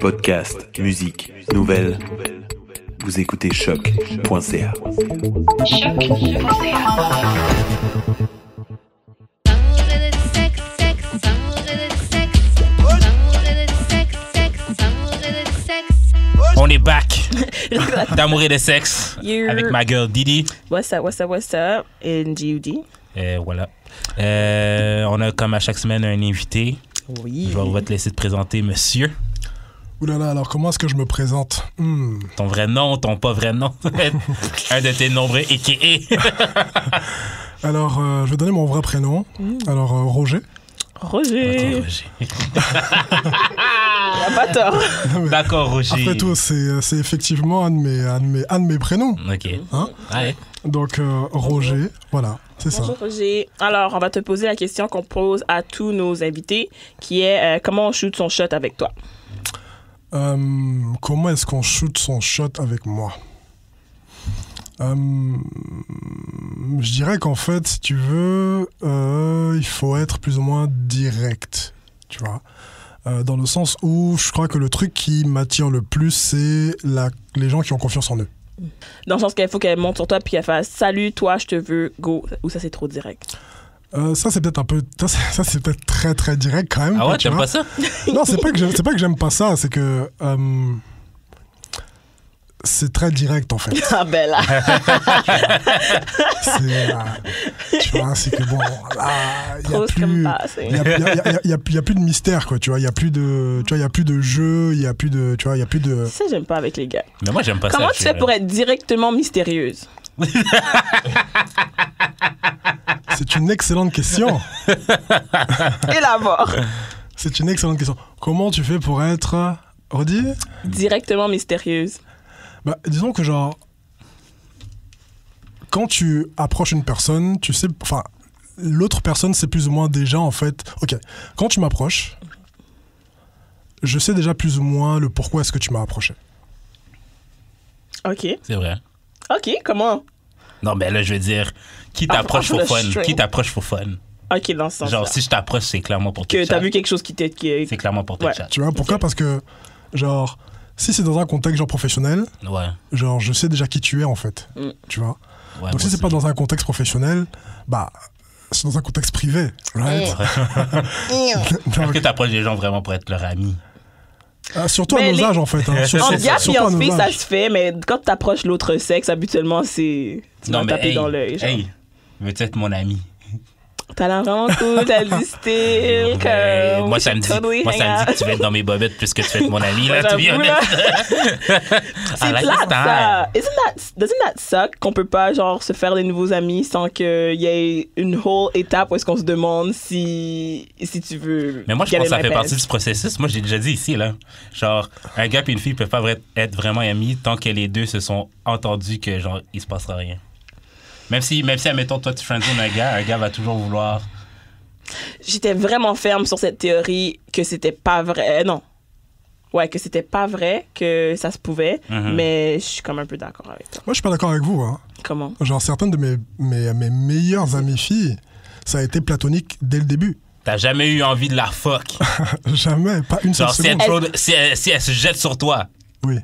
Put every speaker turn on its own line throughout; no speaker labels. Podcast, musique, nouvelles. Vous écoutez choc.ca.
On est back
Like,
d'amour et de sexe
You're-
avec ma girl Didi.
what's up, what's up, what's up? And GUD.
Et voilà. Euh, on a comme à chaque semaine un invité.
Oui.
Je vais- on va te laisser te présenter, monsieur.
Ouh là là, alors comment est-ce que je me présente Hmm,
Ton vrai nom, ton pas vrai nom. un de tes nombreux a.k.a.
Alors, euh, je vais donner mon vrai prénom. Alors, euh, Roger.
Roger. T'as pas tort.
D'accord, Roger.
Après tout, c'est euh, c'est effectivement un de, mes, un, de mes, un de mes prénoms.
Ok.
Hein
Allez.
Donc, euh, Roger, voilà, c'est ça.
Bonjour Roger. Alors, on va te poser la question qu'on pose à tous nos invités, qui est euh, comment on shoot son shot avec toi?
Euh, comment est-ce qu'on shoot son shot avec moi Euh, Je dirais qu'en fait, si tu veux, euh, il faut être plus ou moins direct, tu vois. Euh, dans le sens où je crois que le truc qui m'attire le plus, c'est la- les gens qui ont confiance en eux.
Dans le sens qu'il faut qu'elle monte sur toi puis qu'elle fasse Salut, toi, je te veux, go. Ou ça, c'est trop direct.
Euh, ça, c'est peut-être un peu. Ça, c'est ça, c'est peut-être très, très direct quand même.
Ah ouais,
tu
t'aimes
vois.
pas ça?
Non, c'est pas que j'aime- c'est pas que j'aime pas ça, c'est que. euh, c'est très direct en fait.
Ah, ben là.
c'est euh, tu vois c'est que bon là il y a
Trop comme
plus
pas assez.
il y a, y a- y a- y a- y a plus de mystère quoi tu vois il y a plus de tu vois il y a plus de jeu il y a plus de tu vois il y a plus de
Ça, j'aime pas avec les gars.
Mais moi, j'aime pas ça.
Comment tu
je-
fais pour être directement mystérieuse?
c'est une excellente question
Et l'abord.
c'est une excellente question comment tu fais pour être euh, redis
directement mystérieuse.
bah disons que genre quand tu approches une personne tu sais enfin l'autre personne c'est plus ou moins déjà en fait ok quand tu m'approches je sais déjà plus ou moins le pourquoi est-ce que tu m'as approché
OK.
C'est vrai.
OK, comment?
Non, mais là, je veux dire, qui t'approche pour
on le
fun?
string.
Qui t'approche pour fun?
OK, dans ce sens
Genre, si je t'approche, c'est clairement pour te
que t'as
chat.
vu quelque chose qui t'est... qui-
C'est clairement pour te
Ouais.
chat.
Tu vois, pourquoi Parce que, genre, si c'est dans un contexte genre professionnel,
Ouais. ouais
genre, je sais déjà qui tu es en fait.
Mm.
Tu vois
Ah, moi
Donc si c'est
aussi.
pas dans un contexte professionnel, bah, c'est dans un contexte privé, right
Est-ce
Donc,
que t'approches des gens vraiment pour être leur ami?
ah, surtout
Mais
à nos
les-
âges en fait. hein. Surtout-
En gars
surtout
puis
à
en
nos
fille, ça
âges.
se fait, mais quand t'approches l'autre sexe, habituellement, c'est... Tu vas taper
hey,
dans l'œil. genre.
Hey, veux-tu être mon ami?
T'as l'air vraiment cool, t'as du style,
Ouais,
que...
moi, ça me dit,
Totally
moi, ça me
hang
dit
out.
que tu vas être dans mes bobettes plus que tu vas être mon ami, là, to be
hein. J'avoue,
honest. I
là. C'est
like
plate,
this time.
ça. Isn't that, doesn't that suck qu'on peut pas, genre, se faire des nouveaux amis sans qu'il y ait une whole étape où est-ce qu'on se demande si, si tu veux...
Mais moi, je
get
pense
in
que ça
my
fait
pants.
partie du processus. Moi, j'ai déjà dit ici, là. Genre, un gars et une fille peuvent pas vra- être vraiment amis tant que les deux se sont entendus que, genre, il se passera rien. Même si, même si admettons, toi, tu friendzone un gars, un gars va toujours vouloir.
j'étais vraiment ferme sur cette théorie que c'était pas vrai. euh, Non. Ouais, que c'était pas vrai, que ça se pouvait,
Mhm.
mais je suis comme un peu d'accord avec toi.
Moi, je suis pas d'accord avec vous. hein.
Comment
Genre, certaines de mes, mes, mes meilleures amies filles, ça a été platonique dès le début.
T'as jamais eu envie de la fuck.
Jamais, pas une seule
Genre, si elle,
seconde.
te throw- si elle- si elle se jette sur toi,
Oui.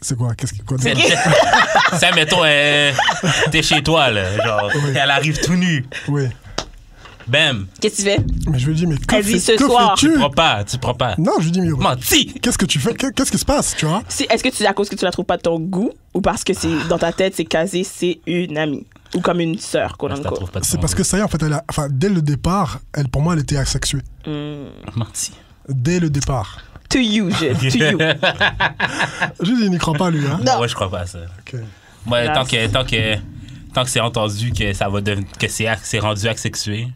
C'est quoi Qu'est-ce qui quoi
C'est- Ça, mettons, euh, t'es chez toi, là. Genre,
Oui.
elle arrive tout nue.
Oui.
Bam!
Qu'est-ce que tu fais
Mais je lui dis, mais que,
Elle dit
fais-
ce
que
soir.
Tu
fais-tu
prends pas, tu prends pas.
Non, je lui dis, mais
Menti!
qu'est-ce que tu fais Qu'est-ce qui se passe, tu vois
Si- Est-ce que tu à cause que tu la trouves pas de ton goût ou parce que c'est dans ta tête c'est casé, c'est une amie ou comme une sœur qu'on
Ah, Je la trouve pas de
C'est
bon
parce que ça y est, en fait, elle a- enfin, dès le départ, elle, pour moi, elle était asexuée.
goût. Menti.
Dès le départ.
To you, je, to you.
Je dis, il n'y croit pas, lui. Hein.
Non. Ouais, je crois pas à ça.
Ok.
Moi,
Nice.
tant que, tant que, tant que c'est entendu que ça va devenir, que c'est, ac- c'est rendu asexué,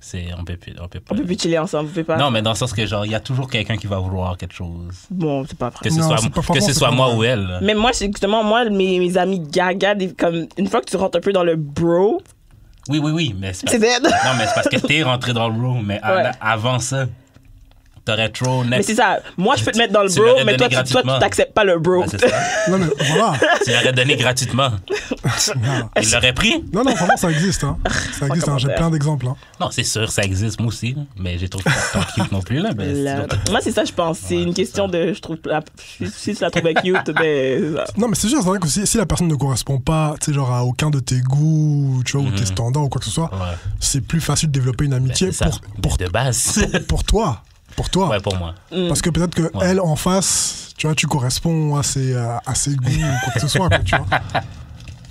c'est, on peut plus, on peut pas.
On peut plus chiller ensemble, on peut pas.
Non, mais dans le sens que genre, il y a toujours quelqu'un qui va vouloir quelque chose.
Bon, c'est pas vrai.
Que ce
Non,
soit,
c'est pas
que
franchement,
ce
c'est
soit
pas
moi
vrai.
ou elle. là.
Mais moi, c'est justement, moi, mes, mes amis gaga, des- comme, une fois que tu rentres un peu dans le bro,
Oui, oui, oui, mais c'est,
c'est
parce,
dead.
non, mais c'est parce que t'es rentré dans le room, mais
Ouais.
en- avant ça, T'aurais trop
Mais
net.
c'est ça. Moi, je peux te mettre dans le
Tu l'aurais
bro, mais toi,
donné
tu toi,
gratuitement.
tu t'acceptes pas le bro.
Ben, c'est ça.
Non, mais voilà.
Tu l'aurais donné gratuitement.
Non.
Il l'aurait pris?
Non, non, vraiment, ça existe. Hein. Ça existe, hein. j'ai
commentaire.
plein d'exemples. hein.
Non, c'est sûr, ça existe, moi aussi. là. Mais j'ai trouvé ça tant cute non plus, là. mais c'est
Là.
toujours-
Moi, c'est ça, je pense. C'est
Ouais,
une
c'est
question de. Je trouve. la- Si tu la trouvais cute, ben. ça.
Non, mais c'est sûr, c'est vrai que si, si la personne ne correspond pas, tu sais, genre à aucun de tes goûts, ou, tu vois, ou tes standards ou quoi que ce soit,
Mhm. Ouais.
c'est plus facile de développer une
Ben,
amitié
c'est ça.
pour, pour,
de base.
pour toi. Pour toi.
ouais, pour moi.
Parce que peut-être que
Ouais.
elle en face, tu vois, tu corresponds à ses, euh, à ses goûts ou quoi que ce soit, quoi, tu vois. Non,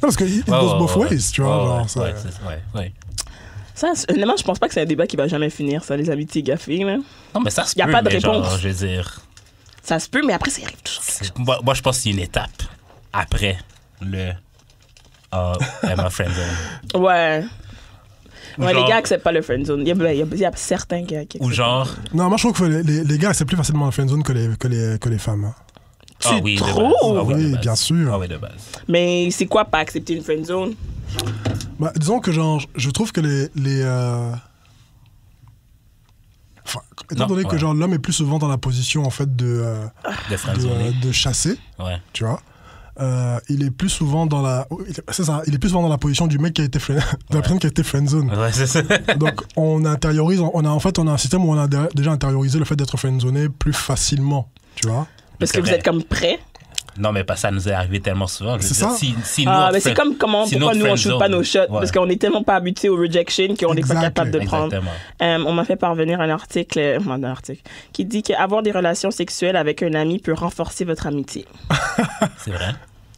parce que it
Ouais,
goes
ouais,
both
ouais.
ways, tu vois.
Ouais,
genre,
ouais,
ça-
ouais, c'est- ouais, ouais.
Ça, c'est- honnêtement, je pense pas que c'est un débat qui va jamais finir, ça, les amitiés gaffées, là.
Non, mais ça se
Y a
peut,
pas de
mais genre,
réponse.
je veux dire,
Ça se peut, mais après, ça arrive toujours.
c'est- moi, moi, je pense que c'est une étape après le. Ah, elle m'a friendzone.
Ouais.
Ou
ouais,
genre-
les gars acceptent pas le friendzone. Il y a, ben, il y a- il y a certains gars qui
Ou
acceptent.
genre.
Non, moi je trouve que les, les- les gars, c'est plus facilement la friendzone que les, que les, que les femmes. hein.
Ah oui, de base.
trouves?
Ah oui, de
Oui,
base.
bien sûr.
Ah oui, de base.
Mais c'est quoi pas accepter une friendzone?
Bah, disons que genre, je trouve que les. les euh, Enfin, étant
Non,
donné que
ouais. Ah,
genre l'homme est plus souvent dans la position en fait de, euh,
De
de,
friendzone.
de chasser,
Ouais.
tu vois. euh, il est plus souvent dans la, c'est ça, il est plus souvent dans la position du mec qui a été friend, de la personne qui a été friendzone.
Ouais, c'est ça.
Donc on intériorise, on a en fait on a un système où on a dé- déjà intériorisé le fait d'être friendzoné plus facilement, tu vois.
Parce
C'est
que vous
vrai.
êtes comme prêts.
Non, mais pas ça nous est arrivé tellement souvent. Je veux
C'est
dire,
ça.
Si, si nous,
Ah,
on
mais c'est
fait-
comme comment,
si
pourquoi
notre
nous on shoot
friendzone-
pas nos shots?
Ouais.
Parce qu'on est tellement pas habitués au rejection qu'on n'est pas
Exactly.
capable de prendre.
Exactement.
Euh, on m'a fait parvenir un article, euh, un article qui dit qu'avoir des relations sexuelles avec un ami peut renforcer votre amitié.
C'est vrai.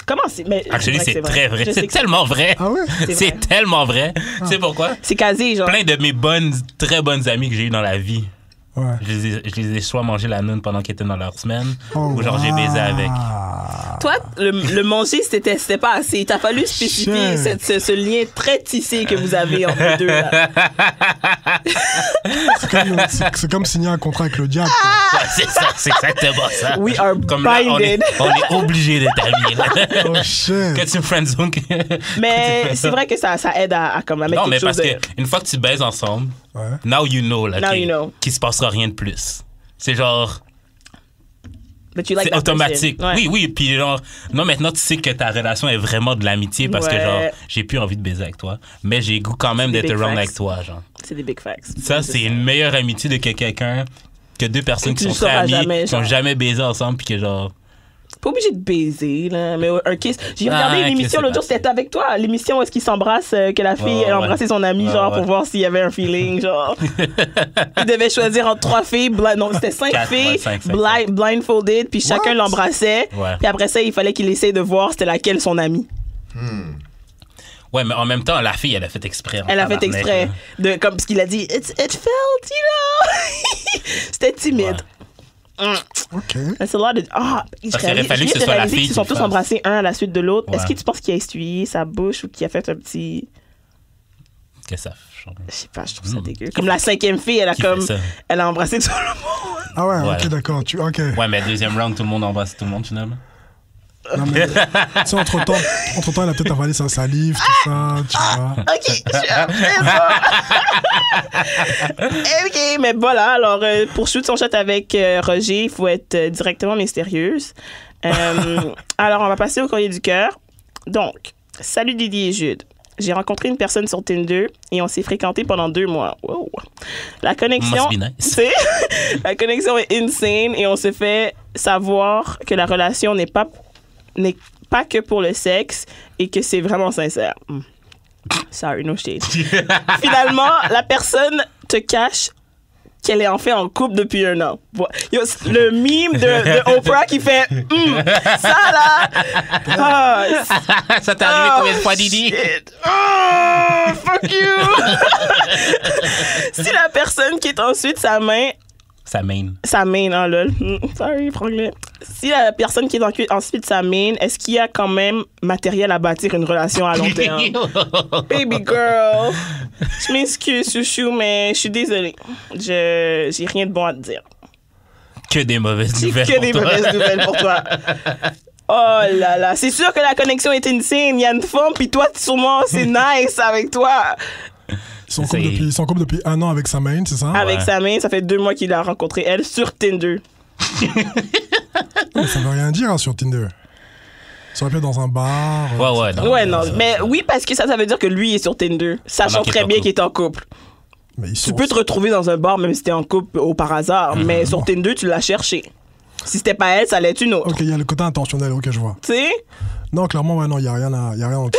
Comment c'est mais
Actually,
vrai que
c'est très vrai.
Je sais
C'est
que
tellement vrai.
Ah ouais.
c'est vrai. Ah.
C'est tellement vrai. Tu sais pourquoi?
C'est casé, genre.
Plein de mes bonnes, très bonnes amies que j'ai eues dans la vie,
Ouais.
je les ai, je les ai soit mangé la noune pendant qu'ils étaient dans leur semaine,
Oh,
ou genre j'ai baisé avec.
ah.
Toi, le, le manger, c'était c'était pas assez. Il t'a fallu spécifier
Shit.
cette- ce, ce lien très tissé que vous avez entre les deux. là.
C'est comme, c'est- c'est comme signer un contrat avec le diable. quoi.
Ouais, c'est ça, c'est exactement ça.
We are
Comme là, on est,
binded.
on est obligé d'être amis. là.
Oh shit.
Quand tu me friendzone, que-
Mais c'est vrai que ça, ça aide à, à comme à mettre
non, mais
quelque chose
parce
de...
que une fois que tu baises ensemble,
Ouais.
now you know, là,
Now
qu'il-
you know.
qu'il se passera rien de plus. C'est genre,
But you like
c'est
that person.
automatique.
Ouais.
Oui, oui. Puis genre, non, maintenant tu sais que ta relation est vraiment de l'amitié parce que
Ouais.
genre, j'ai plus envie de baiser avec toi, mais j'ai goût quand même
Des
d'être
big
around
facts.
avec toi, genre.
C'est des big facts.
Ça, c'est une meilleure amitié de que quelqu'un que deux personnes
Que
qui
tu
sont très
sauras
amies,
jamais,
qui ont
genre.
jamais baisé ensemble, puis que genre.
Pas obligé de baiser, là, mais un kiss. J'ai regardé
Ah,
une
un kiss,
émission
c'est
l'autre jour,
parfait.
c'était avec toi. L'émission où est-ce qu'ils s'embrassent, euh, que la fille,
ouais, ouais.
elle embrassait son ami,
Ouais,
genre,
ouais.
pour voir s'il y avait un feeling, genre. Ils devaient choisir entre trois filles, bla- non, c'était cinq
Quatre,
filles,
ouais, cinq, cinq,
blind- blindfolded, puis chacun
What?
l'embrassait.
Ouais.
Puis après ça, il fallait qu'il essaye de voir c'était laquelle son amie.
Ouais, mais en même temps, la fille, elle a fait exprès. en
Elle a fait
Ah, tabarnak, hein.
exprès,
là.
de, comme ce qu'il a dit, it, it felt, you know. c'était timide.
Ok.
That's a lot of- Ah, je
Parce qu'il aurait
réalise-
fallu
je
que ce
viens de
soit la
réaliser
fille
qu'ils sont
qui le
tous
fasse.
embrassés un à la suite de l'autre.
Ouais.
Est-ce que tu penses qu'il a essuyé sa bouche ou qu'il a fait un petit.
Que ça. genre.
Je sais pas, je trouve ça dégueu. Comme la cinquième fille, elle a
Hmm. Qui fait
comme.
ça?
Elle a embrassé tout le monde.
Ah ouais.
Voilà.
Ok, d'accord. Tu. Ok.
Ouais, mais deuxième round, tout le monde embrasse tout le monde finalement.
Non, mais, tu sais, entre temps, entre temps, elle a peut-être avalé sa salive, tout ça, tu
Ah.
vois.
Ok, je suis désolée. Ok, mais voilà. Alors, euh, pour shoot son chat avec euh, Roger, il faut être euh, directement mystérieuse. Euh, alors, on va passer au courrier du cœur. Donc, salut Didier et Jude. J'ai rencontré une personne sur Tinder et on s'est fréquenté pendant deux mois. Wow. La connexion.
Must be nice.
C'est- la connexion est insane et on se fait savoir que la relation n'est pas n'est pas que pour le sexe et que c'est vraiment sincère. Hmm. Sorry, no shade. Finalement, la personne te cache qu'elle est en fait en couple depuis un an. Vo- Yo, c- le mime de, de Oprah qui fait Hmm, ça là. Ah, c'est-
ça t'est arrivé
oh,
combien de fois, Didi?
shit. Oh, fuck you. si la personne quitte ensuite sa main
Ça mène.
sa main, hein, lol. Mm, Sorry, franglais. Si la personne qui est en cuite ensuite sa main, est-ce qu'il y a quand même matériel à bâtir une relation à long terme? Baby girl, je m'excuse, chouchou, mais je suis désolée. Je, j'ai rien de bon à te dire.
que des mauvaises
J'ai
nouvelles.
que
pour
des
toi.
mauvaises nouvelles pour toi. Oh là là, c'est sûr que la connexion est insane. Il y a une femme, puis toi, sûrement, c'est nice avec toi.
Ils sont en
Ça
couple
y est. Ah.
depuis, ils sont en couple depuis un an avec sa main, c'est ça
Avec
Ouais.
sa main, ça fait deux mois qu'il a rencontré elle sur Tinder.
Ça veut rien dire hein, sur Tinder. Ça aurait pu être dans un bar.
Ouais, ouais, non.
ouais, non. Mais oui, parce que ça, ça veut dire que lui est sur Tinder, sachant
Pendant qu'il est
très
en
bien
couple.
qu'il est en couple.
Mais ils
Tu
sont-
peux te retrouver dans un bar, même si t'es en couple au par hasard,
Ah,
mais sur Tinder, tu l'as cherché. Si c'était pas elle, ça allait être une autre.
Ok, il y a le côté intentionnel, ok, je vois.
Tu sais,
Non, clairement, ouais, non, il n'y a rien à. il Y a rien en-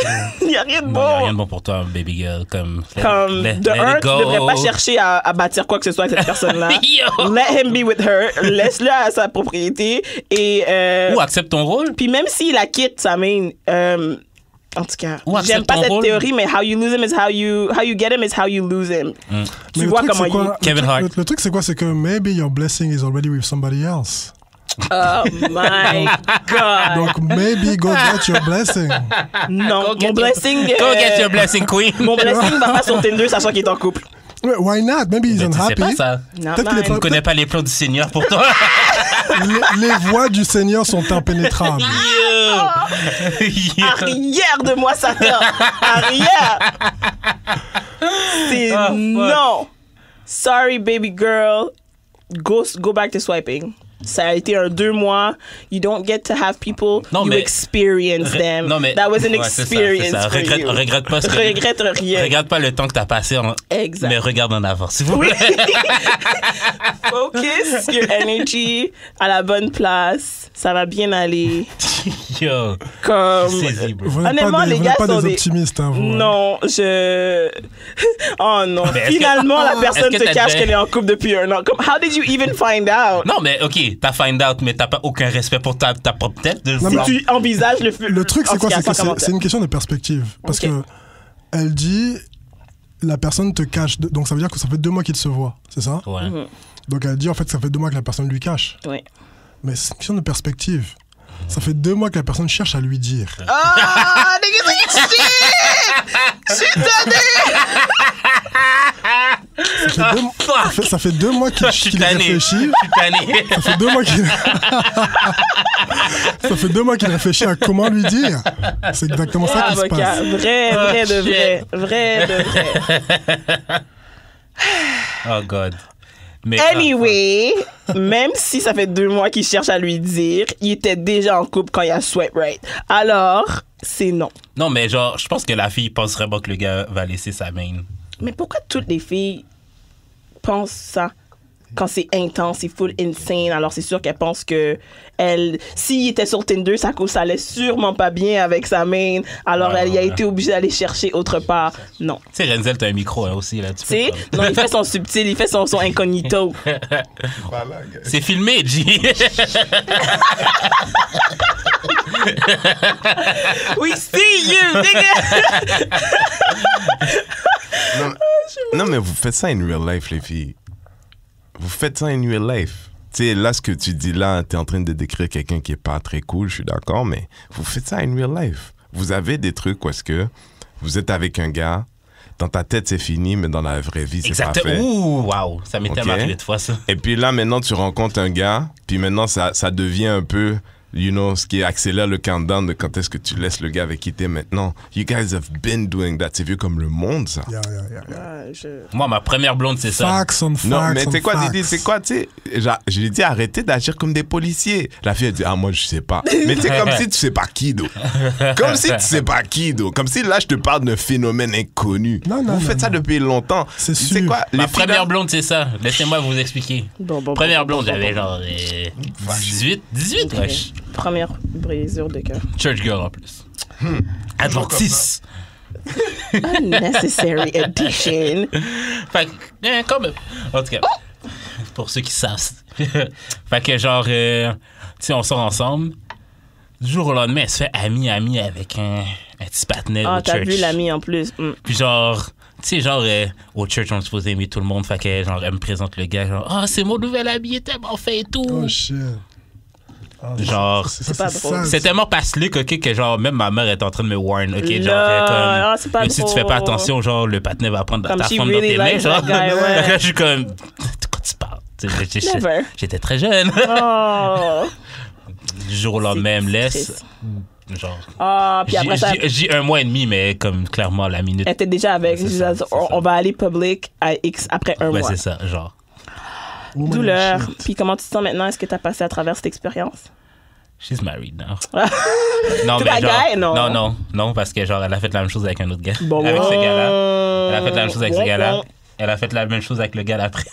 il n'y a rien de
Non, y a rien
bon.
de bon pour toi, baby girl. Comme, let-
Oh. Comme,
let-
de
let it
un, tu
go.
devrais pas chercher à, à bâtir quoi que ce soit avec cette personne-là.
Yo.
Let him be with her. Laisse-le à sa propriété. Et. euh,
Ou accepte ton rôle.
Puis même s'il la quitte, ça mène. euh, en tout cas,
Ou accepte
j'aime pas
ton
cette
rôle.
théorie, mais how you lose him is how you how you get him is how you lose him.
Mm.
Tu
Mais le
vois
truc,
comment
c'est
il-
quoi- le
Kevin
truc-
Hart.
Le, le truc, c'est quoi C'est que maybe your blessing is already with somebody else.
Oh my god.
Donc, maybe go get your blessing.
non,
Go get
mon
your-
blessing.
Go
euh,
get your blessing, queen.
Mon blessing va pas sur Tinder, sachant qu'il est en couple.
Ouais, Why not Maybe he's
Mais tu sais
unhappy.
pas ça.
Non,
Peut-être qu'il est
Tu ne connais pas les plans du Seigneur pour toi.
Les, les voies du Seigneur sont impénétrables.
Oh. Ah,
Yo. Yo.
Arrière de moi, Satan. Arrière. C'est
Ah, fuck.
non. Sorry, baby girl. Go, go back to swiping. Ça a été un deux mois. You don't get to have people.
Non,
you
mais-
experience
Re-
them.
Non, mais,
That was an
Ouais, c'est ça,
experience
c'est ça.
for
Regrette,
you.
regrette pas ce que-
Regrette rien.
Regarde pas le temps que t'as passé en.
Exact.
Mais regarde en avant, s'il vous
Oui.
plaît.
Focus your energy à la bonne place. Ça va bien aller.
Yo.
Comme
Saisis, bro.
Vous n'êtes
Honnêtement,
pas des,
les
vous
gars
n'êtes pas
sont
des
des-
optimistes, hein, vous. hein.
Non, je. Oh non.
Ah, Mais est-ce que-
Finalement, la personne
Est-ce que
te
t'as
cache
déjà-
qu'elle est en couple depuis un an. Comme, how did you even find out?
Non, mais ok, t'as find out, mais t'as pas aucun respect pour ta, ta propre tête. De
Si
vouloir-
tu envisages le futur.
Le truc, c'est quoi C'est que c'est- c'est
une...
une question de perspective. Parce
Ok.
que elle dit la personne te cache. Donc ça veut dire que ça fait deux mois qu'ils se voient, c'est ça
Ouais.
Mm-hmm.
Donc elle dit en fait ça fait deux mois que la personne lui cache.
Oui.
Mais c'est une question de perspective. Ça fait deux mois que la personne cherche à lui dire.
Oh, nigga, c'est
Ça fait deux, ça fait, ça fait deux mois qu'il
Je suis
qu'il
tanné.
réfléchit.
Je suis tanné.
Ça fait deux mois qu'il. ça fait deux mois qu'il réfléchit à comment lui dire. C'est exactement
Ah,
ça qui se
avocat.
passe.
Vrai,
Oh,
vrai de
shit.
vrai. Vrai de vrai.
Oh God. Mais, ah,
Anyway, même si ça fait deux mois qu'il cherche à lui dire, il était déjà en couple quand il a swipe right. Alors, c'est non.
ah, non, mais genre, je pense que la fille pense vraiment que le gars va laisser sa main.
Mais pourquoi toutes les filles pensent ça quand c'est intense, c'est full insane? Alors c'est sûr qu'elles pensent que elle, s'il était sur Tinder, ça, cause- ça allait sûrement pas bien avec sa main. Alors
Ouais,
elle y a
ouais.
été obligée d'aller chercher autre part. Non.
Tu sais, Renzel, t'as un micro hein, aussi, là. Tu
Tu
peux
sais?
parler.
Non, il fait son subtil, il fait son, son incognito.
C'est filmé, G.
We see you, nigga!
Non, mais- non, mais vous faites ça in real life, les filles. Vous faites ça in real life. Tu sais, là, ce que tu dis là, t'es en train de décrire quelqu'un qui est pas très cool, je suis d'accord, mais vous faites ça in real life. Vous avez des trucs où est-ce que vous êtes avec un gars, dans ta tête c'est fini, mais dans la vraie vie c'est pas
Exactement.
fait.
Ouh, waouh. Ça m'est
Ok.
tellement arrivé de fois, ça.
Et puis là, maintenant, tu rencontres un gars, puis maintenant, ça, ça devient un peu, you know, ce qui accélère le countdown de quand est-ce que tu laisses le gars avec qui t'es maintenant. You guys have been doing that. C'est vieux comme le monde, ça.
Yeah, yeah, yeah, yeah.
Moi, ma première blonde, c'est ça.
Facts on facts.
Non, mais
on
c'est quoi,
facts.
Didi, c'est quoi, tu sais, j'a- je lui ai dit arrêtez d'agir comme des policiers. La fille, elle dit, ah, moi, je sais pas. Mais c'est comme si tu sais pas qui, d'où. Comme si tu sais pas qui, d'où. Comme si là, je te parle d'un phénomène inconnu.
Non, non, non,
Vous faites ça
non.
depuis longtemps.
C'est
Tu sais
sûr.
quoi,
Ma
filles, là-
première blonde, c'est ça. Laissez-moi vous expliquer.
Bon, bon,
Première
bon,
blonde,
bon, bon,
j'avais
bon.
genre euh, 18, 18, wesh.
Première brisure de cœur.
Church girl en plus.
Hmm.
Adventiste.
Unnecessary addiction.
Fait que, euh, quand même. En tout cas, pour ceux qui savent. fait que, genre, euh, tu sais, on sort ensemble. Du jour au lendemain, elle se fait amie, amie avec un, un petit partenaire
Ah,
au
t'as
church.
vu l'ami en plus. Mm.
Puis, genre, tu sais, genre, euh, au church, on est supposé aimer tout le monde. Fait que, genre, elle me présente le gars, genre, ah, c'est mon nouvel ami, il est tellement fait et tout.
Oh shit. Ah,
Genre,
ça,
Mm. c'est pas drôle.
sale,
C'est tellement passe-luc, OK, que genre, même ma mère est en train de me warn, OK, genre,
Là,
euh, comme,
ah, c'est pas
euh, si tu fais pas
drôle.
attention, genre, le patinet va prendre
Comme
ta
she
femme dans
really
tes mains,
likes
genre.
that guy, ouais.
je suis comme, de quoi tu parles? Tu sais, j'étais- j'étais-
Never.
J'étais très jeune.
Oh.
Du jour au lendemain, elle me
C'est
Ah, laisse.
triste.
Genre,
Ah, puis
j'ai-
après ça,
j'ai- j'ai un mois et demi, mais comme clairement la minute.
elle était déjà
Ouais,
avec.
c'est
je
ça,
disais,
c'est ça.
on, on va aller public à X après un
ouais,
mois.
c'est ça, genre.
Oh my
Douleur.
shit.
Puis comment tu te sens maintenant? Est-ce que tu as passé à travers cette expérience?
She's married now. non,
T'es pas gay, non?
Non, non, non, parce que genre, elle a fait la même chose avec un autre gars.
Bon,
avec
bon.
ce gars-là. Elle a fait la même chose avec ce
Bon,
gars-là.
bon.
Elle a fait la même chose avec le gars d'après.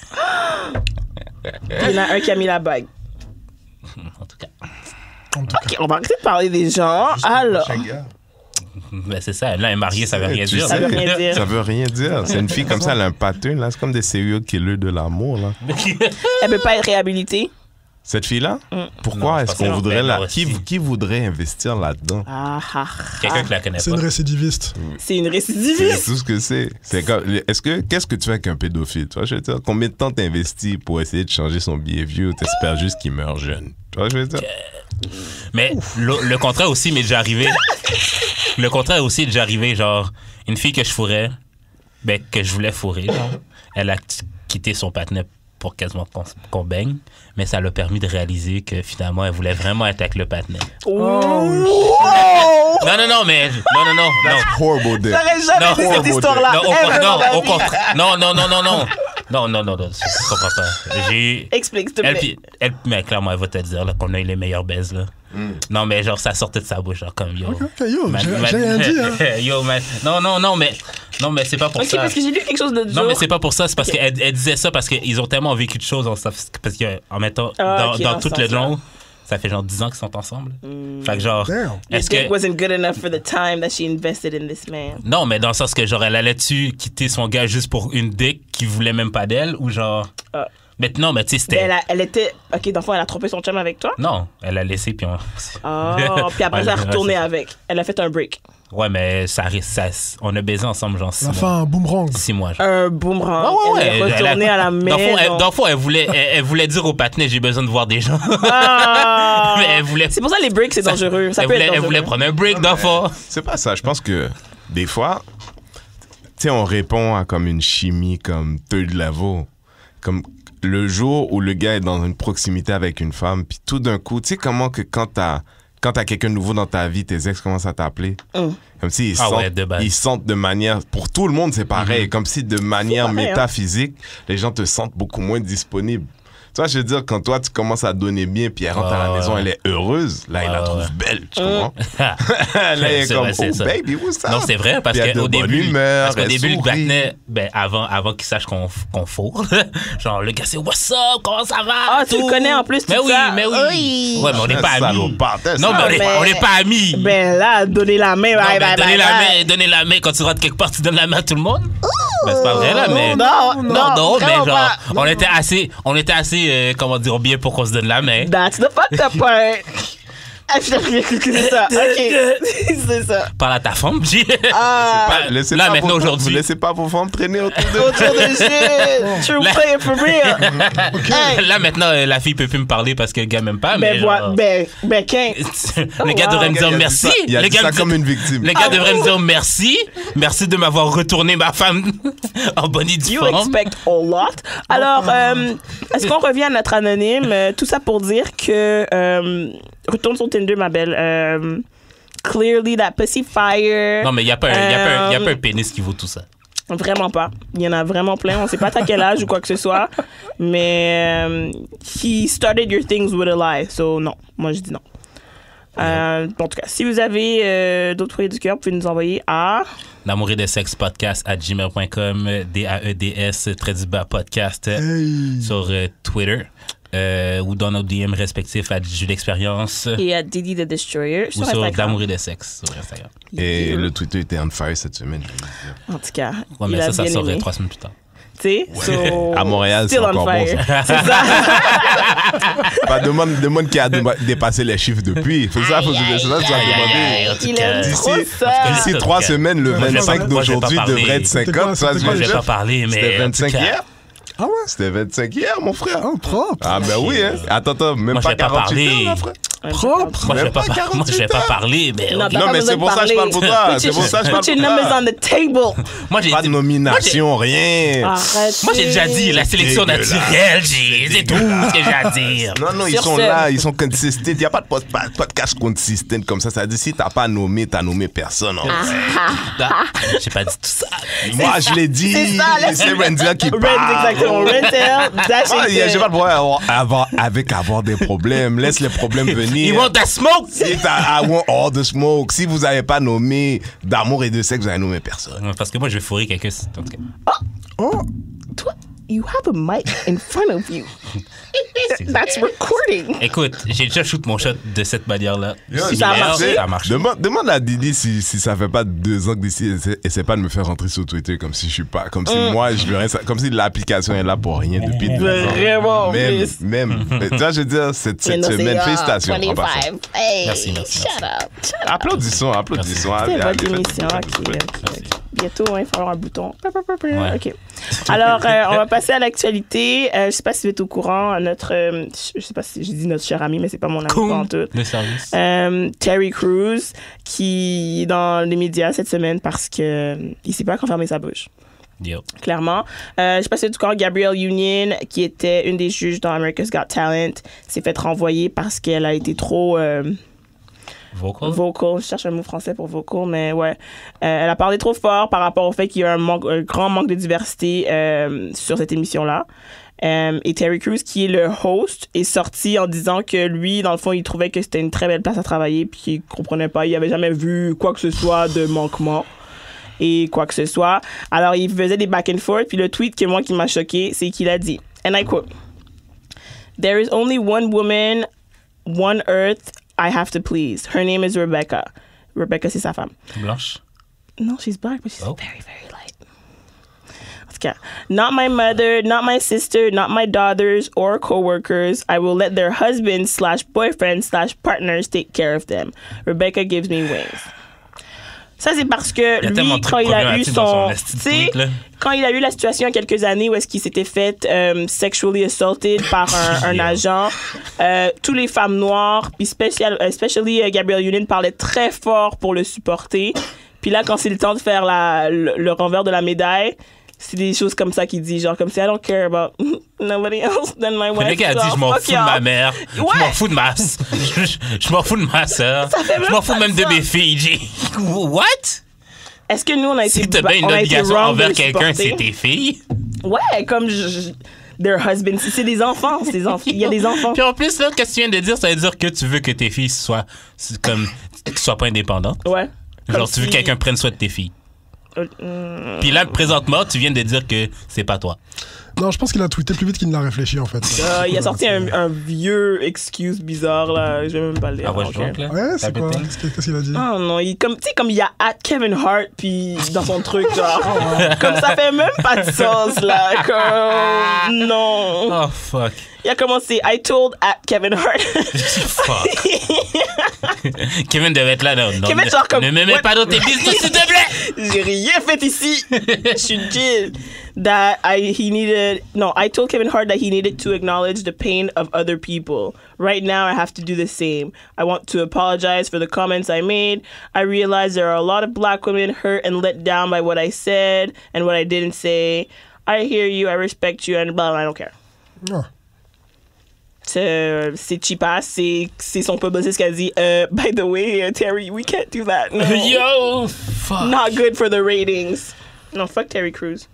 Il y en a un qui a mis la bague.
en tout cas.
En tout cas.
Ok, on va arrêter de parler des gens. Alors,
Ben, c'est ça, là, elle est mariée, ça veut rien
Eh, Tu
dire.
sais,
Ça veut rien dire.
Ça veut rien dire. C'est une fille comme ça, elle a un pattern, là. C'est comme des serial killers de l'amour, là.
elle peut pas être réhabilitée.
Cette fille-là,
Mm. Non,
pourquoi
je
est-ce
pense que
qu'on
non,
voudrait
ben,
la...
moi aussi.
Qui, qui voudrait investir là-dedans?
Ah, ah,
Quelqu'un
ah.
qui la connaît
C'est une
pas.
récidiviste.
C'est une
C'est
récidiviste.
tout ce que c'est. C'est comme, est-ce que, qu'est-ce que tu fais avec un pédophile? Tu vois, je veux dire, combien de temps t'investis pour essayer de changer son behavior ou t'espères juste qu'il meurt jeune? Tu vois, je veux dire.
Mais le, le contraire aussi m'est déjà arrivé. le contraire aussi est déjà arrivé, genre, une fille que je fourrais, ben, que je voulais fourrer, genre, elle a t- quitté son partenaire pour quasiment qu'on qu'on baigne, mais ça l'a permis de réaliser que finalement, elle voulait vraiment être avec le partenaire. Oh.
Wow!
Non, non, non, mais... Non, non, non, non.
Horrible dick.
Ah! J'aurais jamais
Non.
dit
Oh,
cette
mon
histoire-là.
Non, au
ever
con-
dans ma
non, au
vie.
contraire. Non, non, non, non, non. Non, non, non, non, je comprends pas. J'ai...
Explique, s'il te
Elle,
plaît.
puis- elle, mais clairement, elle va te dire là, qu'on a eu les meilleures baises. Là. Non, mais genre, ça sortait de sa bouche, genre, comme yo.
Ok, yo,
man-
j'ai
man-
j'ai rien dit, hein.
yo, man. Non, non, non, mais, non, mais c'est pas pour
Ok,
ça.
parce que j'ai lu quelque chose de
Non,
jour.
mais c'est pas pour ça, c'est parce
Ok.
qu'elle elle disait ça parce qu'ils ont tellement vécu de choses en, parce que, en mettant
Ah,
dans,
ok,
dans
dans
tout
ce
le
sens-là.
long, ça fait genre 10 ans qu'ils sont ensemble. Fait que genre,
Damn.
Your
est-ce que.
dick wasn't good enough for the time that she invested in this man.
Non, mais dans le sens que genre, elle allait-tu quitter son gars juste pour une dick qui voulait même pas d'elle ou genre.
Ah.
Mais non, mais tu sais, c'était.
Elle, a- elle était. Ok, dans le fond, elle a trompé son chum avec toi.
Non, elle a laissé, puis on.
Oh, puis après,
Ouais,
elle a retourné
ouais,
avec. Elle a fait un break.
c'est- Ouais, mais ça risque. ça- on a baisé ensemble, genre, six
Elle a fait
mois.
un boomerang.
Six mois, genre.
Un boomerang.
Ouais, ouais,
Ah elle
ouais,
est retournée
elle a-
à
Dans
la
le fond, elle,
maison.
dans le fond, elle voulait, elle, elle voulait dire au patinet j'ai besoin de voir des gens.
Ah!
Mais elle voulait.
C'est pour ça les breaks, c'est dangereux. Ça
elle,
peut
voulait,
être
elle
dangereux.
voulait prendre un break, dans le fond.
C'est pas ça. Je pense que des fois, tu sais, on répond à comme une chimie comme third level. Comme le jour où le gars est dans une proximité avec une femme, puis tout d'un coup, tu sais comment que quand t'as quand t'as quelqu'un de nouveau dans ta vie, tes ex commencent à t'appeler.
Oh.
Comme si ils,
Ah
sentent,
ouais, de base. Mm-hmm.
ils sentent de manière, pour tout le monde c'est pareil, comme si de manière
pareil, hein.
métaphysique, les gens te sentent beaucoup moins disponible. Tu vois, je veux dire, quand toi tu commences à donner bien, puis elle rentre à la
Ouais,
maison,
ouais.
elle est heureuse, là il la
Ouais,
trouve
ouais.
belle, tu comprends? là, il est
C'est
comme,
vrai, c'est
oh,
ça.
baby, what's up?
Non, c'est vrai, parce
Puis elle a de
qu'au
bonne
début,
humeur,
parce qu'au
elle
début, le
sourit.
patinet, ben, avant, avant qu'il sache qu'on qu'on fourre, genre, le gars, c'est What's up, comment ça va?
Ah, tu le
Tout.
connais en plus, tout
Mais oui,
ça.
mais oui.
Oui.
Ouais, mais on n'est
Un
pas amis.
salopard, un
Non, mais on est-
Ah,
on
ben-
n'est pas amis.
Ben là, donner la main,
Non, ben,
bye, bye,
donnez
bye,
la
bye.
main, donnez la main quand tu rentres quelque part, tu donnes la main à tout le monde. Ben, c'est pas vrai là, mais
non, non,
non, mais
vraiment
genre,
pas.
on était assez, on était assez, euh, comment dire, bien pour qu'on se donne la main.
That's the fucked up part. Ah, putain, c'est ça. Ok, c'est ça.
Parle à ta femme, j'ai.
Ah,
Pas- laissez
Là,
pas
maintenant,
vos-
aujourd'hui.
Vous laissez pas vos femmes traîner autour de
autour de shit. True
La-
player for real. Hey.
Là maintenant, euh, la fille peut plus me parler parce que le gars m'aime pas, mais
Ben, voilà,
genre,
ben, ben, qu'un.
le gars
wow.
devrait
Le
me
gars, il a
dire
dit
merci.
ça- Il a
le
dit
gars
ça
me dit-
comme une victime.
Ah,
le gars devrait me dire merci, merci de m'avoir retourné ma femme en bonne et due
You
forme. Oh.
expect a lot. Alors, euh, est-ce qu'on revient à notre anonyme? Euh, tout ça pour dire que euh, retourne sur Tinder, ma belle. Euh, clearly, that pussy fire.
Non mais y a pas, un- y a pas, un- y a pas
Euh,
un pénis qui vaut tout ça.
Vraiment pas. Il y en a vraiment plein. On sait pas à quel âge ou quoi que ce soit. Mais euh, he started your things with a lie. So, non. Moi, je dis non. Euh, en tout cas, si vous avez euh, d'autres foyers du cœur, vous pouvez nous envoyer à.
D'amour et de sexe podcast à gmail.com, D-A-E-D-S, E très du bas podcast
Hey.
sur euh, Twitter euh, ou dans nos DM respectifs à Jus d'expérience
et à Didi the Destroyer
ou
sur
sur
Instagram.
D'amour et de sexe sur Instagram.
Et le Twitter était on fire cette semaine. je vais vous dire.
En tout cas,
Ouais, mais
il a
ça, ça
bien
sort euh,
aimé.
trois semaines plus tard.
Tu sais, so-
À Montréal, c'est
still on
encore bon,
fire.
ça.
C'est ça.
Bah, demande, demande qui a déma- dépassé les chiffres depuis. Faut ça, faut c'est ça, que tu as
aïe,
demandé.
aïe. En tout
Il
cas,
aime trop
D'ici-
ça.
D'ici
Ah.
trois semaines, le
Moi, je vais pas
25
parler.
d'aujourd'hui
Moi, je vais pas
devrait être
parler.
50.
C'était
ça,
quoi,
je
c'était
Moi,
vais
je vais
dire.
pas parler, mais.
C'était
en tout
25
cas,
hier.
Ah ouais
C'était 25 hier, mon frère.
Oh, propre.
Ah ben oui, hein. Attends, attends, même
Moi, je
pas
vais pas
48
parler.
heures, mon frère.
Propre.
Moi, je vais
Même
pas, par-
pas
moi,
48
je vais pas parler, mais
Non,
ok.
t'as
Non,
pas
mais
besoin
c'est
de
pour ça que je parle
parler.
pour toi.
Put
C'est
your-
pour ça que je parle
Put
pour
your numbers
toi.
on the table.
moi, j'ai
Pas de
été-
nomination,
Arrête.
rien.
Ah, Moi, j'ai déjà dit la sélection
Dégueulasse.
naturelle, j'ai- c'est tout ce que j'ai à dire.
Non, non, ils
Sur
sont
scène.
là, ils sont consistants. Il n'y a pas de pod- pas de podcast consistant comme ça. Ça dit, si t'as pas nommé, t'as nommé personne. en vrai.
Ah, J'ai pas dit tout ça.
Moi, je l'ai dit.
C'est ça, là.
C'est Renzel qui
Rent,
parle.
Ah,
exactement. Rentel, that's
Ah,
it.
y a- J'ai pas de problème avoir- avoir- avec avoir des problèmes. Laisse les problèmes venir.
You want that smoke?
Si t'as- I want all the smoke. Si vous n'avez pas nommé d'amour et de sexe, vous n'avez nommé personne.
Non, Parce que moi, je vais fourrer quelqu'un. en tout cas.
Oh,
Toi, You have a mic in front of you. That's recording.
Écoute, j'ai déjà shoot mon shot de cette manière-là.
Yo,
Mais
ça a marché.
Ça a marché.
Demande, demande à Didi si, si ça fait pas deux ans que Didi essaie, essaie pas de me faire rentrer sur Twitter comme si je suis pas, comme si
Mm.
moi je verrais ça, comme si l'application est là pour rien depuis deux ans.
Vraiment,
Même,
please.
même. Mais Tu vois, je veux dire, cette, cette semaine, félicitations. en passant.
Ah, Hey,
Merci, merci,
Shut up. Shut up.
Applaudissons, applaudissons.
C'était
Allez,
votre
allez,
émission.
faites-
Ok,
faites-
ok, ok. Bientôt, hein, il va falloir un bouton. Pa, pa, pa, pa.
Ouais.
Ok. Alors, euh, on va passer à l'actualité. Euh, je sais pas si vous êtes au courant. Notre, euh, je sais pas si j'ai dit notre cher ami, mais c'est pas mon ami
Cool.
en tout.
Le service.
Euh, Terry Crews qui est dans les médias cette semaine parce que euh, il s'est pas confirmé sa bouche
Yo.
clairement euh, je passais du corps Gabrielle Union qui était une des juges dans America's Got Talent s'est fait renvoyer parce qu'elle a été trop euh,
Vocal.
vocal je cherche un mot français pour vocal mais ouais Euh, elle a parlé trop fort par rapport au fait qu'il y a un, manque, un grand manque de diversité euh, sur cette émission là et Terry Crews qui est le host est sorti en disant que lui dans le fond il trouvait que c'était une très belle place à travailler puis qu'il comprenait pas il avait jamais vu quoi que ce soit de manquement et quoi que ce soit alors il faisait des back and forth puis le tweet que moi qui m'a choqué c'est qu'il a dit and I quote There is only one woman one earth I have to please. Her name is Rebecca. Rebecca, c'est sa femme.
Blanche.
No, she's black, but she's
Oh.
very, very light. En tout cas, Not my mother, not my sister, not my daughters or co-workers. I will let their husbands slash boyfriends slash partners take care of them. Rebecca gives me wings. Ça, c'est parce que
Il y a tellement
lui,
de
quand il a eu
problématiques dans
son...
son esti de
tu sais,
tweet, là.
quand il a eu la situation il y a quelques années où est-ce qu'il s'était fait euh, sexually assaulted par un, un agent, euh, toutes les femmes noires, puis spécial- euh, especially euh, Gabrielle Union parlait très fort pour le supporter. Puis là, quand c'est le temps de faire la, le, le renvers de la médaille, c'est des choses comme ça qu'il dit, genre comme si I don't care about nobody else than my wife.
Le gars a dit
Genre,
Je m'en
fuck
fous de
y'all.
ma mère, je
Ouais.
m'en fous de ma s- je, je- je m'en fous de ma soeur,
fait
je
même
m'en fous
pas
même de
ça.
mes filles. J'ai- What?
Est-ce que nous, on a été,
Si t'as
ba-
bien une
on a été
obligation
wrong de
envers
le
quelqu'un,
supporter?
c'est tes filles.
Ouais, comme je- je- their husbands. C'est c'est des enfants, c'est des enfants. Il y a des enfants.
Puis en plus, là, qu'est-ce que tu viens de dire, ça veut dire que tu veux que tes filles soient, comme, qu'elles soient pas indépendantes.
Ouais.
Genre,
Comme
tu veux
si-
que quelqu'un prenne soin de tes filles.
Euh,
Puis là, présentement, tu viens de dire que c'est pas toi.
non, je pense qu'il a tweeté plus vite qu'il n'a réfléchi en fait.
Euh, il a sorti un, un vieux excuse bizarre là, je vais même pas le dire.
Ah ouais,
ok.
je joke, là.
Ouais, c'est quoi
Capitaine.
Qu'est-ce qu'il- qu'est-ce qu'il a dit
Ah non, il comme tu sais comme il y a at Kevin Hart puis dans son truc genre comme ça fait même pas de sens là comme non.
Oh fuck.
Il a commencé I told at Kevin Hart.
fuck. Kevin devait être là, non. non
Kevin,
ne-
genre comme-
Ne me mets pas dans tes business, s'il te plaît!
J'ai rien fait ici. Je suis chill. That I he needed no, I told Kevin Hart that he needed to acknowledge the pain of other people. Right now I have to do the same. I want to apologize for the comments I made. I realize there are a lot of black women hurt and let down by what I said and what I didn't say. I hear you, I respect you and blah, blah I don't care.
Ah.
C'est c'est cheapass, c'est c'est son peuple, c'est ce qu'elle dit. Euh, by the way, uh, Terry, we can't do that. No.
Yo! Fuck.
Not good for the ratings. Non, fuck Terry Crews.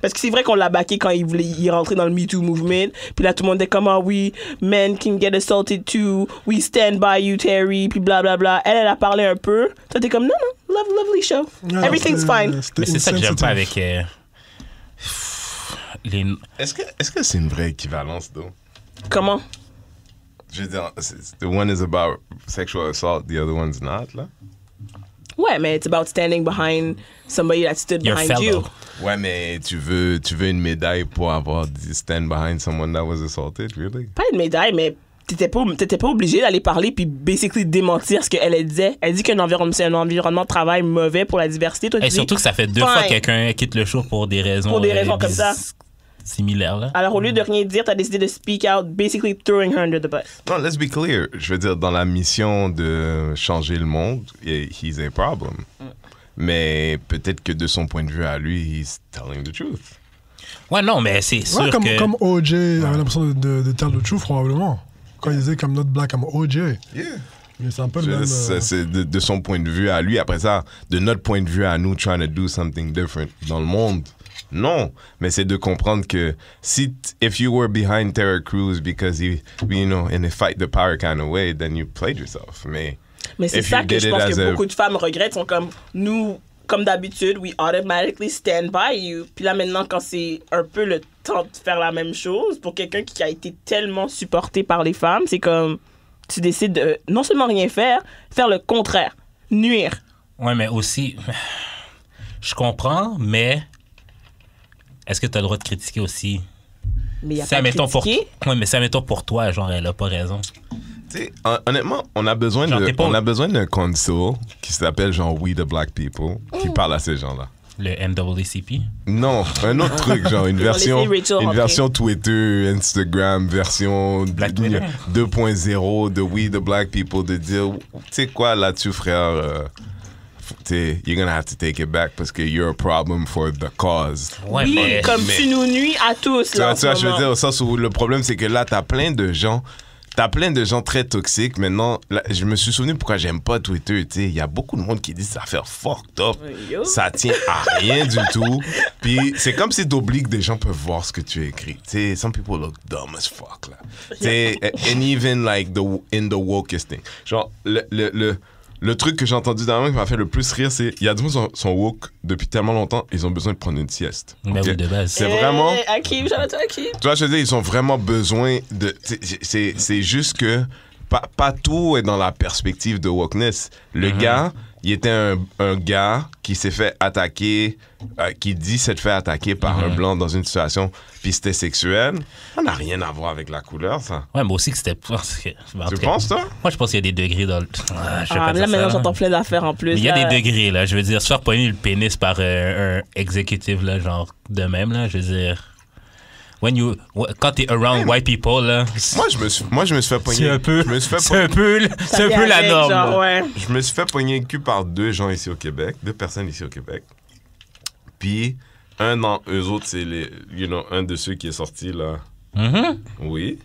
Parce que c'est vrai qu'on l'a baqué quand il voulait y rentrer dans le Me Too movement. Puis là, tout le monde était comme, ah oui, men can get assaulted too. We stand by you, Terry. Puis blablabla. Elle, elle a parlé un peu. Toi, t'es comme, non, non, love, lovely show.
Non,
Everything's
c'était-
fine.
c'était
Mais c'est ça que j'aime
insensitive.
pas avec. euh, les...
Est-ce que est-ce que c'est une vraie équivalence, donc?
Comment?
Je veux dire, c'est- the one is about sexual assault, the other one's not, là.
Ouais, mais it's about standing behind somebody that stood
Your
behind you.
fellow.
Ouais, mais tu veux, tu veux une médaille pour avoir dit stand behind someone that was assaulted, really?
Pas une médaille, mais t'étais pas, t'étais pas obligé d'aller parler puis basically démentir ce qu'elle elle disait. Elle dit qu'un environnement, c'est un environnement de travail mauvais pour la diversité. Toi, tu
Et
dis-
surtout que ça fait deux
Fine.
fois que quelqu'un quitte le show pour des raisons.
Pour des raisons comme
bis-
ça.
similaire, là.
Alors, au lieu de rien dire, t'as décidé de speak out, basically throwing her under the bus.
Non, let's be clear. Je veux dire, dans la mission de changer le monde, eh, he's a problem. Mais peut-être que de son point de vue à lui, he's telling the truth.
Ouais, non, mais c'est sûr
Ouais, comme,
que...
comme OJ avait l'impression de, de, de tell the truth, probablement. Quand il disait comme notre black, comme OJ.
Yeah.
Mais c'est un peu
Je
le
veux
même.
dire,
euh,
ça, C'est de, de son point de vue à lui. Après ça, de notre point de vue à nous, trying to do something different dans le monde. Non, mais c'est de comprendre que si t- if you were behind Terra Crews because you you know in a fight the power kind of way, then you played yourself. Mais
Mais c'est
If
ça
you
que
did
je
it
pense
as
que
a-
beaucoup de femmes regrettent. sont comme, nous, comme d'habitude, we automatically stand by you. Puis là, maintenant, quand c'est un peu le temps de faire la même chose, pour quelqu'un qui a été tellement supporté par les femmes, c'est comme, tu décides de non seulement rien faire, faire le contraire, nuire.
Ouais, mais aussi, je comprends, mais est-ce que tu as le droit de critiquer aussi?
Mais il y a
Ça,
pas de
mettons pour...
critiquer.
ouais, mais ça, mettons pour toi, genre, elle a pas raison.
tu sais, hon- honnêtement, on a besoin
Genre, t'es
de
pas-
on a besoin d'un consul qui s'appelle genre We the Black People qui
Oh.
parle à ces gens-là.
Le NAACP.
Non, un autre truc, genre une version,
laisser Rachel
une
rentrer.
version Twitter, Instagram, version
Black
d-
Twitter.
2.0 de We the Black People, de dire, tu sais quoi, là-dessus, frère, euh, f- tu sais, you're gonna have to take it back parce que you're a problem for the cause.
Ouais,
oui,
mais.
comme
mais-
tu nous nuis à tous.
Tu
Là,
vois,
en
tu
ce
vois, je veux
moment.
dire, au sens où le problème, c'est que là, t'as plein de gens. T'as plein de gens très toxiques. Maintenant, là, je me suis souvenu pourquoi j'aime pas Twitter. tu sais. Il y a beaucoup de monde qui dit ça fait fucked up.
Yo.
Ça tient à rien du tout. Puis c'est comme si t'oublies que des gens peuvent voir ce que tu écris. Tu sais, some people look dumb as fuck, là. Tu sais, and even like the, in the wokest thing. Genre, le, le, le, le truc que j'ai entendu dernièrement qui m'a fait le plus rire, c'est il y a des gens qui sont- sont woke depuis tellement longtemps, ils ont besoin de prendre une sieste.
Ben oui,
Ok?
de base.
Euh,
C'est vraiment.
Hey, Hakim, shout out to Hakim.
Tu vois, je veux dire, ils ont vraiment besoin de. c'est- C'est c'est juste que pas, pas tout est dans la perspective de wokeness. Le
Mhm.
gars, il était un, un gars qui s'est fait attaquer, euh, qui dit s'être fait attaquer par
Mhm.
un blanc dans une situation, puis c'était sexuel. Ça n'a rien à voir avec la couleur, ça.
Ouais, mais aussi que c'était. parce que- en
Tu
tout cas,
penses, toi?
Moi, je pense qu'il y a des degrés dans le. Ah, je vais
Ah,
pas dire ça,
mais là, maintenant,
là.
j'entends plein d'affaires en plus. euh,
Mais il y a
là.
des degrés, là. Je veux dire, se faire poigner le pénis par euh, un exécutif, là, genre, de même, là, je veux dire. When you, wh- quand t'es around white people, là,
Moi, je me suis, moi, je me suis fait poigner.
c'est un peu,
Je me suis fait,
c'est un peu, c'est un peu la
Avec,
norme.
genre, ouais.
Je me suis fait poigner le cul par deux gens ici au Québec, deux personnes ici au Québec. Puis, un d'entre eux autres, c'est les, you know, un de ceux qui est sorti là.
Mhm.
Oui.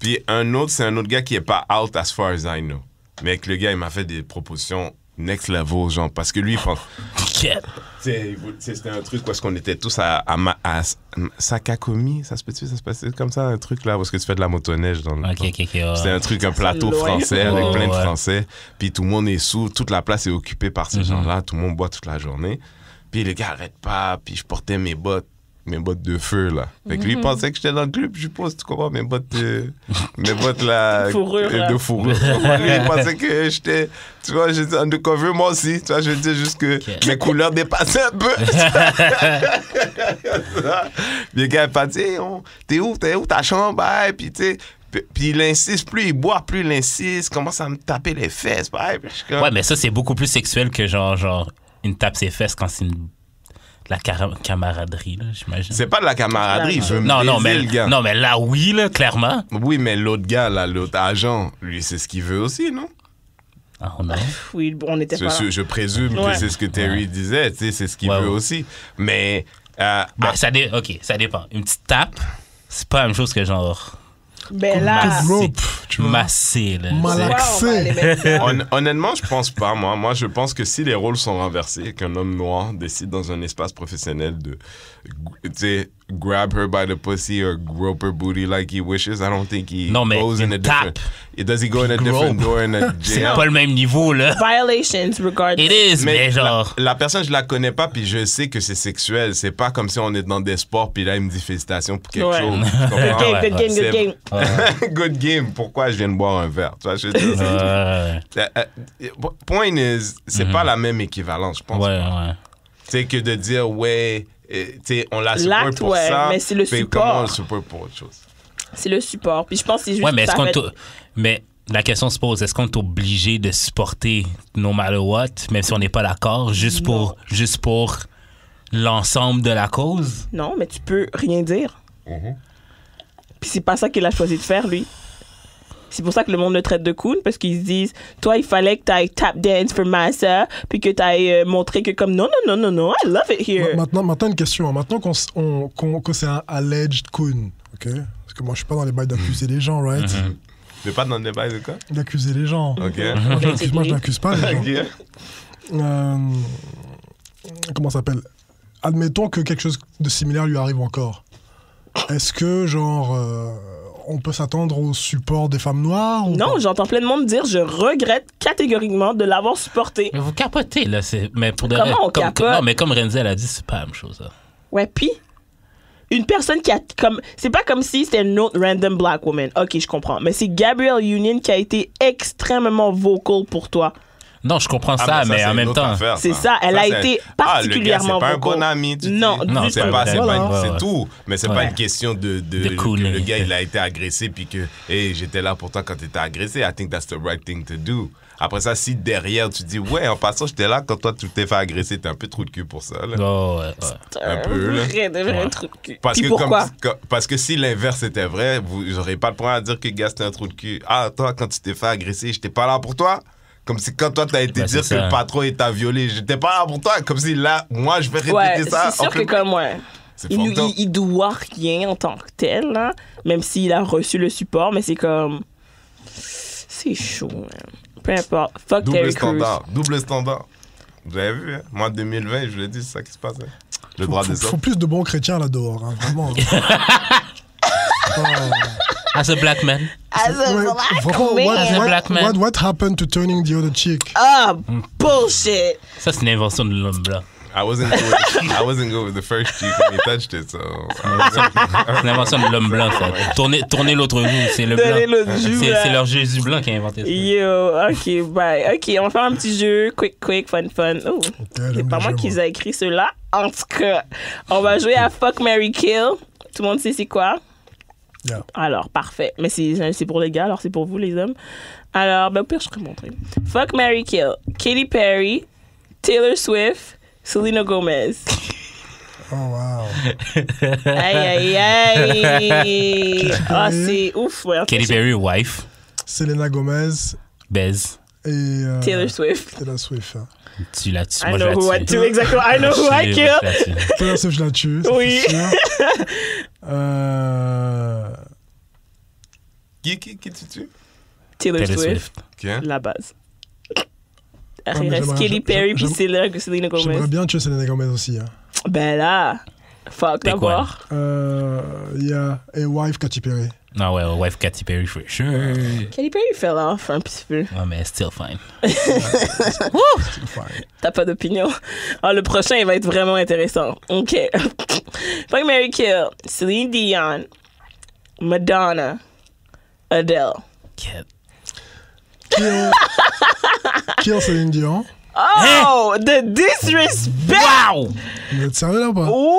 Puis, un autre, c'est un autre gars qui est pas out as far as I know. Mais que le gars, il m'a fait des propositions next level, genre, parce que lui, il pense.
Shit.
C'est- il voulait- c'est- C'était un truc parce qu'on était tous à, à, ma- à S- Sakakomi, ça se peut-tu, ça se passait comme ça, un truc là, parce que tu fais de la motoneige dans le.
Ok, ok, ok. ouais.
C'était un truc, un plateau
loin.
français avec
Oh,
plein de
ouais.
Français. Puis tout le monde est sous, toute la place est occupée par ces gens-là. Tout le monde boit toute la journée. Puis les gars arrêtent pas. Puis je portais mes bottes, mes bottes de feu là. Fait que lui il pensait que j'étais dans le club. Je suppose, tu comprends, mes bottes, euh, mes bottes là,
Fourrure,
euh, de
là.
fourrure. Tu comprends? lui il pensait que j'étais, tu vois, j'étais undercover moi aussi. Tu vois, je dis juste que
Ok.
mes couleurs dépassaient un peu. Puis le gars est parti, Hey, on- t'es où, t'es où ta chambre, Hey, puis tu sais. Puis, puis il insiste, plus il boit, plus il insiste, commence à me taper les fesses. Hey, puis je suis comme-
Ouais, mais ça, c'est beaucoup plus sexuel que genre, genre, une tape ses fesses quand c'est une... de la cara- camaraderie, là, j'imagine.
C'est pas de la camaraderie, il veut me
Non, non, mais,
baiser, le gars.
non, mais là, oui, là, clairement.
Oui, mais l'autre gars, là, l'autre agent, lui, c'est ce qu'il veut aussi, non?
Ah, non.
Oui, on était
Ce-
pas.
ce- je présume
Ouais.
que c'est ce que Terry disait, tu sais, c'est ce qu'il
Ouais,
veut
ouais.
aussi. Mais euh,
Ah, ça dé... Ok, ça dépend. Une petite tape, c'est pas la même chose que genre
Ben là.
Coupe rope, tu vois.
massé, là.
Malade.
Ouais, on va aller mettre ça.
Hon- honnêtement, je pense pas, moi. Moi, je pense que si les rôles sont renversés, qu'un homme noir décide dans un espace professionnel de, tu sais, grab her by the pussy or grope her booty like he wishes, I don't think he
Non, mais
goes in a
une tape.
different... Does he go in a
Grope.
different door in a
C'est
jail?
pas le même niveau, là.
Violations regarding.
It is, mais, genre.
La, la personne, je la connais pas, puis je sais que c'est sexuel. C'est pas comme si on est dans des sports, puis là, il me dit félicitations pour quelque
Ouais.
chose. Tu comprends?
Good game,
good game, good
C'est-
game.
good game. Pourquoi je viens de boire un verre? Tu vois, je veux dire, c'est-
Ouais, Mhm.
Euh, euh, Point is, c'est pas la même équivalence, je pense.
ouais, ouais.
Tu sais, que de dire, ouais, euh, tu sais, on la supporte
L'acte,
pour
ouais,
ça.
mais c'est le
puis
support.
Comment on le supporte pour autre chose?
C'est le support. Puis je pense que c'est juste.
Ouais, mais
que
est-ce
ça
qu'on
fait-
t'o- Mais la question se pose, est-ce qu'on est obligé de supporter no matter what, même si on n'est pas d'accord, juste pour, juste pour l'ensemble de la cause?
Non, mais tu peux rien dire.
Mhm.
Puis c'est pas ça qu'il a choisi de faire, lui. C'est pour ça que le monde le traite de cool, parce qu'ils se disent, toi, il fallait que t'ailles tap dance for Massa, puis que t'ailles euh, montrer que comme, non, non, non, non, non, I love it
Ma-
here.
Maintenant, maintenant, une question. hein. Maintenant qu'on s- on- qu'on- que c'est un alleged coon, ok Parce que moi, je suis pas dans les bails d'accuser les gens, right
Mm-hmm.
Mais pas dans le débat de quoi
D'accuser les gens.
Ok.
Mhm.
Moi, je l'accuse- Moi, je n'accuse pas les gens.
Ok.
Euh, comment ça s'appelle Admettons que quelque chose de similaire lui arrive encore. Est-ce que, genre, euh, on peut s'attendre au support des femmes noires ou
Non,
pas
j'entends plein de monde dire, je regrette catégoriquement de l'avoir supporté.
Mais vous capotez, là. c'est- Mais pour de
Comment
vrai,
on
comme-
capote?
Non, mais comme Renzi, elle a dit, c'est pas la même chose. là.
Ouais, puis une personne qui a comme c'est pas comme si c'était une autre random black woman. OK, je comprends, mais c'est Gabrielle Union qui a été extrêmement vocal pour toi.
Non, je comprends
Ah,
ça,
mais
mais,
c'est
en
une
même
autre
temps.
affaire,
C'est ça, elle a été
c'est- Ah, le gars,
particulièrement
C'est pas un
vocal.
bon ami, tu dis.
Non, du
Non,
c'est
tout.
pas, c'est pas-
Voilà.
c'est
Ouais, ouais.
tout. Mais c'est pas
Ouais.
une question de, de,
De
que
cool,
le
mais-
gars, il a été agressé, puis que, hey, j'étais là pour toi quand t'étais agressé. I think that's the right thing to do. Après ça, si derrière, tu dis, ouais, en passant, j'étais là quand toi, tu t'es fait agresser, t'es un peu trop de cul pour ça, là.
Oh, ouais, ouais.
Un peu, là.
vrai, de vrai
Ouais.
truc. Puis
Parce que, comme,
pourquoi
comme- parce que si l'inverse était vrai, vous n'aurez pas le point à dire que gars, c'était un trou de cul. Ah, toi, quand tu t'es fait agresser, j'étais pas là pour toi. Comme si quand toi, t'as été
Ben,
dire que
c'est ça.
le patron il t'a violé, j'étais pas là pour toi. Comme si là, moi, je vais répéter
Ouais,
ça.
c'est sûr que
Oncle
comme ouais.
C'est
Il, nous,
fucked up.
il, il doit rien en tant que tel, là, même s'il a reçu le support, mais c'est comme. C'est chaud, man. Peu importe. Fuck
Double
Terry Crews.
standard. Double standard. Vous avez vu, hein? Moi, 2020, je vous l'ai dit, c'est ça qui se passe. hein. Le droit
faut,
de ça.
faut plus de bons chrétiens là dehors, hein, vraiment. Ah,
As a black man.
As a
ouais,
black
vraiment, what,
man.
As a
what-
black man.
what- what happened to turning the other cheek
Ah,
Mm.
bullshit!
Ça, c'est une invention de l'homme blanc.
I wasn't good with, I wasn't good with the first cheek when he touched it, so.
C'est une invention de l'homme blanc, ça. Tournez, tournez l'autre joue, c'est le
Tournez
blanc.
l'autre joue,
C'est
là.
c'est leur Jésus blanc qui a inventé ça.
Yo, ok, bye. Ok, on va faire un petit jeu. Quick, quick, fun, fun. Oh, c'est
j'aime
pas
les
moi
jeux,
qui
moi.
les a écrit ceux-là. En tout cas, on va jouer à Fuck, Mary Kill. Tout le monde sait c'est quoi?
Yeah.
Alors, parfait. Mais c'est c'est pour les gars, alors c'est pour vous, les hommes. Alors, ben, au pire, je pourrais montrer. Fuck, Mary Kill. Katy Perry, Taylor Swift, Selena Gomez.
Oh, wow.
aïe, aïe, aïe. Ah, c'est ouf, ouais.
Katy Perry, wife,
Selena Gomez
baise.
et euh,
Taylor Swift.
Taylor Swift. hein.
Tu la tues.
I
Moi, je
know
la
who I
tue.
do, exactement. I know who I
Je- je
kill.
la tue.
Taylor Swift, je la tue. ça,
Oui.
c'est sûr. Euh,
Qui, qui, qui tu tues?
Taylor,
Taylor
Swift.
Swift.
Ok, hein?
la base. Après,
mais
il reste
j'aimerais-
Katy Perry puis
j'aimerais-
Selena, Selena
J'aimerais
Gomez.
bien tuer Selena Gomez aussi. hein.
Ben là, fuck
Pick
d'abord.
Euh, Il y a A Wife Katy Perry.
Non, Ah ouais, wife Katy Perry, for sure. Non,
Katy Perry fell off un petit peu.
mais still fine.
Still fine.
T'as pas d'opinion. Ah, le prochain, il va être vraiment intéressant. OK. fuck Mary Kill, Celine Dion, Madonna, Adele.
Kid.
Kill, Kill Céline Dion.
Oh, the disrespect!
Hein? Wow!
Vous êtes sérieux là ou pas Vous
Wow!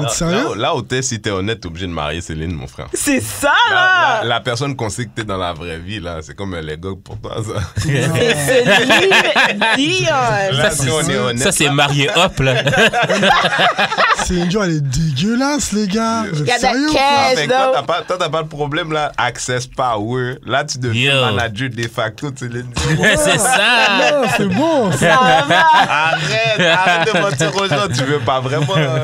êtes
Là,
sérieux
là où t'es, si t'es honnête, t'es obligé de marier Céline, mon frère.
C'est ça,
La, la-
là!
la personne qu'on sait que t'es dans la vraie vie, là, c'est comme un Lego pour toi, ça.
C'est Celine Dion!
Là,
Ça,
si on est
c'est-
honnête,
ça, c'est marié hop, là.
Céline Dion, elle est dégueulasse, les gars. Vous êtes
Got that
sérieux ou
Ah,
pas
cash,
mais toi,
though!
t'as pas, toi, t'as pas le problème, là. Access power. Là, tu deviens
Yo.
manager de facto, tu l'as dit.
c'est ça!
Non, c'est bon. c'est-
Ça va!
Arrête, arrête de mentir aux gens. Tu veux pas vraiment. euh,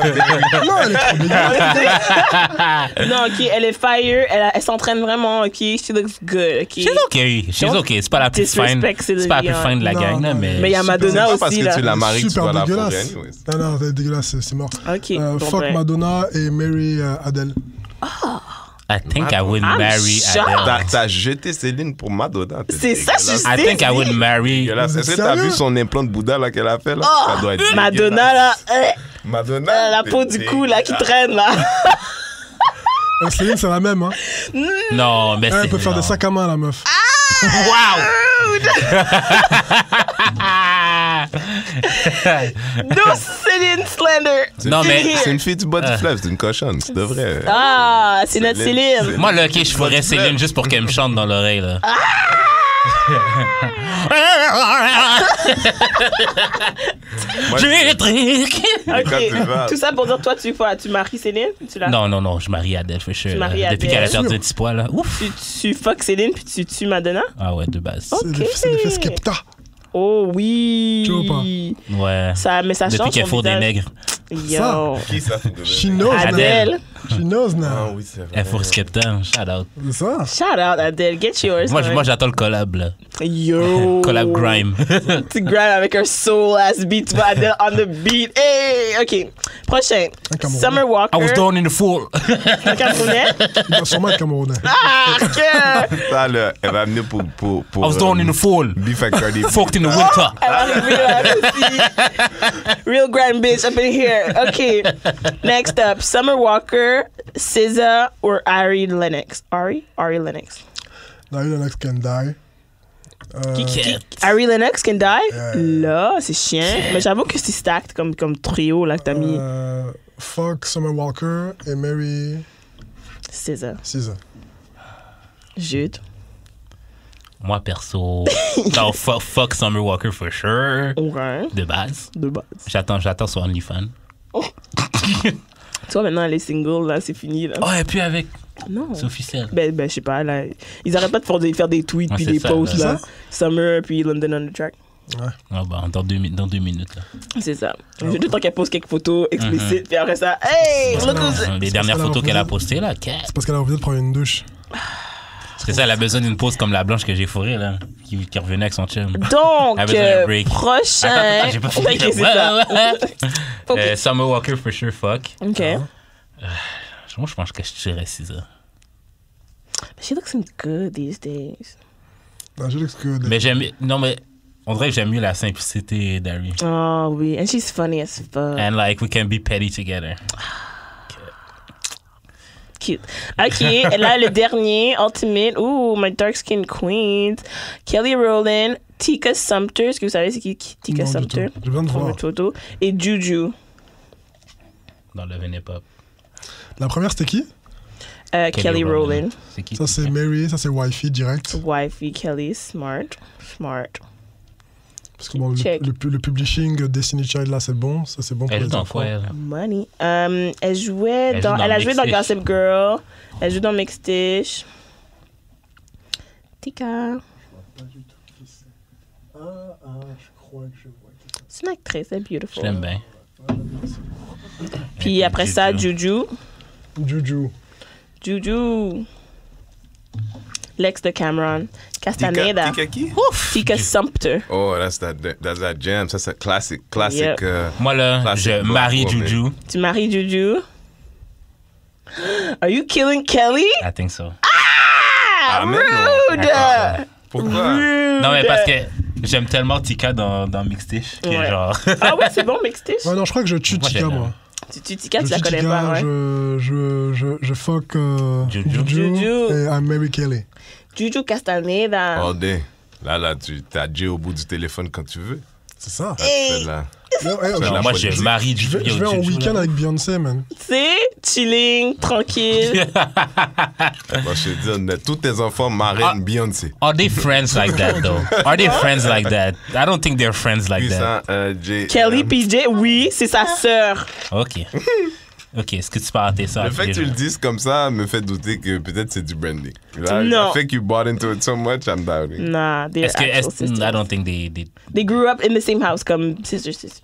Non, elle est trop dégueulasse.
Non, ok, elle est fire, elle, elle s'entraîne vraiment, ok, she looks good, ok.
She's okay. She's
Don't
okay. C'est pas la plus fine.
disrespect
C'est pas la plus
Celine
fine de la
Dion.
gang, là,
Non,
mais.
Mais il y a
C'est
Madonna
pas
aussi,
parce que
là.
tu la maries que tu vas
Super
la fourrer,
dégueulasse.
anyways.
Non, non, c'est dégueulasse, c'est- c'est mort.
Ok,
Euh,
bon,
fuck
ben.
Madonna et Mary euh, Adele.
I think I would
I'm
marry
shocked.
Adele.
T'as t'as jeté Céline pour Madonna. t'es
C'est ça,
dégueulasse.
je
I think I would marry.
Dégueulasse. Est-ce que t'as
Sérieux?
vu son implant de Bouddha là qu'elle a fait là Ça doit être
Oh! Madonna,
dégueulasse.
là, euh,
Madonna.
euh, la
t'es
peau du cou, là, qui traîne, là.
Euh, Céline, c'est la même. Hein.
Non, mais c'est.
Elle peut faire
non.
des sacs à main, la meuf.
Ah, No Céline Slender.
Non, mais.
C'est une fille du bas du fleuve, c'est une cochonne, c'est de vrai.
Ah, c'est notre
Céline,
Céline.
Céline.
Ah!
Moi, là, ok, je ferais Céline juste pour qu'elle me chante dans l'oreille, là.
Moi,
J'ai truc.
Quand tu vas-
Ok. Tout ça pour dire, toi, tu, fais- tu maries Céline tu, la,
Non, non, non, je marie Adèle, for sure.
Tu
là.
maries
Depuis
Adèle.
qu'elle a perdu un petit poids, là. Ouf.
tu, tu fuck Céline puis tu tues Madonna
Ah ouais, de base.
C'est l'effet- C'est l'effet Skepta.
Oh oui.
Tu vois ou pas
Ouais.
Ça, mais ça
Depuis
change
qu'elle
son
fourre des
visage.
nègres.
Yo.
Qui ça c'est de-
She knows now.
Adèle.
Adèle.
She knows
Ah
now.
oui, c'est vrai.
Elle fourre Skepta. Shout out.
C'est ça.
Shout out Adele, get yours.
Moi, je-
man.
moi j'attends le collab, là.
Yo.
Collab Grime.
Tu grimes avec un soul ass beat, tu vois Adele on the beat. Hey, ok. Prochain.
Un Camerounais.
Summer Walker.
I was down in the fool.
un Camerounais.
Il va sûrement être camerounais.
Ah, que.
Ça, là, elle va amener pour. pour, pour
I was down in the
euh,
fool.
Beef and Cardi B.
Fucked
Ah!
in the winter.
Elle va arriver là, aussi. Real grand bitch up in here. Ok. Next up, Summer Walker, SZA or Ari Lennox. Ari? Ari Lennox.
Now you next can die. Euh,
Ari Lennox can die?
Euh.
Là, c'est chien. Mais j'avoue que c'est stacked comme, comme trio là que t'as mis
euh, fuck Summer Walker et Mary
SZA.
Caesar.
Jude.
Moi, perso. Non, fuck, fuck Summer Walker, for sure.
Ouais.
De base.
De base.
J'attends, j'attends sur OnlyFans.
Toi, maintenant, elle est single, là, c'est fini, là.
Oh, et puis avec.
non.
C'est officiel.
Ben, ben, je sais pas, là. Ils arrêtent pas de faire des, faire des tweets
Ouais,
puis
c'est
des
ça,
posts,
là.
là. Summer, puis London on the track.
Ah bah, dans deux, mi- dans deux minutes, là.
C'est ça. Je doute tant qu'elle pose quelques photos
Mm-hmm.
explicites, puis après ça, hey, look who's.
Les dernières
parce qu'elle a
photos qu'elle a
refusé.
postées, là. qu'est-
C'est parce qu'elle a envie de prendre une douche.
C'est ça, elle a besoin d'une pause comme la blanche que j'ai fourrée, là, qui, qui revenait avec son chum. Elle
Donc,
a besoin d'un
euh,
break.
prochain.
Attends, attends, j'ai pas fini.
Ok, c'est
Ouais,
ça.
ouais, ouais.
Faut que-
Euh, Summer Walker, for sure, fuck.
Ok.
Moi, je pense que je tirais Cisa.
She looks good these days.
Non, je dis que
Mais j'aime. Non, mais on dirait que j'aime mieux la simplicité d'Harry.
Oh, oui. And she's funny as fuck.
And like, we can be petty together.
Cute. Ok, et là, le dernier, Ultimate. Ooh, my dark skin queens. Kelly Rowland, Tika Sumter. Est-ce que vous savez c'est qui, qui- Tika
Non, du
Sumter?
tout. J'ai besoin de
On
voir.
met Toto. Et Juju.
Dans le Hip Hop.
La première, c'était qui
Euh, Kelly Rowland.
C'est qui
Ça, c'est Mary, ça, c'est Wifey direct.
Wifey Kelly, smart. Smart.
Parce que bon, le,
Check.
le pu- le publishing euh, Destiny Child, là, c'est bon. Ça, c'est bon pour
Elle joue
les
dans
enfants.
quoi, elle
Money. Euh, elle jouait
Elle
dans.
joue dans
elle a joué dans
Mixed Dish.
Gossip Girl. Elle joue dans Mixed Dish. Tika.
Ah,
C'est une actrice, elle est
Je
beautiful.
l'aime bien.
Puis après ça, Juju.
Juju.
Juju. Lex de Cameron. Castaneda.
Tika, Tika qui?
Ouf! Tika Sumpter.
Oh, that's that, that's that jam. Ça, c'est classique. Classique.
Yep.
euh,
Moi, là,
Classic
je
Black
marie
Woman.
Juju.
Tu maries Juju. Are you killing Kelly?
I think so.
ah, mais non.
Rude!
Attends.
Pourquoi?
Non, mais parce que j'aime tellement Tika dans, dans Mixtish que
Ouais.
genre.
Ah ouais, c'est bon, Mixed Dish?
Ouais, non, je crois que je tue
Moi,
Tika,
j'aime.
moi.
Tu, tu, Tika,
je
Ah, tu la
tue
connais
Tika,
pas, ouais.
je, je, je, je fuck euh,
Juju.
Juju,
Juju.
et I'm Mary Kelly.
Juju
Oh,
Castaneda.
All day. Oh, Là, là, tu as Jay au bout du téléphone quand tu veux.
C'est ça.
Là, tu fais de la-
Ouais, ouais,
la
je-
moi,
politique.
je marie
je
Juju.
vais, je vais en
Juju,
week-end
là.
avec Beyoncé, man.
Tu sais, chilling, tranquille.
Moi, je te dis, on a tous tes enfants marraine
Ah.
Beyoncé.
Are they friends like that, though? Are they friends like that? I don't think they're friends like
Puis
that.
ça, euh, Jay.
Kelly
euh,
PJ, oui, c'est sa sœur.
OK. OK, est-ce que tu peux arrêter ça?
Le fait que tu le dises comme ça me fait douter que peut-être c'est du branding. Là,
Non.
The fait que you bought into it so much, I'm doubting.
Nah, they're
Est-ce que...
actual
Est
sisters.
I don't Ah. think they, they...
They grew up in the same house comme sister sister.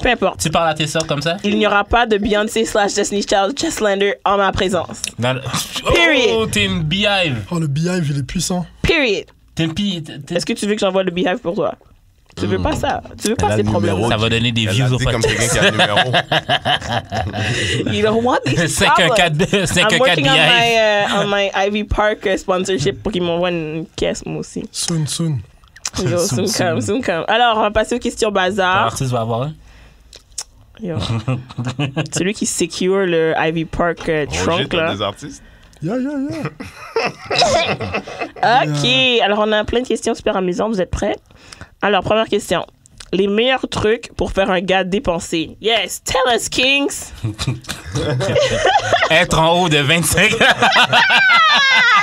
Peu importe.
Tu parles à tes soeurs comme ça?
Il n'y aura pas de Beyoncé slash Destiny Child Chestlander en ma présence.
Non, non. Oh,
Period.
t'es une beehive.
Oh, le Beehive, il est puissant.
Period.
T'es une pie- t'es- t'es-
Est-ce que tu veux que j'envoie le Beehive pour toi? Tu veux
Mm.
pas ça? Tu veux pas ces
a le numéro.
problèmes-là?
Ça va donner des
Elle a
views au
dit comme quelqu'un
podcast.
qui a le numéro.
You don't want these problems.
514 514
Ah I'm working on
beehive.
my, uh, on my Ivy Park uh, sponsorship pour qu'ils m'envoient une caisse, moi aussi.
Soon, soon.
Yo,
Soon,
soon
soon.
come, soon come. Alors, on va passer aux questions bazar.
L'artiste va avoir. un.
Yo. Celui qui secure le Ivy Park euh,
Roger,
trunk,
t'as
là.
des artistes?
Yeah, yeah, yeah.
Ok, alors on a plein de questions super amusantes. Vous êtes prêts? Alors, première question. les meilleurs trucs pour faire un gars dépenser. Yes, tell us, Kings.
Être en haut de 25.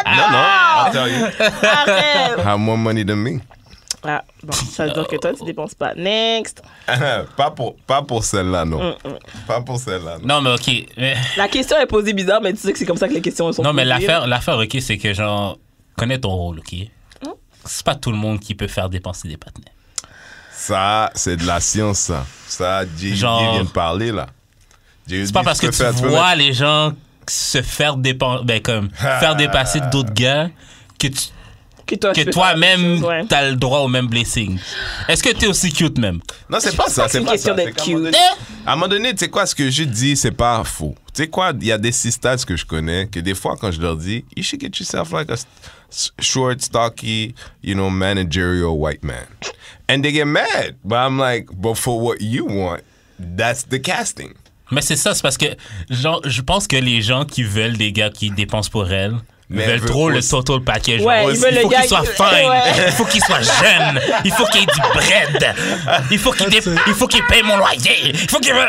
Non, non. I'll tell you.
Arrête.
Have more money than me.
Ah, bon, ça veut dire que toi, tu dépenses pas. Next.
pas pour, pas pour celle-là, non. Pas pour celle-là, non.
non, mais OK. mais-
La question est posée bizarre, mais tu sais que c'est comme ça que les questions sont
Non, mais
posées.
l'affaire, l'affaire, OK, c'est que, genre, connais ton rôle, OK?
Hein?
C'est pas tout le monde qui peut faire dépenser des partenaires.
Ça, c'est de la science, ça. Ça, J.U.D.
Genre-
vient de parler, là.
C'est pas parce que tu vois les gens se faire dépenser, ben, comme, faire dépasser d'autres gars que tu
Que toi, tu
que
peux faire la
toi-même,
même chose, ouais.
t'as le droit au même blessing. Est-ce que t'es aussi cute même?
Non, c'est
Je
pas
pense
ça.
pas que c'est
C'est
une
pas
question
ça. C'est
d'être
qu'à un moment
cute.
donné- À un moment donné, tu sais quoi, ce que je dis, c'est pas faux. Tu sais quoi, il y a des sisters que je connais que des fois, quand je leur dis, you should get yourself like a s- s- short, stocky, you know, managerial white man. And they get mad. But I'm like, but for what you want, that's the casting.
Mais c'est ça, c'est parce que genre, je pense que les gens qui veulent des gars qui dépensent pour elles
Mais
veulent
veut
trop le
aussi-
total package.
Ouais,
Genre,
ils veulent
il
le
faut
gars
qu'il soit
qui-
fine,
Ouais.
il faut qu'il soit jeune, il faut qu'il ait du bread, il faut qu'il dé- il faut qu'il paye mon loyer, il faut qu'il genre,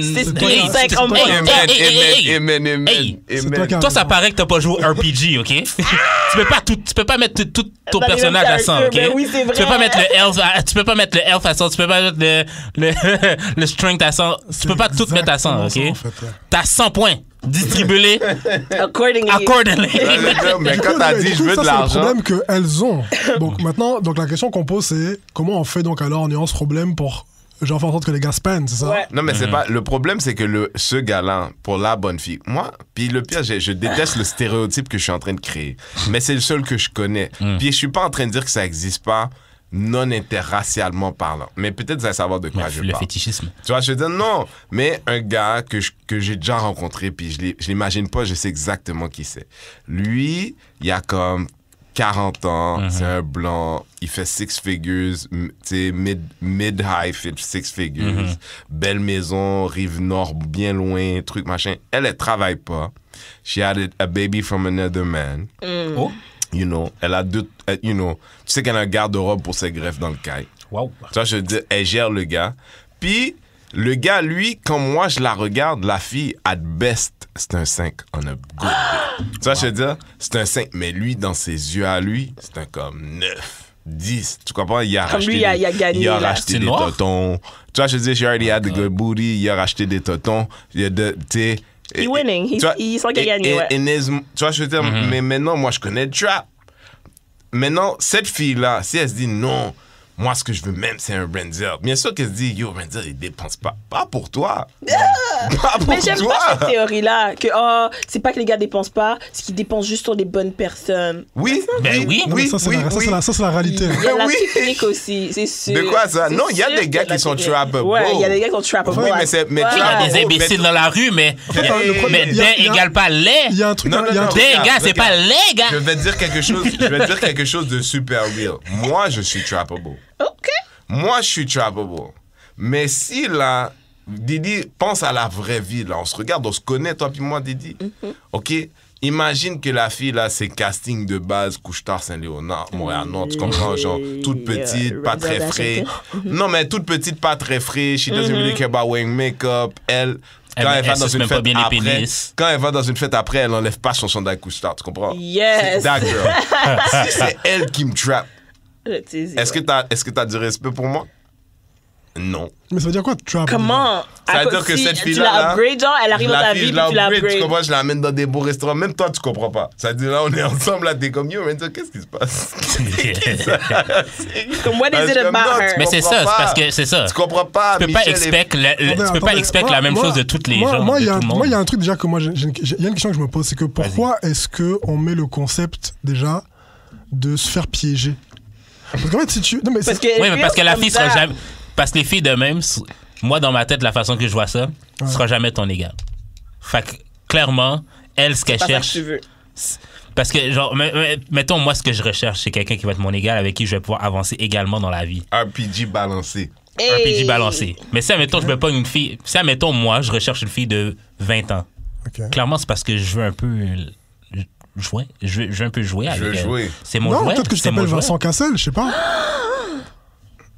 C'est
hey,
tous cinq
hey,
hommes
hey,
blancs.
Amen,
hey, hey, hey, hey.
amen, amen,
Hey,
amen,
c'est toi qui
amen.
as-
Toi, ça paraît que t'as pas joué au RPG, ok? tu, peux pas tout, tu peux pas mettre tout, tout ton
Dans les mêmes
personnage à 100, ok?
characters, ben oui, c'est
Tu peux
vrai.
pas mettre le elf à, tu peux pas mettre le elf à 100, tu peux pas mettre le, le, le strength à 100, tu
C'est
peux pas tout mettre à 100, ok?
exactement ça, en fait, ouais.
T'as 100 points distribués
Accordingly.
accordingly.
Mais
Du
quand
coup,
t'as
du
dit,
coup,
je veux
ça,
de
c'est
l'argent.
le problème qu'elles ont. Donc maintenant, donc la question qu'on pose, c'est comment on fait donc alors en ayant ce problème pour genre faire en sorte que les gars se peignent, c'est ça
Ouais.
Non, mais c'est pas. Le problème, c'est que le, ce gars-là, pour la bonne fille, moi, puis le pire, j'ai- je déteste le stéréotype que je suis en train de créer. Mais c'est le seul que je connais. Puis je suis pas en train de dire que ça existe pas non interracialement parlant. Mais peut-être vous allez savoir de quoi je
le
parle.
fétichisme.
Tu vois, je veux dire, non. Mais un gars que je- que j'ai déjà rencontré, puis je l'ai- je l'imagine pas, je sais exactement qui c'est. Lui, il a comme 40 ans, c'est un blanc, il fait six figures, m- tu sais, mid- mid-high fait six figures, belle maison, rive nord, bien loin, truc, machin. Elle, elle travaille pas. She had a- a baby from another man.
Mm.
Oh,
You know, elle a deux, elle- you know, tu sais qu'elle a un garde-robe pour ses greffes dans le caille.
wow.
Tu vois, je veux dire, elle gère le gars. Puis, le gars, lui, quand moi je la regarde, la fille, at best, c'est un 5 on a good day. Tu vois, je veux dire, c'est un 5, mais lui, dans ses yeux à lui, c'est un comme 9, 10. Tu comprends? Il a
Comme
racheté
lui, il a-
des-
il a gagné,
Il a
là.
racheté
C'est
des
noir?
totons. Tu vois, je veux dire, she already had the good booty. Il a racheté des totons. Il a de, tu sais.
He
et-
winning.
tu
He-
vois,
il sent qu'il a
et-
gagné,
et-
ouais.
et Nez- tu vois, je veux dire,
Mm-hmm.
mais maintenant, moi, je connais le trap. Maintenant, cette fille-là, si elle se dit non, moi, ce que je veux même, c'est un Renzel. Bien sûr qu'elle se dit, yo, Renzel, il dépense pas. Pas pour toi. pas pour
Ah! Mais j'aime
toi.
pas cette théorie-là, que oh, c'est pas que les gars dépensent pas, c'est qu'ils dépensent juste sur les bonnes personnes.
oui,
Ben oui.
oui,
Non, mais
oui,
ça, c'est
oui,
la, ça,
oui.
c'est la- ça, c'est la réalité. hein.
Il y a la
oui.
technique aussi, c'est sûr.
De quoi, ça?
C'est
Non, il y a
sûr
des
qu'il
gars
de la
qui sont
technique.
trappable.
Ouais, il y a des gars qui sont trappable.
Oui, mais c'est- mais
Ouais.
Il y a
Ah,
des
Oh,
imbéciles
mais-
dans la rue, mais,
fait, euh, le problème-
mais
il y a-
d'un
il y a-
égale pas les.
Il y a un truc,
Non, non,
il y a un
non.
truc-
Des gars,
Regarde,
c'est pas
regarde.
les gars.
Je vais te dire quelque chose, je vais te dire quelque chose de super real. Moi, je suis trappable.
Ok.
Moi, je suis trappable. Mais si là, Didi, pense à la vraie vie, là, on se regarde, on se connaît, toi puis moi, Didi. OK Imagine que la fille, là, c'est casting de base, Couche-Tard, Saint-Léonard, Montréal, non, tu comprends, genre, toute petite,
Yeah,
pas très
Rosa
frais.
D'Acosta.
Non, mais toute petite, pas très frais. She doesn't really care about wearing makeup. Elle,
Elle-
quand elle,
elle
va
suce
dans une
même pas
fête
bien les
après,
pénis.
quand elle va dans une fête après, elle enlève pas son chandail Couche-Tard, tu comprends
Yes.
C'est that girl. si c'est elle qui me trappe,
Je te dis,
est-ce que
ouais.
t'as, est-ce que t'as du respect pour moi Non.
Mais ça veut dire quoi, trap
Comment
Ça
À
veut
cause-
dire que
si
cette
Tu
fille-là,
l'as
là,
upgrade, genre, elle arrive
Je
dans ta
la
vie,
fille, je
puis tu
la
l'as
upgrade, tu
upgrade.
comprends, je l'amène dans des beaux restaurants. Même toi, tu comprends pas. Ça veut dire là, on est ensemble, là, t'es comme yo, Renzo, qu'est-ce qui se passe
Comme, what
Ah,
is
je
it
suis comme,
about
non, tu
her?
Mais c'est
comprends
ça, c'est
pas.
parce que c'est ça.
Tu comprends pas.
Tu peux pas
Michel est-
expect la- la-
Attendez,
tu peux pas
attendez.
expect
Moi-
la même
moi-
chose de toutes les
moi-
gens.
Moi,
de
il y a
tout le
moi,
monde.
il y a un truc déjà que moi, j'ai- j'ai une- j'ai- il y a une question que je me pose, c'est que pourquoi est-ce que on met le concept déjà de se faire piéger Parce qu'en fait, si tu, non mais
Parce
c'est-
que
Oui, mais parce que la
comme
fille
ça.
sera jamais. Parce que les filles de même, s- moi, dans ma tête, la façon que je vois ça, sera jamais ton égal. Fait que, clairement, elle, ce qu'elle
Pas ça que
cherche.
tu veux.
Parce que, genre, me- me- mettons, moi, ce que je recherche, c'est quelqu'un qui va être mon égal, avec qui je vais pouvoir avancer également dans la vie.
RPG balancé.
Un
Hey.
PJ balancé. Mais si, admettons, je veux pas une fille. Si, admettons, moi, je recherche une fille de 20 ans.
Ok.
Clairement, c'est parce que je veux un peu. euh, Jouer. Je veux, je veux un peu jouer avec
veux
elle.
jouer.
C'est mon
non,
jouet.
peut-être que tu
c'est mon
t'appelles
jouet.
Vincent Cassel, je sais pas.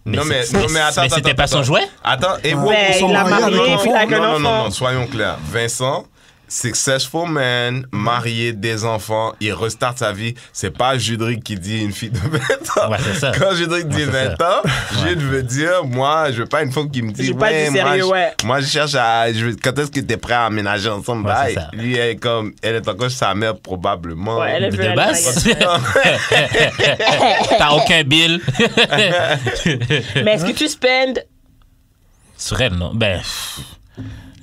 Non, mais,
c'est-
non, mais attends.
mais c'était
attends,
pas son
attends.
jouet?
Attends, et wow,
Ben,
wow,
sont
il a
mariés avec
marié,
un
puis il a
Non,
qu'un
non, non,
enfant.
non, soyons clairs. Vincent, successful man, marié, des enfants, il restart sa vie. C'est pas Judric qui dit une fille de 20 ans.
Ouais, c'est ça.
Quand Judric dit
Ouais, c'est
20 ans, Jude veut dire, moi, je veux pas une femme qui me dit,
J'ai pas
ouais,
du
moi,
sérieux,
je-
ouais.
moi, je cherche à, je veux- quand est-ce que t'es prêt à aménager ensemble?
Ouais,
Bye.
c'est ça.
Lui, elle est comme, elle est encore sa mère, probablement.
Ouais, elle veut
De
aller
base?
marier.
T'as aucun bill.
Mais est-ce que tu spends,
Sur elle, non. Ben. pff.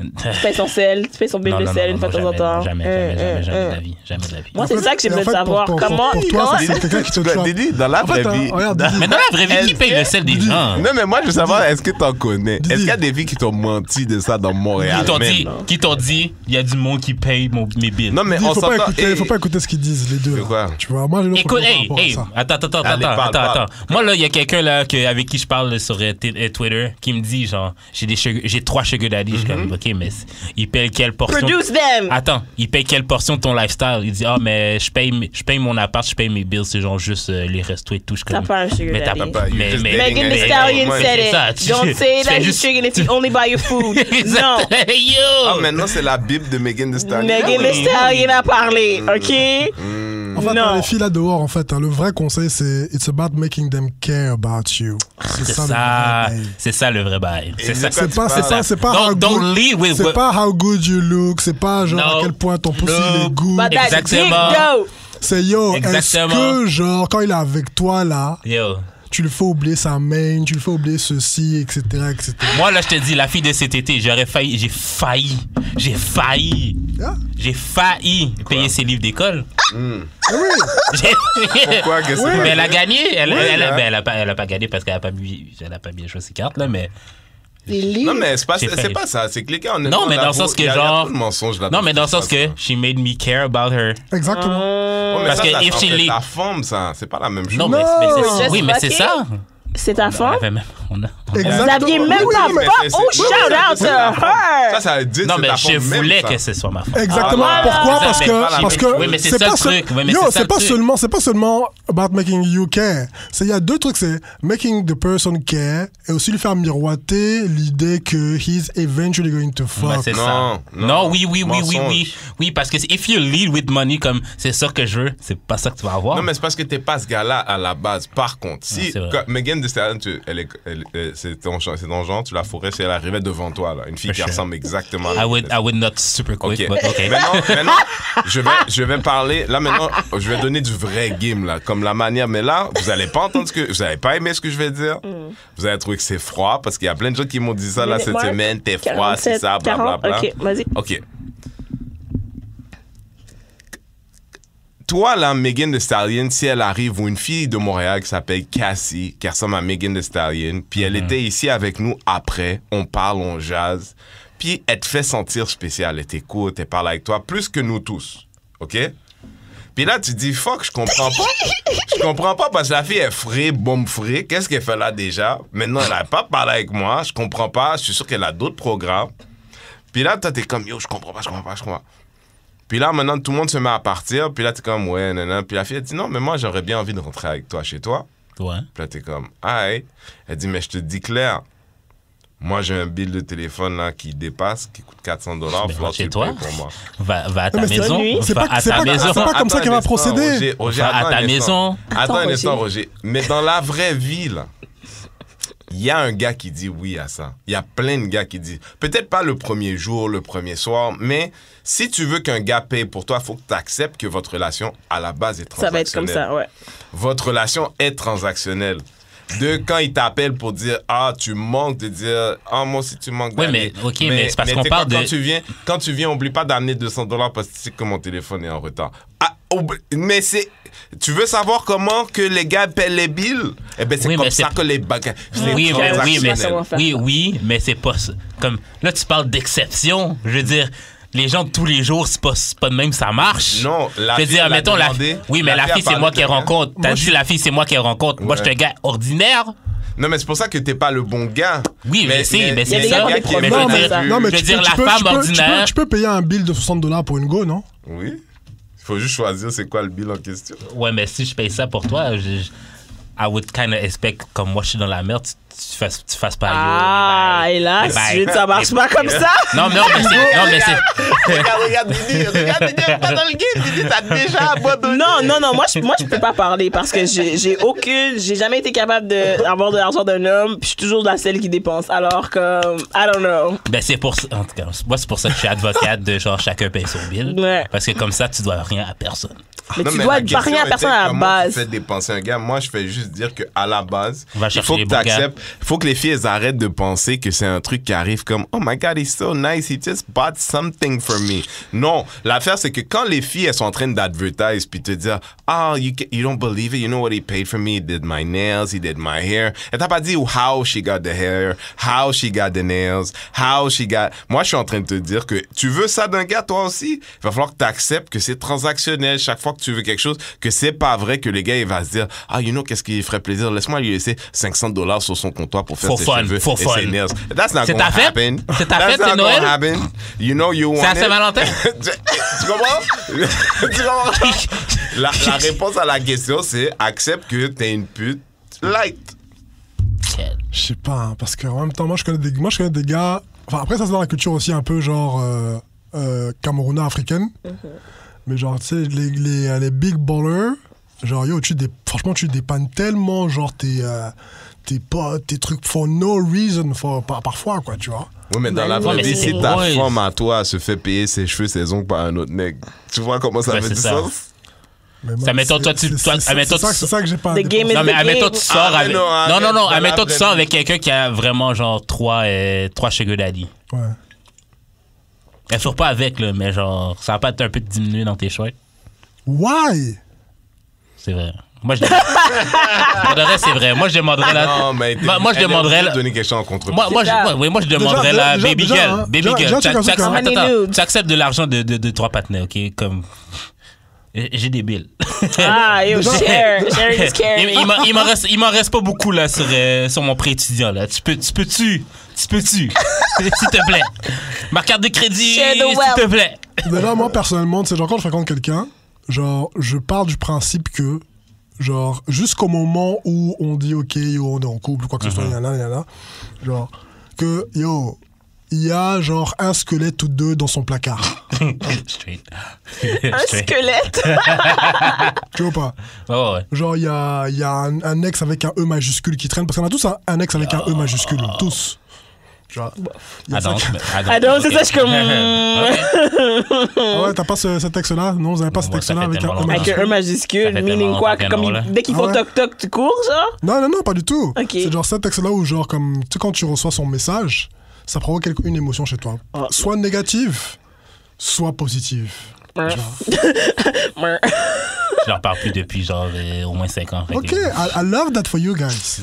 tu payes son sel, tu payes son bill
Non,
de
non,
sel
non,
une fois de temps
non,
en temps? Eh, Euh,
Jamais, jamais, jamais, jamais, jamais de la vie. Jamais de la vie.
Moi,
En
c'est
fait-
ça que
et en
j'aimerais
fait,
savoir.
pour- pour-
Comment
pour
il
toi,
commence-
c'est quelqu'un qui te
Quoi,
claque.
Didi, dans la
En fait,
vraie vie.
hein, regarde,
dans-
Didi,
Mais dans la vraie vie, qui
Est-ce
paye
que-
le sel des gens?
Non, mais moi, je veux savoir, est-ce que t'en connais?
Didi.
Est-ce qu'il y a des filles qui t'ont menti de ça dans Montréal?
Qui t'ont
même?
dit, qui t'ont dit, il y a du monde qui paye mon, mes bills.
Non, mais
Didi,
on
faut pas
s'entend.
écouter-
Hey,
faut pas écouter ce qu'ils disent, les deux.
C'est
là.
quoi?
Tu vois, moi, les gens,
Écoute,
je comprends
hey,
pas
hey,
ça.
attends, attends, attends,
Allez,
attends,
parle,
attends,
parle.
attends. Moi, là, il y a quelqu'un, là, que, avec qui je parle sur euh, t- euh, Twitter, qui me dit, genre, j'ai des sugar- j'ai trois sugar daddy. Je suis comme,
Mm-hmm.
OK, mais c'est- il paye quelle portion?
Produce them!
Attends, il paye quelle portion de ton lifestyle? Il dit, ah, mais je paye, mes- je paye mon appart, je paye mes bills, c'est genre juste euh, les restos et tout. Je suis
T'as
comme-
pas un sugar
mais t'as
daddy.
T'as pas- you're
Mais-
just
mais-
dating
Megan
a
Thee
guy.
Stallion
Ouais.
said
c'est ça,
it.
tu-
Don't say
tu
that
fais
you're
juste-
sugar if you only buy your food. Non.
Exact. Hey, yo!
Ah, maintenant, c'est la Bible de Megan Thee Stallion.
Oh. Megan
oui.
Thee Stallion a parlé, OK?
Hmm.
En fait,
Non.
pour les filles là dehors, en fait, hein, le vrai conseil, c'est It's about making them care about you. C'est
Ah, C'est
ça. le
ça,
vrai bail.
c'est ça le vrai bail.
Et
C'est ça.
le-
C'est pas, c'est
C'est
pas, c'est pas.
Don't-
how
don't
good-
lead with
C'est
what-
pas how good you look. C'est pas genre
No.
à quel point ton pouce il
No.
est good.
But that
Exactement.
dick, though.
C'est yo. Est-ce
Exactement.
que genre quand il est avec toi là,
Yo.
tu le fais oublier sa main, tu le fais oublier ceci, etc., etc.
Moi, là, je te dis, la fille de cet été, j'aurais failli, j'ai failli, j'ai failli,
Ah,
j'ai failli payer ses livres d'école.
eh oui.
J'ai-
Hmm. Pourquoi que c'est
Oui.
pas
mais elle a gagné. Elle,
Oui,
elle, elle-
hein.
ben, elle a pas, elle a pas gagné parce qu'elle a pas, bu- elle a pas bien joué ses cartes, là, mais.
Non, mais c'est pas,
J'ai
c'est
fait-
pas ça. C'est cliquer en
Non, mais dans le sens que, genre.
mensonge là
Non, mais dans le sens que, she made me care about her.
Euh,
Exactement.
Parce
Parce
que
que if she leak-
la forme, ça. C'est pas la même chose.
Non, mais, mais c'est
Just
Oui, mais c'est
fucking-
ça.
C'est ta
On
femme?
avait même. on a- on a-
Exactement.
Vous aviez même
Oui,
pas...
mais c'est-
Oh,
c'est- oui,
shout
oui,
out
c'est
to
la forme. Ça,
her!
ça veut dire que
Non,
c'est
mais
ta
je
forme même,
voulais
ça.
que ce soit ma femme.
Exactement.
Ah, voilà.
Pourquoi
Ça,
Parce
c'est
que
pas la
parce
même
que
chose. Oui, mais c'est ça le
seul-
truc. Oui, mais
Yo,
c'est ça
c'est
le
pas
truc.
seulement c'est pas seulement about making you care. C'est il y a deux trucs, c'est making the person care et aussi lui faire miroiter l'idée que he's eventually going to
Ouais,
fuck.
Bah, c'est
Non,
ça.
non,
Non, oui, oui, oui, oui,
mensonge.
oui. Oui, parce que if you lead with money, comme c'est ça que je veux, c'est pas ça que tu vas avoir.
Non, mais c'est parce que t'es pas ce gars-là à la base. Par contre,
Non,
si
Ah, c'est vrai.
quand Megan Thee Stallion, tu- elle est- elle- euh, c'est ton, genre- c'est ton genre, tu la fourrais si elle arrivait devant toi, là. Une fille qui
Sure.
ressemble exactement à
I would, I would not super quick,
Ok.
but okay.
Maintenant, maintenant, je, vais, je vais parler. Là, maintenant, je vais donner du vrai game, là, comme la manière. Mais là, vous allez pas entendre ce que. Vous n'allez pas aimer ce que je vais dire. Vous allez trouver que c'est froid parce qu'il y a plein de gens qui m'ont dit ça, là,
Minute
cette
mark,
semaine. T'es froid,
47,
c'est ça, blablabla.
40, ok, vas-y.
OK. Toi, là, Megan Thee Stallion, si elle arrive, ou une fille de Montréal qui s'appelle Cassie, qui ressemble à Megan Thee Stallion, puis elle était ici avec nous après, on parle, on jase, puis elle te fait sentir spéciale, elle t'écoute, elle parle avec toi, plus que nous tous, OK? Puis là, tu dis, fuck, je comprends pas. je comprends pas parce que la fille est frée, bombe frée. Qu'est-ce qu'elle fait là déjà? Maintenant, elle a pas parlé avec moi. Je comprends pas. Je suis sûr qu'elle a d'autres programmes. Puis là, toi, t'es comme, yo, je comprends pas, je comprends pas, je comprends pas. Puis là, maintenant, tout le monde se met à partir. Puis là, t'es comme, ouais, nanana. Puis la fille, elle dit, non, mais moi, j'aurais bien envie de rentrer avec toi chez toi.
Ouais.
Puis là, t'es comme, aïe. Elle dit, mais je te dis clair. Moi, j'ai un bill de téléphone là qui dépasse, qui coûte 400 dollars.
Ben,
Faut que
chez
tu le
toi.
payes pour moi.
Va, va à ta
mais c'est-
maison.
Bonne nuit.
C'est
Va
pas-
à
c'est
ta
pas-
maison.
c'est pas- comme ça
Attends
qu'elle
un
va
instant,
procéder.
Roger, Roger,
Va à
attends
ta
un instant.
maison.
Attends un
Roger.
instant, Roger. Mais dans la vraie vie, là, il y a un gars qui dit oui à ça. Il y a plein de gars qui disent. Peut-être pas le premier jour, le premier soir, mais si tu veux qu'un gars paye pour toi, il faut que tu acceptes que votre relation, à la base, est
Ça va
transactionnelle.
être comme ça, ouais.
Votre relation est transactionnelle. De quand il t'appelle pour dire Ah, tu manques, de dire Ah, moi aussi, tu manques.
Oui,
d'aller.
mais- ok, mais c'est parce qu'on
t'es quoi,
parle de-
Quand tu viens, quand tu viens, oublie pas d'amener 200 dollars parce que tu sais que mon téléphone est en retard. Ah, oublie- mais c'est. Tu veux savoir comment que les gars paient les bills Eh bien, c'est
Oui,
comme
mais
ça
c'est-
que les bagages.
Oui, mais, oui, mais,
Ça va faire
oui,
ça.
oui, mais c'est pas ça. comme là tu parles d'exception. Je veux dire, les gens de tous les jours, c'est pas, c'est pas de même, ça marche.
Non, la
je veux
fille,
dire,
elle a
mettons
demandé,
la, oui, mais
la
la,
fille a
fille, c'est
parlé
moi
de
qui
rien.
rencontre. T'as dit la fille, c'est moi qui rencontre. Moi, je suis un
Ouais.
gars ordinaire.
Non, mais c'est pour ça que t'es pas le bon gars.
Oui, mais, si, mais,
y a
c'est
des
ça.
gars qui ont des
mais
problèmes
je veux
avec ça.
dire,
non, mais
je veux
tu
dire,
peux-
la
tu peux-
femme
tu peux- tu peux-
ordinaire.
Tu peux payer un bill de 60 dollars pour une go, non
Oui. Il faut juste choisir c'est quoi le bill en question.
Ouais, mais si je paye ça pour toi, je, je- I would kind of expect, comme moi je suis dans la merde, tu, tu fasses, tu fasses pas
Ah,
yo, les bails.
hélas,
Les bails.
ça marche pas comme ça.
Non, mais non, mais c'est. Non, mais c'est.
regarde, regarde, Didi, regarde, Didi, elle est pas dans le game, Didi, t'as déjà abandonné.
Non, non, non, moi je, moi, je peux pas parler parce que j'ai j'ai aucune, j'ai jamais été capable d'avoir de l'argent d'un homme, puis je suis toujours la seule qui dépense. Alors que, I don't know.
Ben, c'est pour ça. En tout cas, moi, c'est pour ça que je suis avocate de genre chacun paye son bill.
Ouais.
Parce que comme ça, tu dois rien à personne.
Mais
Non,
tu
mais
dois
la
pas rien
question
à personne
était
à la
comment
base.
Tu fais dépenser un gars. Moi, je fais juste dire que à la base,
Va
il
chercher
faut
les
que
bons
tu acceptes. Il faut que les filles elles arrêtent de penser que c'est un truc qui arrive comme Oh my God, he's so nice, he just bought something for me. Non, l'affaire c'est que quand les filles elles sont en train d'advertise puis te dire Ah, you, ca- you don't believe it, you know what he paid for me, he did my nails, he did my hair. Elle t'a pas dit how she got the hair, how she got the nails, how she got. Moi, je suis en train de te dire que tu veux ça d'un gars toi aussi. Il va falloir que tu acceptes que c'est transactionnel chaque fois que tu veux quelque chose, que c'est pas vrai que le gars il va se dire ah you know qu'est-ce qui ferait plaisir, laisse-moi lui laisser 500 dollars sur son comptoir pour faire
For
ses
fun,
cheveux
for
et
fun.
ses nails. That's not
C'est
gonna
ta fête?
happen.
C'est ta
That's
fête,
not
c'est
gonna
Noël?
happen. You know you want
C'est à
it.
Saint-Valentin?
tu tu comprends? tu comprends? la, la réponse à la question c'est accepte que t'es une pute light.
Je sais pas, hein, parce qu'en même temps, moi je connais des, moi, je connais des gars. Enfin, après, ça c'est dans la culture aussi un peu genre euh, euh, camerounaise africaine.
Mm-hmm.
Mais genre, tu sais, les, les, les big ballers, genre yo, tu dé- franchement, tu dépannes tellement genre tes, euh, tes potes, tes trucs for no reason for- par- parfois, quoi, tu vois.
Oui, mais dans la
oui,
vraie
Ben mais
vie,
c'est
si ta
drôle.
femme à toi se fait payer ses cheveux, ses ongles par un autre mec, tu vois comment ça
Ouais,
fait
Ben, c'est
du
ça.
sens?
Mais moi,
Ça, mettons,
c'est-
toi, tu-
c'est-
toi,
c'est- C'est
admettons,
c'est ça,
tu-
c'est ça que j'ai pas.
The game is-
Non, mais
the
admettons,
game.
tu sors
Ah,
avec.
mais non,
Non, non,
arrête,
non,
dans la
admettons, tu
vraie
sors
vie.
avec quelqu'un qui a vraiment genre trois, euh, trois sugar daddy.
Ouais.
Elle sort pas avec, là, mais genre, ça va pas être un peu diminué dans tes choix.
Why?
C'est vrai. Moi, je Pour de vrai, c'est vrai. Moi, je demanderais la.
Non, mais
Moi- Ben, moi, je
elle aime
demanderais
bien
la-
donner quelque chose en contre
Moi, moi, je,
ça.
moi, oui, moi, je demanderais
Déjà,
la
déjà,
baby
déjà,
girl.
hein.
baby
Déjà,
girl.
déjà,
Tu-
tu
tu
acceptes-
acceptes-
Money
attends, attends.
nude.
Tu acceptes de l'argent de, de, de trois partenaires, OK? Comme... J'ai des billes.
Ah, yo, share. Sharing is
il
caring.
il m'en- il m'en reste, il m'en reste pas beaucoup là sur, euh, sur mon prêt étudiant là. Tu peux, tu peux tu, tu peux tu, s'il te plaît. Ma carte de crédit,
Share the
s'il te
wealth.
plaît.
Déjà, moi, personnellement, tu sais, genre, quand je fréquente quelqu'un, genre, je pars du principe que, genre, jusqu'au moment où on dit, OK, yo, on est en couple, ou quoi que
Mhm.
ce soit, yana, yana, genre, que, yo, il y a, genre, un squelette ou deux dans son placard.
Straight.
Un
Straight.
squelette.
tu vois pas
Oh, ouais.
Genre, il y a, il y a un, un ex avec un E majuscule qui traîne, parce qu'on a tous un, un ex avec un E majuscule, tous. Tu vois Il y a
Adam,
ça qui-
Adam, c'est
ok.
ça, je suis comme, euh.
Ok.
Ah ouais, t'as pas ce- cet ex-là Non, vous avez pas
Non,
cet
moi, ça
ex-là
fait
avec un
tellement
E
longtemps.
Avec
majuscule
un E
Ça
majuscule,
fait
meaning
tellement
quoi?
longtemps
que Comme
qu'elle
ils-
est là.
dès qu'ils font
Ah ouais.
toc-toc, tu cours, genre?
Non, non, non, pas du tout.
Ok.
C'est genre cet texte-là où, genre, comme, tu sais, quand tu reçois son message, ça provoque quelque- une émotion chez toi.
Ah.
Soit négative, soit positive.
Meur.
Je leur parle plus depuis genre euh, au moins 5 ans. fait que-
Ok,
ah.
I, I love that for you guys.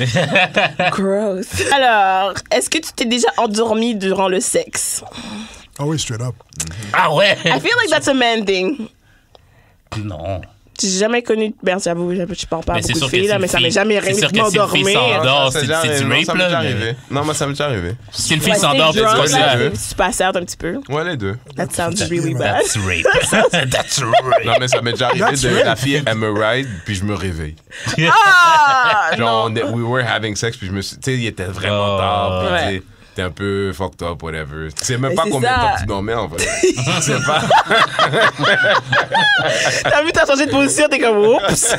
Gross. Alors, est-ce que tu t'es déjà endormi durant le sexe?
Ah oui, straight up.
Ah ouais.
I feel like that's a man thing.
Non.
J'ai jamais connu. Ben, j'avoue, je suis pas en parle
Mais c'est
beaucoup
sûr
de
que
filles,
si
là,
une
mais ça m'est
fille-
jamais
c'est sûr
arrivé
que
de
si une fille
m'endormir.
s'endort- Non, c'est- c'est du rape,
ça m'est
là,
déjà
mais-
arrivé. Non, moi, ça m'est déjà arrivé.
Si une
Ouais,
fille s'endort, puis
stay
tu
drunk,
vois,
c'est
là,
vrai.
tu passes out un petit peu.
Ouais, les deux.
That sounds really bad.
That's rape. That's rape.
Non, mais ça m'est déjà arrivé
That's
de
right.
la fille, elle me ride, puis je me réveille.
Ah!
Genre, on est- we were having sex, puis je me suis. Tu sais, il était vraiment
Oh.
tard, puis
Ouais.
tu sais, t'es un peu fucked up, whatever. Tu sais même
Mais
pas
c'est
combien de
ça.
temps tu dormais, en vrai. Tu sais pas.
T'as vu, t'as changé de position, t'es comme oups!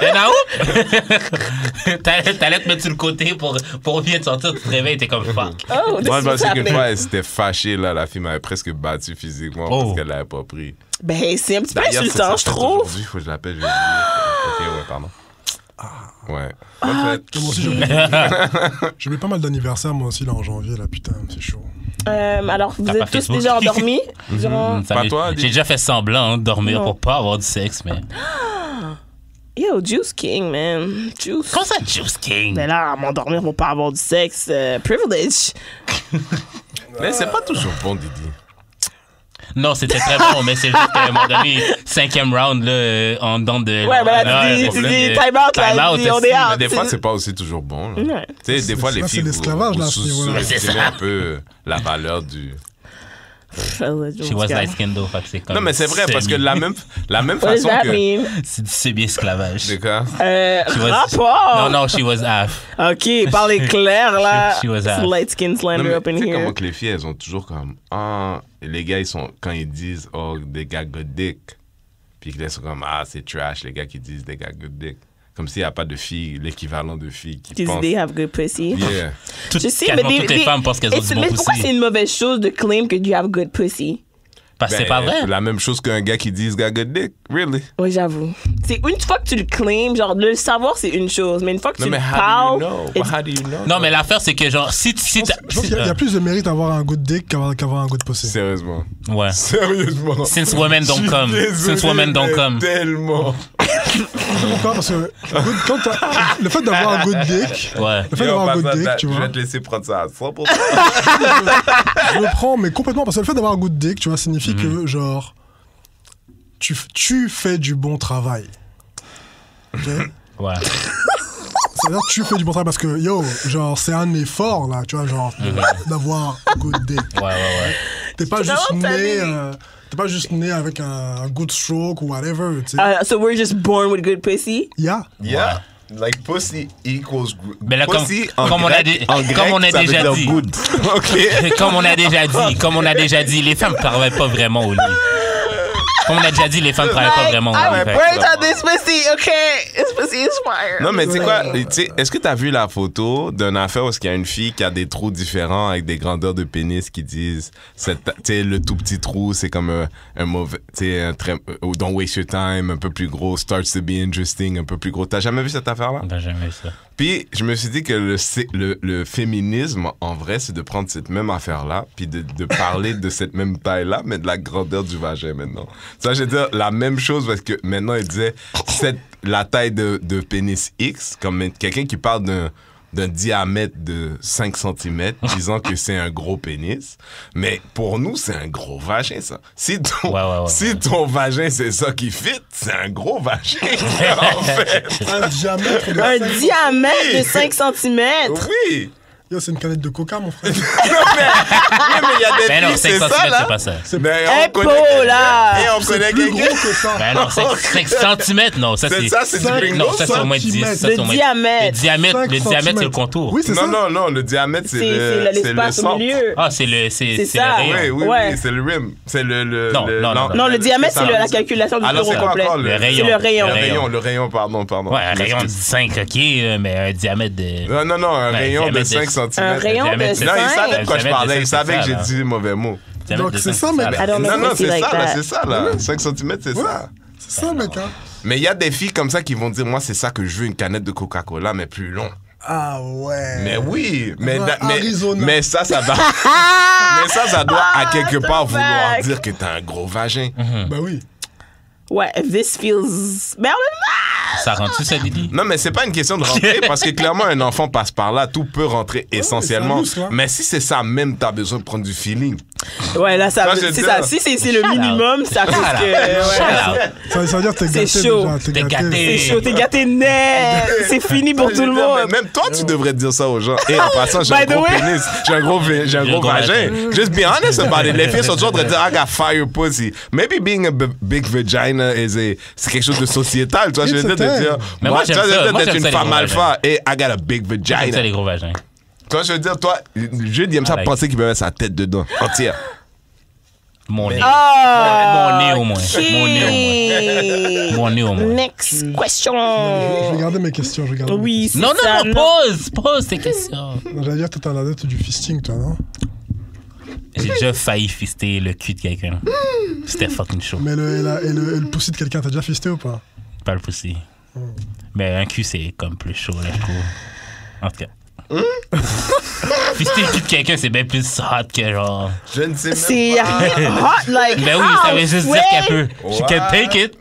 Et là T'allais t'allais te mettre sur le côté pour, pour bien te sortir, tu te réveilles, t'es comme fuck.
Oh, this
Moi,
is what's
je pensais qu'une
happening.
fois, elle s'était fâchée, là. La fille m'avait presque battu physiquement
Oh.
parce qu'elle l'avait pas pris.
Ben, c'est un petit peu
D'ailleurs,
insultant,
c'est
je
sa fête
trouve.
Aujourd'hui, faut que je l'appelle. je vais lui dire. Ok, ouais, pardon. Ouais.
Ah,
Bonne fête.
Moi aussi, j'ai oublié. J'ai oublié pas mal d'anniversaires, moi aussi, là, en janvier, là, putain, c'est chaud.
Euh, alors, vous
T'as pas
êtes tous
Facebook.
déjà endormis? durant...
Hum, ça
Pas
m'est-
toi, dis-
J'ai déjà fait semblant de dormir
Non.
pour pas avoir du sexe, mais.
Yo, Juice King, man. Juice.
Comment ça, Juice King?
Mais là, à m'endormir pour pas avoir du sexe, euh, privilege.
Mais c'est pas toujours bon, Didi.
Non, c'était très bon, mais c'est juste qu'à un moment donné, cinquième round, là, euh, en dedans de.
Ouais, ben là, tu
Ouais,
dis-
le
tu
problème
dis
de-
time out, là,
time out,
tu dis, on
aussi.
est out.
Mais des fois,
c'est-
Ah, c'est pas aussi toujours bon. là.
Ouais.
Tu sais, des fois,
C'est-
les
là,
filles.
c'est l'esclavage,
vous-
là, à
vous
ce niveau-là.
sous- sous-estimez un peu euh, la valeur du.
She was light skinned though, fait que c'est comme.
Non, mais c'est vrai, parce que
semi-
la même, la même
What does
façon
that
que.
mean?
C'est du semi-esclavage.
De quoi?
Euh,
She was-
rapport!
Non, non, she was half.
Ok, parlez clair là.
She- she was
It's
a-
light skin
Non,
slander
mais
up in
tu sais comment
here.
que les filles, elles ont toujours comme. Ah, les gars, ils sont. Quand ils disent, oh, des gars good dick. Puis qu'ils sont comme, ah, c'est trash, les gars qui disent des gars good dick. Comme s'il n'y a pas de filles, l'équivalent de filles qui
Because
pensent.
they have good pussy.
Yeah.
Tout-
Je sais, mais,
quasiment
des-
toutes les
des-
femmes pensent qu'elles ont
it's-
du bon
Mais pourquoi c'est
pussy.
une mauvaise chose de claim que you have good pussy?
Parce que c'est
Ben,
pas vrai.
La même chose qu'un gars qui dit, gars good dick. Really?
Oui, j'avoue. C'est une fois que tu le claims, genre de le savoir, c'est une chose, mais une fois que
Non,
tu
mais
le
how
parles,
do you know? But
it's-
How do you know?
Non, mais l'affaire, c'est que genre, si tu. Si
Je
t'as-
pense qu'il y, a- il y a plus de mérite à avoir un good dick qu'avoir qu'avoir un good pussy.
Sérieusement.
Ouais.
Sérieusement.
Since women
Je
don't
suis
come. Since
désolé,
women don't
mais
come.
Tellement.
Pourquoi Parce que good- quand t'as- le fait d'avoir un good dick,
Ouais.
le fait
Yo,
d'avoir un
passe
good
ça,
dick,
t'as-
tu
Je
vois,
vais te laisser prendre ça à 100%.
je le prends, mais complètement parce que le fait d'avoir un good dick, tu vois, signifie que genre tu, f- tu fais du bon travail. Ok
Ouais.
C'est-à-dire que tu fais du bon travail parce que, yo, genre, c'est un effort, là, tu vois, genre,
Mhm.
d'avoir un good dick.
Ouais, ouais, ouais.
T'es pas
Vraiment,
juste
t'as
né...
des-
euh, T'es pas juste né avec un, un good stroke ou whatever, tu sais.
Uh, so we're just born with good pussy?
Yeah.
Yeah. Like pussy equals good.
Mais là, comme-
pussy,
comme on a dé-
en
comme
grec,
on a
ça veut
déjà
dire
dit.
good.
Et
OK.
comme on a déjà dit, comme on a déjà dit, les femmes travaillent pas vraiment au lit. Comme on a déjà dit, les femmes travaillent pas vraiment au
ah ouais,
lit. fait que-
ouais.
Where's all this pussy? Okay, this pussy is fire.
Non, mais tu sais quoi? tu sais, Est-ce que t'as vu la photo d'une affaire où il y a une fille qui a des trous différents avec des grandeurs de pénis qui disent, cette- tu sais, le tout petit trou, c'est comme un, un mauvais, tu sais, un très, oh, don't waste your time, un peu plus gros, starts to be interesting, un peu plus gros. T'as jamais vu cette affaire-là?
Ben, j'aime mieux ça.
Puis je me suis dit que le, sé- le, le féminisme, en vrai, c'est de prendre cette même affaire-là, puis de, de parler de cette même taille-là, mais de la grandeur du vagin maintenant. Ça, je veux dire la même chose parce que maintenant, il disait cette, la taille de, de pénis X, comme quelqu'un qui parle d'un d'un diamètre de 5 cm, disant que c'est un gros pénis. Mais pour nous, c'est un gros vagin, ça. Si ton,
Ouais, ouais, ouais,
si
ouais.
ton vagin, c'est ça qui fit, c'est un gros vagin, Ah, en fait.
Un diamètre de...
Un
cinq-
diamètre de 5 cm.
Oui!
Yo, c'est une canette de coca, mon frère.
Ouais, mais il y a des
Ben non,
filles,
5
c'est
cm,
ça, là.
c'est pas ça.
Mais
Hey,
connaît
Paul,
quelqu'un.
là.
Et on connaît
C'est plus gros
quelqu'un.
que ça.
Ben non, 5 cm, non, ça
C'est
c'est.
ça, c'est du
Cinq-
bingo,
Non, ça c'est au moins 10. ça,
Le
c'est au moins-
diamètre.
Le diamètre,
Cinq
le diamètre, c'est le
centimètres.
contour.
Oui, c'est ça.
Non, non, non, le diamètre, Oh, c'est
C'est- c'est le-
le, c'est le
l'espace au
centre.
milieu.
Ah, c'est le.
C'est
C'est c'est
ça.
le
Oui, oui,
rayon.
oui,
Ouais.
c'est le rim. C'est le, le,
Non,
le-
non, non, non.
Non, le diamètre,
ça.
c'est le- la calculation du
Alors,
tour
c'est
au
quoi
complet.
encore
Le rayon.
C'est le rayon.
Le rayon, le rayon, pardon, pardon.
Ouais, un rayon de 5, ok, euh, mais un diamètre de.
Non, non, non, un
Ouais,
rayon de
diamètre
5 cm.
Un rayon de
diamètre, c'est-
Non, il
cinq.
savait de quoi je
Diamètre,
parlais.
c'est
Il savait que j'ai
ça,
dit mauvais mot.
diamètre
Donc,
de
c'est
cinq,
ça, mais- ben,
là.
I don't
Non,
know
non,
pussy
c'est
like
ça, là,
that.
c'est ça, là. 5 cm, c'est ça.
C'est
Ah,
ça, mec, hein.
Mais il y a des filles comme ça qui vont dire, moi, c'est ça que je veux, une canette de Coca-Cola, mais plus long.
Ah ouais.
Mais oui, mais,
Ouais,
da- mais,
Arizona.
mais ça, ça va. mais ça, ça doit à
Ah,
quelque part vouloir
back.
dire que t'as un gros vagin.
Bah oui.
Ouais, this feels. Mais en même temps,
Ça rentre-tu, ça, Didi?
Non, mais c'est pas une question de rentrer parce que clairement, un enfant passe par là, tout peut rentrer essentiellement.
mais c'est un lousse, là.
mais si c'est ça même, t'as besoin de prendre du feeling.
Ouais, là, ça,
Ça,
c'est
c'est
ça.
ça.
Si c'est c'est le minimum, ça
Ah,
cause
Shout
que. ouais.
out. Shout out.
Ça, ça veut dire que t'es
C'est
gâté
chaud.
déjà.
T'es gâté.
C'est chaud, t'es gâté net. C'est fini pour
Je
tout
veux
le
dire,
monde. Ah
mais Même toi, tu devrais dire ça aux gens. Et en passant, j'ai
By
un
the
gros
way.
pénis, j'ai un gros, vi- j'ai un gros
gros
vagin. Just be honest about it. Les filles sont toujours en train de dire, I got fire pussy. Maybe being a b- big vagina is a, c'est quelque chose de sociétal. Toi, je
It's
veux
a
dire, de
thing.
dire,
Mais moi,
tu
j'aime
vois, je
ça.
veux dire
Moi,
d'être
j'aime
une
ça, les
femme
gros
alpha et I got a big
Comme ça,
vagina.
les gros vagins.
Quand je veux dire, toi, Jude, il aime ça
I like.
penser qu'il peut mettre sa tête dedans, entière.
Mon nez. Mon
Ah!
nez, au moins. Mon nez, au moins. Mon nez, au moins.
Mm.
Next question.
Je regardais mes questions, je regardais. mes
Oui, c'est
Non,
ça,
non, non, pause! Pose tes questions.
questions. J'allais dire, toi, t'es un adepte du fisting, toi, non
J'ai déjà failli fister le cul de quelqu'un. C'était fucking chaud.
Mais le, et la- et le, et le poussi de quelqu'un, t'as déjà fisté ou pas
Pas le poussi. Mais un cul, c'est comme plus chaud, là, je trouve. En tout cas.
Hmm?
Fister le cul de quelqu'un, c'est bien plus hot que genre.
Je ne sais même
C'est
pas.
hot like
Ben oui, ça veut
house,
juste
ouais.
dire qu'elle peut. She can
What?
take it.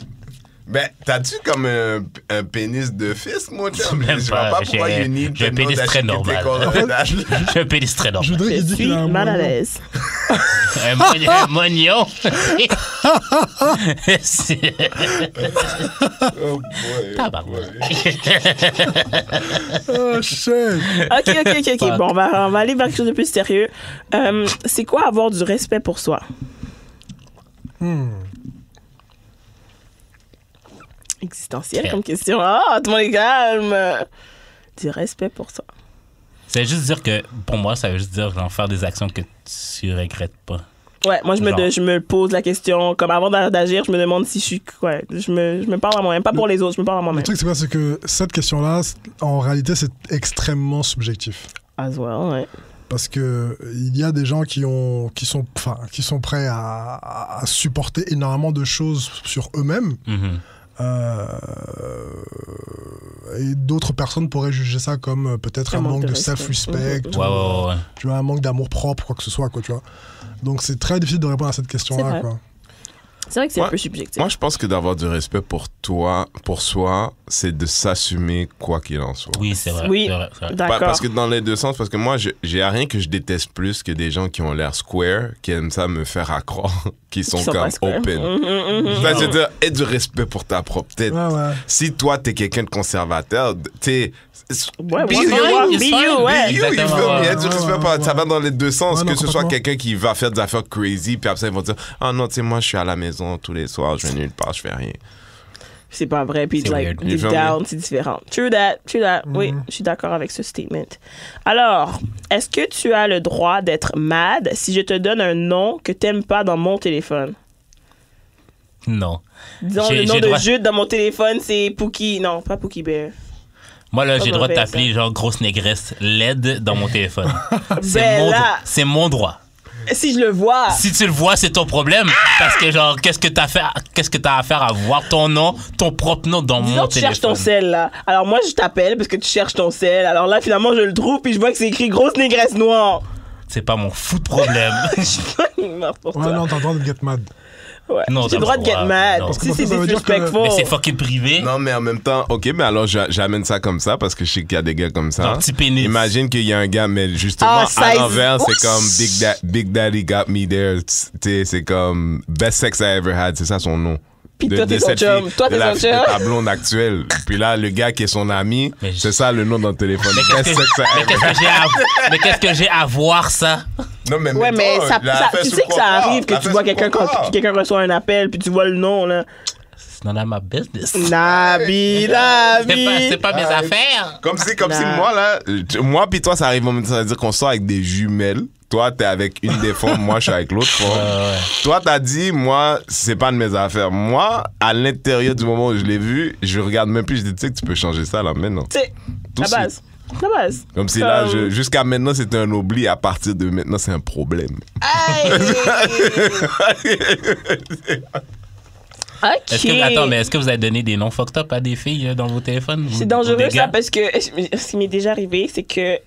Ben, t'as-tu comme un, un pénis de fils, mon chum?
Même
Je
pas,
vois pas pourquoi
j'ai-
you need
j'ai un
to
pénis
know that
très
you can take all of that.
Je suis un pénis très
Je
normal.
voudrais
Oh, Je
qu'il dise
suis
qu'il a un
mal à
moignon.
l'aise.
Un mon- un mognon. C'est-
Oh boy.
Tabarouette.
Ah, shit.
Ok, ok, ok, ok. Bon, on va, on va aller vers quelque chose de plus sérieux. Euh, c'est quoi avoir du respect pour soi?
Hmm.
Existentiel comme question. Ah, tout le monde est calme. Du respect pour soi.
C'est juste dire que, pour moi, ça veut juste dire genre, faire des actions que tu regrettes pas.
Ouais, moi, je me,
Genre.
de- je me pose la question. Comme avant d'a- d'agir, je me demande si je suis. Ouais, je, me, je me parle à moi-même. Pas pour les autres, je me parle à
Le
moi-même.
truc, c'est quoi C'est que cette question-là, c'est- en réalité, c'est extrêmement subjectif.
As well, ouais.
Parce que euh, il y a des gens qui, ont, qui, sont, enfin, qui sont prêts à, à- à supporter énormément de choses sur eux-mêmes.
Mm-hmm.
Mhm.
euh, et d'autres personnes pourraient juger ça comme euh, peut-être un, manque de,
respect.
self-respect,
Mhm.
ou,
Ouais, ouais, ouais.
tu vois, un manque d'amour propre, quoi que ce soit, quoi, tu vois. Donc c'est très difficile de répondre à cette
C'est vrai.
question-là, quoi.
C'est vrai que c'est un
Moi-
peu subjectif.
Moi, je pense que d'avoir du respect pour toi, pour soi, c'est de s'assumer quoi qu'il en soit.
Oui, c'est vrai.
Oui.
c'est vrai, c'est vrai.
Pa-
D'accord.
Parce que dans les deux sens, parce que moi, je- j'ai rien que je déteste plus que des gens qui ont l'air square, qui aiment ça me faire accroire, qui sont
Ils sont
comme
pas square.
open.
Mhm, mhm, mhm.
Ça, je veux dire, aie du respect pour ta propre tête.
Ouais, ouais.
Si toi, t'es quelqu'un de conservateur, t'es.
Ouais,
Be
moi,
you.
moi, be you, ouais.
Be you, you feel
Exactement,
me? hein.
ouais.
Aie du respect pour- Ça va dans les deux sens.
Ouais, non,
que ce soit
complètement.
quelqu'un qui va faire des affaires crazy, puis après, ils vont dire Ah non, tu sais, moi, je suis à la maison tous les soirs, je vais nulle part, je fais rien.
C'est pas vrai. Puis,
C'est
like,
weird.
Les
deep
gens-
down, c'est différent. True that, true that. Oui,
Mm-hmm.
je suis d'accord avec ce statement. Alors, est-ce que tu as le droit d'être mad si je te donne un nom que t'aimes pas dans mon téléphone?
Non.
Disons,
J'ai-
le
j'ai
nom de
droit-
Jude dans mon téléphone, c'est Pookie. Non, pas Pookie Bear.
Moi, là,
Pas
j'ai le droit de
mauvais,
t'appeler genre grosse négresse LED dans mon téléphone. Ah, C'est mon,
Bella!
c'est mon droit.
Si je le vois,
Si tu le vois, c'est ton problème. Parce que, genre, qu'est-ce que t'as fait, qu'est-ce que t'as à faire à voir ton nom, ton propre nom dans
disons
mon
que tu cherches ton
téléphone?
sel, là. Alors, moi, je t'appelle parce que tu cherches ton sel. Alors là, finalement, je le trouve, puis je vois que c'est écrit grosse négresse noire.
C'est pas mon fou de problème.
Merde pour
Ouais,
ça.
non, t'as le droit de get mad.
Ouais.
Non,
J'ai
t'as
le droit
pas
de
le
get
droit,
mad.
non. Parce
que
Si
moi,
c'est
ça veut dire que-
disrespectful.
Mais c'est fucking privé.
Non, mais en même temps, ok, mais alors j'a- j'amène ça comme ça parce que je sais qu'il y a des gars comme ça.
Un petit pénis.
Imagine qu'il y a un gars, mais
Ah,
justement, à
size-
l'envers, c'est
Ouh.
comme Big, Da- Big Daddy got me there. Tu sais, c'est comme Best Sex I Ever Had, c'est ça son nom.
Puis toi, t'es son
cette
chum.
fille-
Toi,
de
t'es
la-
son
de
chum.
ta blonde actuelle. Puis là, le gars qui est son ami,
Mais je-
c'est ça le nom dans le téléphone.
Mais
Best
qu'est-ce que,
Sex I
mais
Ever
qu'est-ce que j'ai à, mais qu'est-ce que j'ai à voir ça?
Non, mais
Ouais, mais
mettons,
ça,
la
ça-
fait
tu
sous
sais que ça
contrat.
arrive
La
que tu
fait
vois
sous
quelqu'un quand
contrat.
que quelqu'un reçoit un appel puis tu vois le nom là.
C'est none of my business.
Nabi,
C'est pas,
Nabi.
c'est pas mes
Ah,
affaires.
Comme si, comme si
Nah.
moi, là, tu- moi puis toi, ça arrive en même temps. Ça veut dire qu'on sort avec des jumelles. Toi, t'es avec une des formes, moi, je suis avec l'autre forme. Toi, t'as dit, moi, c'est pas de mes affaires. Moi, à l'intérieur du moment où je l'ai vu, je regarde même plus, je dis, tu sais que tu peux changer ça, là, maintenant.
Tu sais,
Tout
la
de suite.
base. La base.
Comme si là,
Comme-
je- jusqu'à maintenant, c'était un oubli. À partir de maintenant, c'est un problème.
Aïe. Ok.
Est-ce que, attends, mais est-ce que vous avez donné des noms fucked up à des filles euh, dans vos téléphones? ou-
C'est
ou
dangereux
des
ça
gars?
parce que ce qui m'est déjà arrivé, c'est que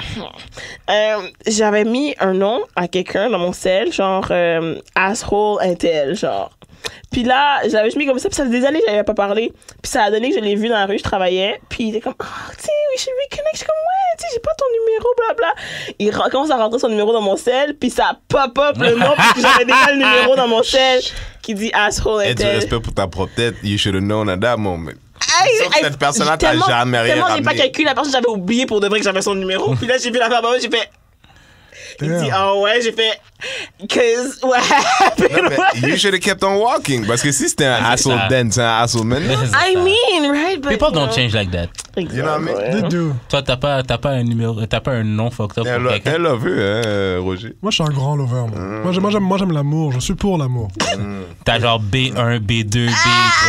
euh, j'avais mis un nom à quelqu'un dans mon cell, genre euh, asshole intel, genre. Puis là, je l'avais juste mis comme ça, puis ça faisait des années que j'avais pas parlé. Puis ça a donné que je l'ai vu dans la rue, je travaillais. Puis il était comme, ah, tu sais, oui, je suis reconnect. Je suis comme, ouais, tu sais, j'ai pas ton numéro, blabla. Il re- commence à rentrer son numéro dans mon cell, puis ça pop up le nom, parce que j'avais déjà le numéro dans mon cell qui dit asshole
Et du
intel.
respect pour ta propre tête, you should have known at that moment.
Aïe,
Sauf que
aïe,
cette personne-là t'a
tellement-
jamais rien
tellement j'ai pas
ramené. Hum.
calculé la personne, j'avais oublié pour de vrai que j'avais son numéro. Puis là, j'ai vu la femme, j'ai fait. Il me
Damn.
dit, oh ouais, j'ai fait. Cause what happened
Non, mais you
was-
should have kept on walking. Parce que si c'était un
Ah, c'est
asshole
ça.
then, c'est un asshole maintenant.
C'est ça.
I mean, right? But,
People
you
don't
know.
change like that.
You know what I mean?
Exactly.
They do.
Toi, t'as pas, t'as pas un numéro, t'as pas un nom fucked up
Elle
pour
l'a-
quelqu'un.
elle l'a vu, hein, Roger.
Moi, je suis un grand lover. Moi, Moi, j'aime- moi, j'aime- moi, j'aime l'amour. Je suis pour l'amour.
T'as
euh,
genre B1, B2, B3.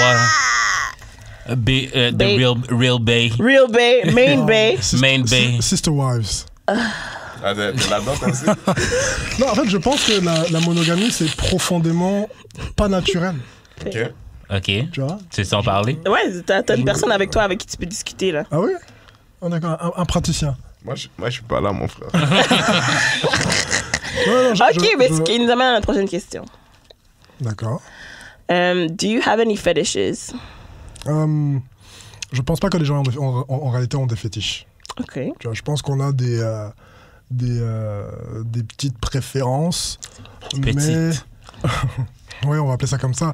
Ah!
B, euh, The
Bay.
Real, real Bay.
Real Bay, Main Bay.
Ah. Sis-
Main Bay.
si- Sister Wives.
Ah, t'es- t'es là-dedans, toi aussi?
Non, en fait, je pense que la, la monogamie, c'est profondément pas naturel.
Ok.
Ok. Tu
Tu vois
sais sans parler?
Ouais, t'as t'as une personne avec toi avec qui tu peux discuter là.
Ah oui Oh, D'accord, un, un praticien.
Moi, je, moi, je suis pas là, mon frère.
Non, non, je-
Ok,
je-
mais
je-
ce qui nous amène à la prochaine question.
D'accord.
Um, do you have any fetishes?
Euh, je pense pas que les gens ont des- en, en- en réalité ont des fétiches.
OK.
Tu vois, je pense qu'on a des, euh, des, euh, des petites préférences. Mais...
Petites.
oui, on va appeler ça comme ça.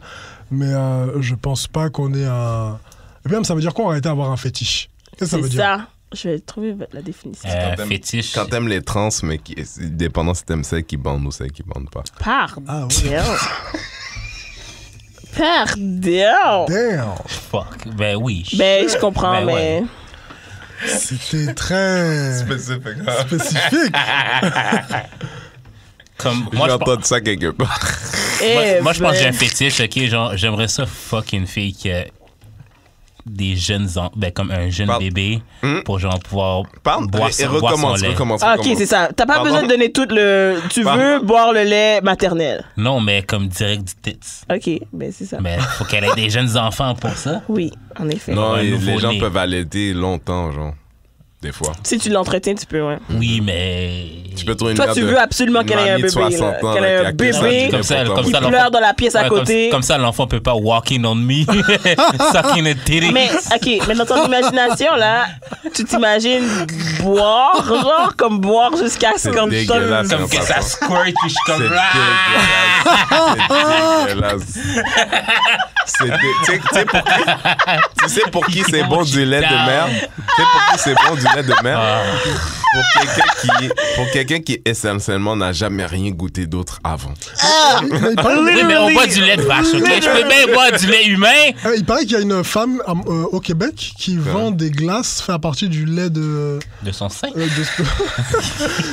Mais euh, je pense pas qu'on ait un. Et puis même, ça veut dire quoi en réalité avoir un fétiche Qu'est-ce que ça veut
C'est
dire
ça. Je vais trouver la définition.
Euh,
t'aimes-
fétiche.
Quand t'aimes les trans, mais qui, dépendant si t'aimes celles qui bandent ou celles qui bandent pas.
Pardon.
Ah ouais.
Pardon.
Damn
Fuck. Ben oui.
Ben, je comprends,
Ben
mais.
ouais.
C'était très
Spécifique.
spécifique.
Comme, moi, je
J'ai
pense-
entendu ça quelque part.
Moi,
Eh
moi, je
ben.
pense que j'ai un fétiche, ok? Genre, j'aimerais ça fuck une fille qui a des jeunes, en- ben, comme un jeune
Parle.
bébé,
Hmm?
pour genre pouvoir
Pardon,
boire,
et
son, boire son
recommence,
lait.
recommence.
Ah, ok,
recommence.
c'est ça. T'as pas
Pardon?
besoin de donner tout le. Tu
Pardon?
veux boire le lait maternel.
Non, mais comme direct du tits.
Ok, ben c'est ça.
Mais faut qu'elle ait des jeunes enfants pour ça.
Oui, en effet.
Non,
Un
et les
nouveau-né.
gens peuvent allaiter longtemps, genre. Des fois.
Si tu l'entretiens, tu peux, ouais.
Hmm.
Oui, mais.
Tu peux trouver une
Toi,
mère
tu
de-
veux absolument qu'elle
une
ait un
mamie de
bébé, là,
60 ans,
qu'elle
là,
ait un
qui accepte
bébé
de
Comme ça,
vivre
comme
ton
Il
ça,
temps.
l'enfant-
pleure dans la pièce à
Ouais, comme-
côté.
Comme, ça, l'enfant peut pas walking on me, sucking a titty.
Mais, ok, mais dans ton imagination, là, tu t'imagines boire, genre, comme boire jusqu'à ce
C'est
qu'on te
dégueulasse,
donne-
Comme que ça squirt, puis je suis
C'est
comme. Ah!
dégueulasse. C'est dégueulasse. C'est dé- Tu sais- tu sais pour qui- tu sais pour qui c'est bon du lait de merde? Tu sais pour qui c'est bon du lait de merde? Pour quelqu'un qui, pour quelqu'un qui essentiellement n'a jamais rien goûté d'autre avant.
Mais il paraît,
Oui, mais on boit du lait de vache, ok? Je peux bien boire du lait humain.
euh, il paraît qu'il y a une femme euh, euh, au Québec qui vend des glaces faites à partir du lait de.
De son sein.
euh,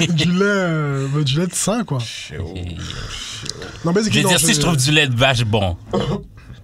de- du, lait, euh, bah, du lait de sein, quoi.
Oh.
Non, mais c'est
Je veux
non,
dire, si
c'est-
je trouve du lait de vache bon,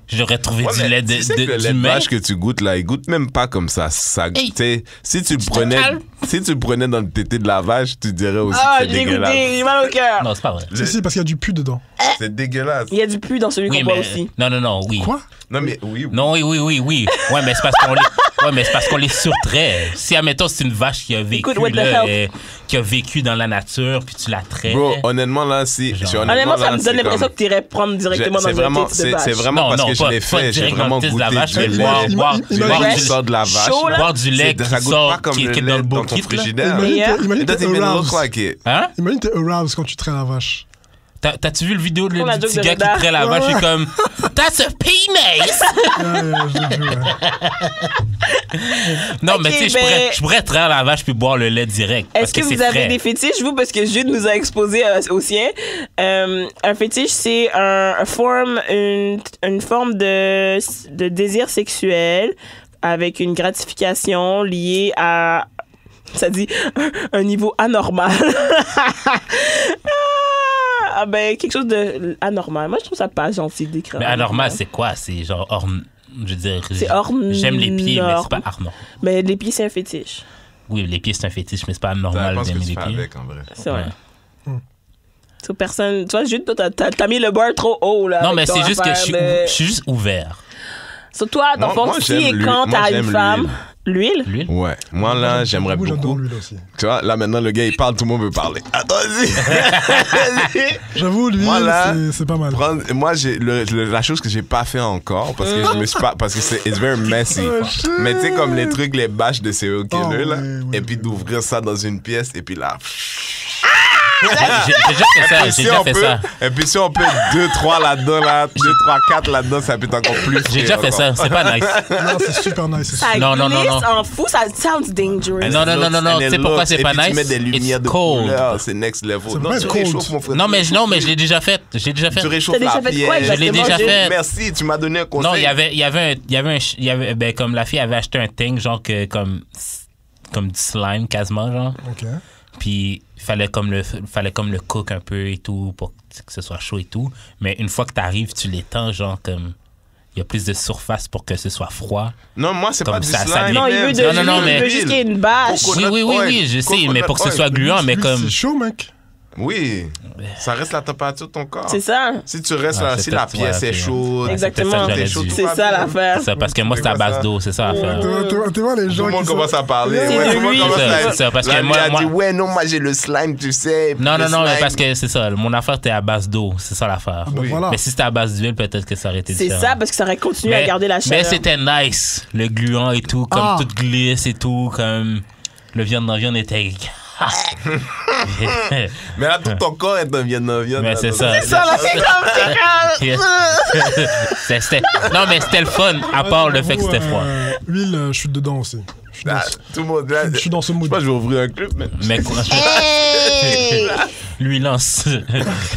j'aurais trouvé
Ouais,
du
mais
lait de,
tu sais
de-
que le lait de
d'humain.
vache que tu goûtes là, il goûte même pas comme ça. ça
Hey,
tu sais, si tu le prenais,
calmes.
si tu le prenais dans le tété de la vache, tu dirais aussi
Ah,
que c'est dégueulasse.
dégoûté, j'ai mal au cœur.
Non, c'est pas vrai.
Si, si, parce qu'il y a du pu dedans.
C'est dégueulasse.
Il y a du pu dans celui qu'on
Oui,
boit
mais.
aussi.
Non, non, non, oui.
Quoi
Non mais oui.
Non, oui, oui, oui, oui. Ouais, mais c'est parce qu'on les, ouais, mais c'est parce qu'on les surtrait. Si, admettons, c'est une vache qui a vécu,
Écoute, what the
là,
hell?
euh, qui a vécu dans la nature, puis tu la traites.
Bro, honnêtement là, si,
Eh, Genre.
si
Honnêtement, ça
là,
me
c'est
donne l'impression
comme-
que tu irais prendre directement
J'ai-
dans
c'est
le
vraiment,
tête de
c'est,
vache.
c'est vraiment
Non,
parce
non,
que je
pas-
l'ai
pas
fait. J'ai
direct dans
vraiment
le test de la
goûté
vache,
du
mais
lait.
boire-
boire-
du
boire
lait
du
qui sort de la vache.
chaud, là.
Boire du lait
C'est-
qui
ça goûte
sort,
pas comme
qui
le
était
lait
dans le
dans ton
bucket, là.
frigidaire.
Imagine
Yeah.
t'es-
It
Imagine
doesn't
t'es
even look
aroused.
like it.
Hein?
Imagine t'es aroused quand tu traînes la vache.
T'as- T'as-tu vu le vidéo de
Pour la
le
joke
petit
de
gars qui
Reda.
traite la vache et comme That's a penis!
Ouais, ouais, je l'ai vu, ouais.
Non, mais
Ok,
tu sais, je
ben-
pourrais, je pourrais traire la vache puis boire le lait direct. parce
Est-ce que,
c'est
vous avez
frais.
des fétiches, vous? Parce que Jude nous a exposé euh, au sien. Euh, un fétiche, c'est un, un forme, une, une forme de, de désir sexuel avec une gratification liée à, ça dit, un niveau anormal. ah, ben, quelque chose de anormal. Moi, je trouve ça pas gentil d'écrire.
Mais anormal, c'est quoi? C'est genre hors. Je veux dire.
Ah, C'est hors
J'aime les pieds, mais
norme.
c'est pas anormal.
Mais les pieds, c'est un fétiche.
Oui, les pieds, c'est un fétiche, mais c'est pas
Ça
anormal
dépend ce que
d'aimer
tu
les
fais
pieds.
avec en vrai.
C'est vrai.
Ouais.
Hmm.
So, personne, tu vois, Jude, toi, t'as- t'as t'as mis le bar trop haut, là.
Non,
avec
mais
ton
c'est juste que
affaire
je suis,
de-
je suis juste ouvert.
Sur toi, dans
Moi-
le fond,
moi,
si
j'aime
et
l'huile.
quand
Moi,
t'as
j'aime
une femme, l'huile,
L'huile?
Ouais, moi Oh là, j'aimerais
Moi, j'adore
beaucoup.
l'huile aussi.
Tu vois, là maintenant, le gars il parle, tout le monde veut parler. Attends-y!
J'avoue, lui,
Moi, là,
c'est- c'est pas mal.
Prendre- moi j'ai le- le- la chose que j'ai pas fait encore parce que je me suis pas parce que c'est it's very messy mais tu sais comme les trucs les bâches de serial killer
Oh,
là
oui, oui,
et puis
oui.
d'ouvrir ça dans une pièce et puis là Ah,
J'ai j'ai déjà fait ça,
et,
Ah! j'ai
si
déjà
on
fait
peut,
ça.
et puis si on peut 2 3 là-dedans là 2 3 4 là-dedans ça peut être encore plus
J'ai
frais
déjà fait
encore.
ça, c'est pas nice.
Non, c'est super nice. c'est super-
ça
Non, non, non,
glisse
non.
en fou, ça sounds dangerous.
Non, non, non, non, non,
And it
tu sais pourquoi
looks-
c'est
et
pas
puis tu
nice?
mets des lumières
It's
de
cold.
couleur, c'est next level
C'est
non
vrai,
tu
cold.
réchauffes mon frère
Non, mais je- non, mais je l'ai déjà fait. J'ai déjà fait.
tu réchauffes
T'as déjà
la
fait quoi
pièce.
Je l'ai
exactement,
déjà
Jude?
fait.
merci tu m'as donné un conseil
Non, il y avait, il y avait un, il y avait un, ch- il y avait, ben, comme la fille avait acheté un thing, genre, que, comme, comme du slime, quasiment, genre.
Ok.
Puis, fallait comme le, fallait comme le cook un peu et tout, pour que ce soit chaud et tout. Mais une fois que t'arrives, tu l'étends, genre, comme, il y a plus de surface pour que ce soit froid.
non moi c'est
Comme
pas du
ça, ça
slime
Non, il veut de
Non, non, non,
l'huile, il
mais-
veut juste qu'il y ait une bâche.
Coco- Coconut
oui, oui, oui,
oil.
oui, je sais,
Coconut
mais pour que ce
oil.
soit gluant, mais
Lui,
comme,
C'est chaud, mec.
Oui, ça reste la température de ton corps.
C'est ça.
Si tu restes
Ouais,
là,
Ah, c'est
si la
peut-être- ouais,
pièce est
ok.
chaude,
Ouais, c'est peut-être
Exactement.
ça que
t'es
j'allais
chaud,
dire.
tout
C'est
va
ça
bien.
l'affaire.
Ça, parce que moi, c'est à base d'eau, c'est ça l'affaire.
Tu vois- tu vois- tu vois les
Tout
gens
le
qui
monde
sont-
commence à parler.
C'est
ouais, tout le monde
lui.
commence à-
C'est- c'est parce
Là,
que
lui
moi-
a dit,
moi-
ouais, non, moi j'ai le slime, tu sais.
Non,
le
non, non, mais
slime.
parce que c'est ça. Mon affaire, c'était à base d'eau. C'est ça l'affaire.
Ben voilà.
Mais si c'était à base d'huile, peut-être que ça aurait été
C'est
différent.
ça, parce que ça aurait continué à garder la
mais
chaleur.
c'était nice. Le gluant et tout, comme
Ah.
tout glisse et tout, comme le viande dans viande était.
Mais là, tout ton corps est un Vietnam.
mais c'est ça.
ça, là, c'est comme, c'est comme.
Yes. C'est- c'était- non, mais c'était le fun, à part le fait que c'était froid.
Ah, Euh, Huile, euh, je suis dedans aussi. Je suis dans-
Ah, Tout le monde. là,
Je suis dans ce
Je sais
mood.
pas, je vais ouvrir un club, mais.
Mais quoi- Lui lance.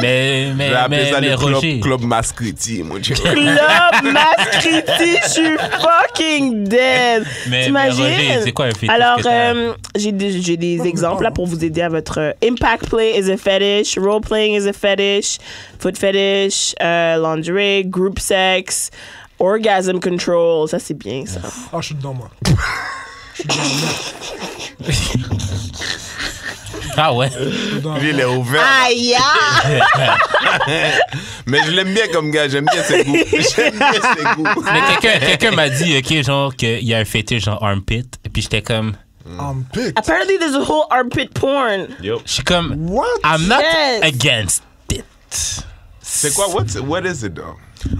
mais mais,
Je vais appeler
mais,
ça
mais
le
Roger.
club, club Mascriti, mon Dieu.
Club Mascriti, je suis fucking dead.
Mais-
T'imagines?
mais Roger, c'est quoi un fétiche
Alors,
que t'as?
euh, j'ai des, j'ai des exemples là pour vous aider à votre euh, impact play is a fetish, role playing is a fetish, foot fetish, euh, lingerie, group sex, orgasm control. Ça, c'est bien, ça.
Ah, je suis dedans, moi.
Ah ouais.
Je suis dedans.
Lui, il est ouvert.
Aïe! ah!
Mais je l'aime bien comme gars, j'aime bien ses goûts. J'aime bien ses goûts.
ah.
Mais quelqu'un quelqu'un m'a dit, OK, genre, qu'il y a un fétiche genre armpit. Puis j'étais comme.
Mm.
Armpit.
Apparently, there's a whole armpit porn.
Je suis comme.
What?
Ah.
I'm not
Yes.
against it.
C'est quoi? What's, what is it, though?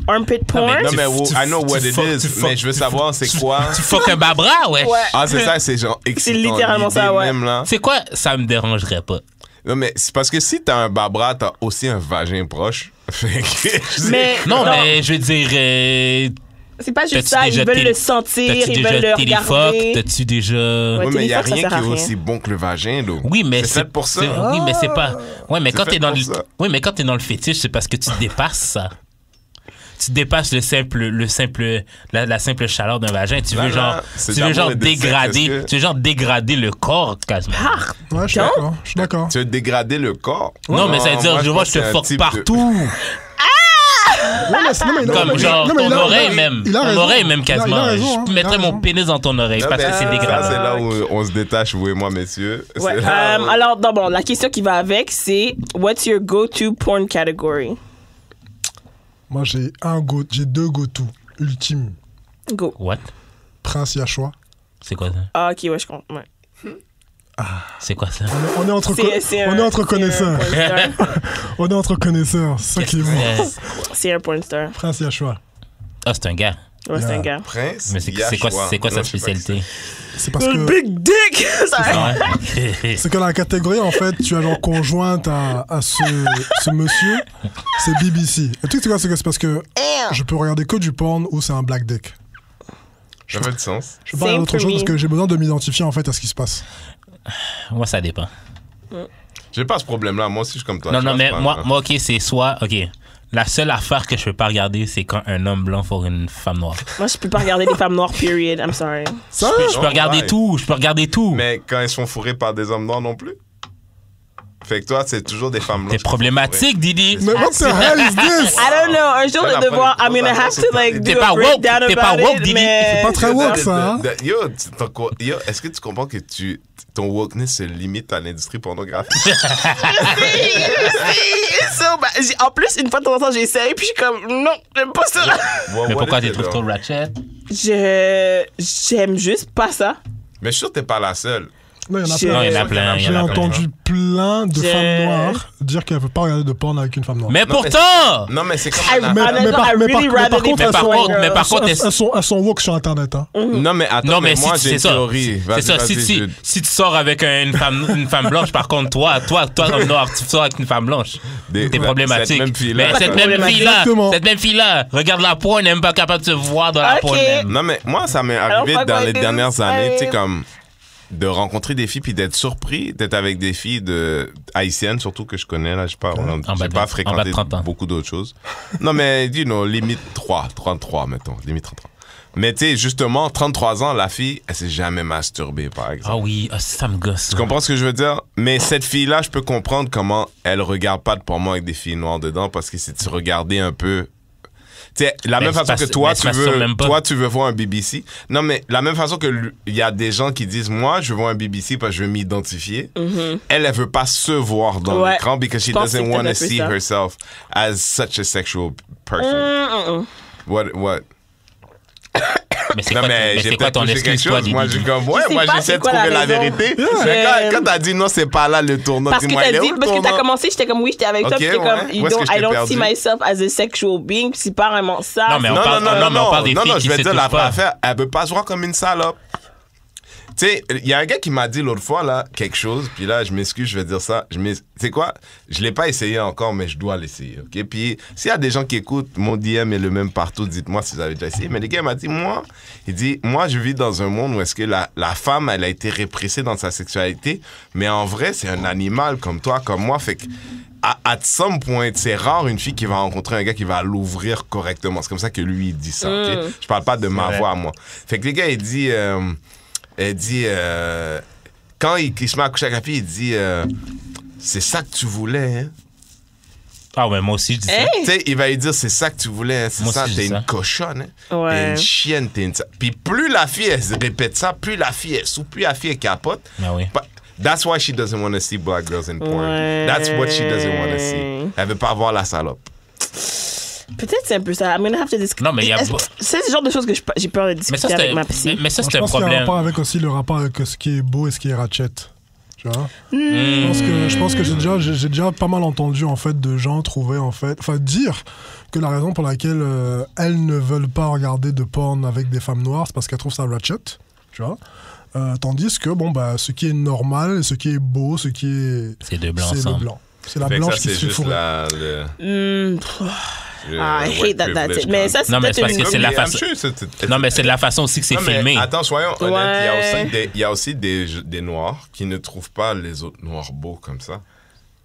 Armpit porn?
Non,
Tu-
mais wo-
tu-
I know what
tu
it
fuck-
is,
tu fuck-
mais je veux savoir c'est quoi.
Tu fuck un babra, ouais.
Ouais.
Ah, c'est ça, c'est genre excitant.
littéralement ça,
l'idée
ouais.
Même, là.
C'est quoi? Ça me dérangerait pas.
Non, mais c'est parce que si t'as un babra, t'as aussi un vagin proche. Fait que je
Mais
Non, mais je veux dire. euh,
c'est pas juste
t'as-tu
ça. Ils
déjà
veulent
télé-
le sentir,
T'as-tu
ils veulent le
déjà téléfuck?
regarder.
T'as-tu déjà.
Ouais.
Oui, mais il n'y a
téléphone, ça sert
rien qui est
à rien.
aussi bon que le vagin, d'eau.
Oui, mais
c'est fait pour
c'est-
ça.
Oui, mais c'est pas.
Ah.
Oui, mais
C'est
quand
fait
t'es dans
pour
le.
ça.
Oui, mais quand t'es dans le fétiche, c'est parce que tu dépasses ça. Tu dépasses le simple, le simple, la, la simple chaleur d'un vagin. Tu
Là,
veux
là,
genre,
c'est
tu veux
d'amour et
genre
de sexe,
dégrader,
est-ce que-
tu veux genre dégrader le corps quasiment.
Ouais, je suis d'accord. Je suis d'accord.
Tu as dégradé le corps.
non, mais ça veut dire,
moi,
je vois,
pense
je
que c'est
te
un
force
type de-
partout.
Non, mais c'est- non, mais il a-
Comme
non, mais-
genre
non, mais
ton
il a-
oreille
il a-
même.
il a
ton
raison.
oreille même
Il a- il a
quasiment.
raison, hein.
je
Il a
mettrais mon
raison.
pénis dans ton oreille
Non,
parce
mais
que c'est
Ça, c'est
dégradant.
là où on se détache, vous et moi, messieurs. C'est
Ouais.
là
Euh,
où-
alors, non, bon, la question qui va avec, c'est What's your go-to porn category?
Moi, j'ai un go, j'ai deux go-to ultimes.
Go.
What?
Prince Yashua.
C'est quoi ça?
Ah, ok, ouais, je comprends. ouais.
C'est quoi ça?
On est- On est entre, co-
C'est- c'est
on
un-
est entre
c'est un
connaisseurs.
porn star.
On est entre connaisseurs. C'est ça qui est bon.
Euh,
C'est un porn star.
Prince Yashua.
Ah, c'est un gars.
Ouais, c'est
Yeah.
un gars.
Prince.
Mais c'est
il y a
c'est quoi,
choix.
c'est quoi
Non,
sa
je sais pas
spécialité?
C'est parce que
Big dick! Sorry.
Ah ouais?
c'est que dans la catégorie en fait, tu as genre conjointe à, à ce, ce monsieur, c'est BBC. Le truc c'est quoi, c'est que c'est parce que je peux regarder que du porn ou c'est un black dick.
Ça fait du sens.
Je peux pas regarder
Same
autre
for
chose
me.
parce que j'ai besoin de m'identifier en fait à ce qui se passe.
Moi, ça dépend.
J'ai pas ce problème-là. Moi aussi, je suis comme toi.
Non,
Je
non,
pense
mais
pas,
moi,
hein.
moi, ok, c'est soit. Ok. La seule affaire que je peux pas regarder, c'est quand un homme blanc pour une femme noire.
Moi, je peux pas regarder des femmes noires, period. I'm sorry.
Je peux, je peux
Oh,
regarder
ouais.
tout, je peux regarder tout.
Mais quand ils sont fourrés par des hommes noirs non plus. Fait que toi, c'est toujours des femmes
T'es
blanches.
problématique, Didi.
Mais what the hell is this?
I don't know. Un jour,
Ça,
je
la
vais devoir.
première
I'm gonna have
chose,
to, like,
t'es
do
pas
a
woke,
breakdown
t'es pas
about
woke,
it,
Didi.
mais-
C'est pas très woke
De-
ça. hein?
de- de- Yo, tu- ton co- yo, est-ce que tu comprends que tu, ton wokeness se limite à l'industrie pornographique?
C'est so bad. J'ai- En plus, une fois de temps en temps, j'essaye, puis je suis comme, non, j'aime pas ça.
What-
Mais
what
pourquoi
is
t'es
it,
trop
though?
trop ratchet?
Je. J'aime juste pas ça.
Mais je suis sûr que t'es pas la seule.
Non, il y en a
J'ai-
plein.
Non, il y en a plein, il y
J'ai
en a plein.
entendu plein de
J'ai-
femmes noires dire qu'elles ne peuvent pas regarder de porn avec une femme noire.
Mais
Non, mais-
pourtant!
Non, mais c'est comme
I-
un
mais,
appel.
Honnêtement, I
mais par, mais par-
really
mais par
rather
contre,
be
elles
Mais par
sont,
white
contre,
girl.
mais par contre,
elles,
est-ce-
sont, elles, sont, elles sont woke sur internet. Hein.
Non, mais attends,
non, mais
mais moi,
si,
j'ai
c'est
une
ça.
théorie.
C'est
Vas-y,
ça. Si,
vas-y,
si-
je-
si tu sors avec un- une femme, une femme blanche, par contre, toi, toi, toi, homme noir, tu sors avec une femme blanche.
Des-
T'es
la-
problématique.
cette même fille-là,
Mais
ça-
cette même fille-là,
Exactement.
cette même fille-là, regarde la peau, elle n'est même pas capable de se voir dans la
Ok.
peau elle-même.
Non, mais moi, ça m'est
Alors,
arrivé
fuck
dans
my
les
dude,
dernières
ça
années, tu sais,
arrive.
comme de rencontrer des filles puis d'être surpris d'être avec des filles de haïtiennes surtout que je connais là je sais pas on-
En bas
j'ai
de- en
pas
bas de
fréquenté
30 ans.
beaucoup d'autres choses non mais dis non limite 3 33 mettons limite 33 mais tu sais justement 33 ans la fille elle s'est jamais masturbée par exemple
Ah oui, ah, ça me gosse.
tu comprends ce que je veux dire? Mais cette fille-là, je peux comprendre comment elle regarde pas de porno avec des filles noires dedans parce que si tu regardais un peu. Tu sais, la
Mais
même
c'est
façon
pas-
que toi
mais c'est
tu,
pas sûr
veux,
même pas.
toi, tu veux voir un BBC. Non, mais la même façon que lui- il y a des gens qui disent Moi, je veux voir un BBC parce que je veux m'identifier. Elle, elle veut pas se voir dans
Mm-hmm. Ouais.
l'écran because she
Je pense
doesn't
que t'as
want to
appris
see
ça.
herself as such a sexual person.
Mm-mm.
What, what?
Mais c'est
Non,
quoi, mais
mais j'ai
c'est quoi
peut-être
ton
touché quelque
excuse, toi,
chose. Moi, je
Didi?
suis comme, ouais,
Je sais
moi,
pas
j'essaie
c'est
de
quoi
trouver
la
la
raison.
vérité.
Yeah.
Mais quand-
Euh,
Quand t'as dit non, c'est pas là le tournant,
Parce que
dis-moi, il
t'as
est
dit,
où le
parce que t'as
tournant?
commencé, j'étais comme oui, j'étais avec toi,
Ok,
puis j'étais comme,
ouais.
you
Où est-ce que
don't-
je t'ai
I don't
perdu?
see myself as a sexual being, puis c'est pas vraiment ça.
Non, mais on
non,
parle-
non, non,
non, mais on
non,
parle des
non,
filles
non,
qui
je vais
se
te dire
touchent
la vraie
pas.
affaire. Elle peut pas se voir comme une salope. Tu sais, il y a un gars qui m'a dit l'autre fois, là, quelque chose, puis là, je m'excuse, je vais dire ça. Je m'ex- Tu sais quoi? Je l'ai pas essayé encore, mais je dois l'essayer, OK? Puis s'il y a des gens qui écoutent, mon DM est le même partout, dites-moi si vous avez déjà essayé. Mais le gars il m'a dit, moi, il dit, moi, je vis dans un monde où est-ce que la, la femme, elle a été répressée dans sa sexualité, mais en vrai, c'est un animal comme toi, comme moi, fait que à, at some point, c'est rare une fille qui va rencontrer un gars qui va l'ouvrir correctement. C'est comme ça que lui, il dit ça. ok? Je parle pas de ma
vrai.
voix à moi. Fait que les gars, il dit. euh, il dit. euh, quand il, il se met à coucher avec la fille, il dit. euh, c'est ça que tu voulais, hein?
Ah, ouais, moi aussi, je dis ça.
Hey!
Tu sais, il va lui dire, c'est ça que tu voulais, hein? c'est
Moi
ça,
aussi, je
t'es
dis ça.
une cochonne, hein?
Ouais.
T'es une chienne, t'es une... sa- Puis plus la fille, elle se répète ça, plus la fille, elle soupe, plus la fille, elle capote.
Ah oui.
But that's why she doesn't want to see black girls in porn.
Ouais.
That's what she doesn't want to see. Elle veut pas voir la salope.
Peut-être c'est un peu ça. I'm gonna have to discuter.
Non, mais il y a
Est-ce-
beau-
C'est le genre de choses que je- j'ai peur de
Mais ça,
discuter
c'est
avec
un,
ma
mais-
psy.
mais ça,
Moi,
c'est
je
un
pense qu'il y a un
problème.
rapport avec aussi le rapport avec ce qui est beau et ce qui est ratchet. Tu vois
Hmm.
je pense que, je pense que j'ai déjà, j'ai j'ai déjà pas mal entendu en fait de gens trouver en fait, enfin dire que la raison pour laquelle euh, elles ne veulent pas regarder de porn avec des femmes noires, c'est parce qu'elles trouvent ça ratchet, tu vois. Euh, tandis que bon bah ce qui est normal, ce qui est beau, ce qui est
C'est deux blancs
c'est le
ensemble.
blanc, c'est la
Fait que ça,
blanche qui se
c'est
fait
juste
fourrer.
la... le-
Hmm, pff,
Euh,
le
ah, I
white
hate that, that's
privilege
it. Mais
con-
ça, c'est
Non, mais
peut-être
c'est parce
une-
que c'est la
I'm
façon-
sure c'est-
Non, mais c'est de la façon aussi que c'est
Non, mais
filmé.
Attends, soyons honnêtes, il y a
Ouais.
aussi, des, il y a aussi des, des noirs qui ne trouvent pas les autres noirs beaux comme ça.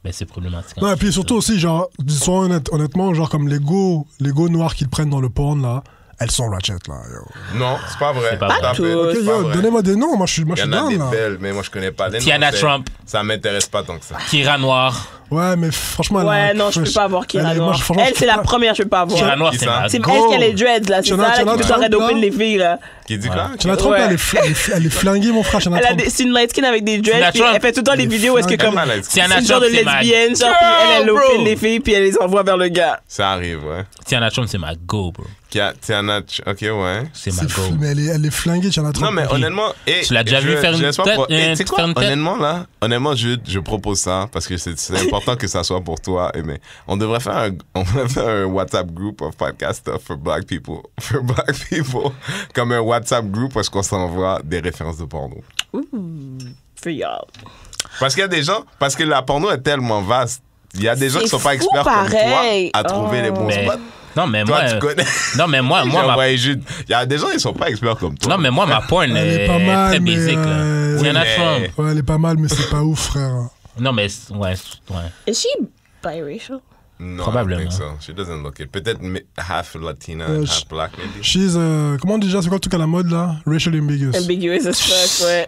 Mais c'est problématique.
Non, et puis surtout aussi, genre, disons honnête- honnêtement, genre comme les go, les go noirs qu'ils prennent dans le porn là, elles sont ratchet là. yo.
Non, c'est pas vrai.
C'est pas vrai.
Stop it,
toutes.
c'est
Ok,
pas
yo,
vrai.
Donnez-moi des noms, moi je suis, moi
Il
je
y
suis
en a
down
des
là.
belles, mais moi je connais pas les noms.
Tiana
c'est-
Trump.
Ça m'intéresse pas tant que ça.
Kira Noir.
Ouais, mais franchement, elle a
Ouais,
un
non, je peux
crush.
pas avoir Kira
Elle est- moi,
Noir.
je- franchement,
Elle,
je
c'est
peux
la
pas.
première, je peux pas
Kira
avoir.
Noir,
Qui
c'est
ça?
mal.
C'est elle
Go.
qui a les dreads, là. C'est
Tiana-
ça, là,
Tiana
qui
Trump,
t'aurait d'open
là.
les filles, là.
Qui dit quoi?
Tu la trompes,
Ouais.
elle, est fl- elle est fl- elle est flinguée, mon frère. Tu la
Elle a
trompes.
des- C'est une light skin avec des dreads.
Tiana
puis
Trump.
Elle fait tout le temps les
Elle est
vidéos où est-ce que
flingue.
comme.
Malade.
Tiana-
C'est le genre de
Trump, c'est mal.
lesbienne, genre, puis elle, elle
Girl,
open
bro.
les filles, puis elle les envoie vers le gars.
Ça arrive, ouais.
Tiana Trump, c'est ma go, bro.
Qui a- Tiana, Ch- ok, ouais.
C'est ma
C'est
go.
fou, mais elle est, elle est flinguée, tu la trompes.
Non, mais honnêtement. eh,
Tu l'as déjà
je-
vu faire
je
une
laisse pas
tête,
pro- eh,
euh,
tu sais
faire
quoi?
une tête?
Honnêtement, là, honnêtement, Jude, je propose ça parce que c'est c'est important que ça soit pour toi. eh, Mais on devrait faire un, on devrait faire un WhatsApp group of podcast stuff for black people. For black people. Comme un WhatsApp group parce qu'on s'envoie des références de porno.
For y'all.
Parce qu'il y a des gens, parce que la porno est tellement vaste. Il y a des gens qui
C'est
sont pas
fou
experts
pareil.
comme toi à trouver
Oh.
les bons
Mais-
spots.
Non, mais
Toi,
moi.
tu
euh,
connais.
Non, mais moi, moi,
Moi,
ma-
Jude. Il y a des gens, ils sont pas experts comme toi.
Non, mais moi, ma porn
Elle est
est
pas mal,
très
mais,
basic,
euh,
là.
oui,
Tiana
mais-
Trump.
Ouais, elle est pas mal, mais c'est pas ouf, frère.
Non, mais. c'est- Ouais, c'est- ouais.
Is she biracial?
Non,
Probablement.
I don't think so. She doesn't look it. Peut-être mi- half Latina
Euh,
and
je-
half black, maybe.
She's. euh, comment déjà, c'est quoi le truc à la mode là Racial ambiguous.
Ambiguous as fuck, ouais.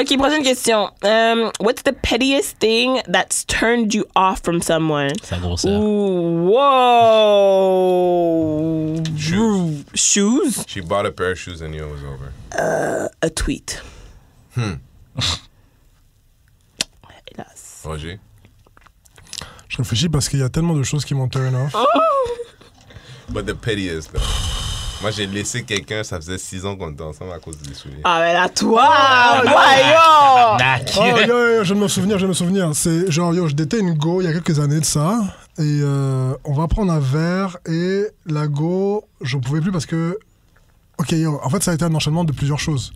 Ok, prochaine question. Um, what's the pettiest thing that's turned you off from someone?
Sa grosseur.
Ooh, whoa.
Shoes.
Ooh, Shoes?
She bought a pair of shoes and knew it was over.
A tweet. Hélas.
Roger?
Je réfléchis parce qu'il y a tellement de choses qui m'ont turn off.
But the pettiest, though. Moi, j'ai laissé quelqu'un, ça faisait 6 ans qu'on était ensemble à cause des souliers.
Ah, mais là, toi! Voyons!
Tabarnak.
Oh, yo, yo, yo, je viens de me souvenir, je viens de me souvenir. C'est genre, yo, je datais une go il y a quelques années de ça. Et euh, on va prendre un verre. Et la go, je pouvais plus parce que. Ok, yo, en fait, ça a été un enchaînement de plusieurs choses.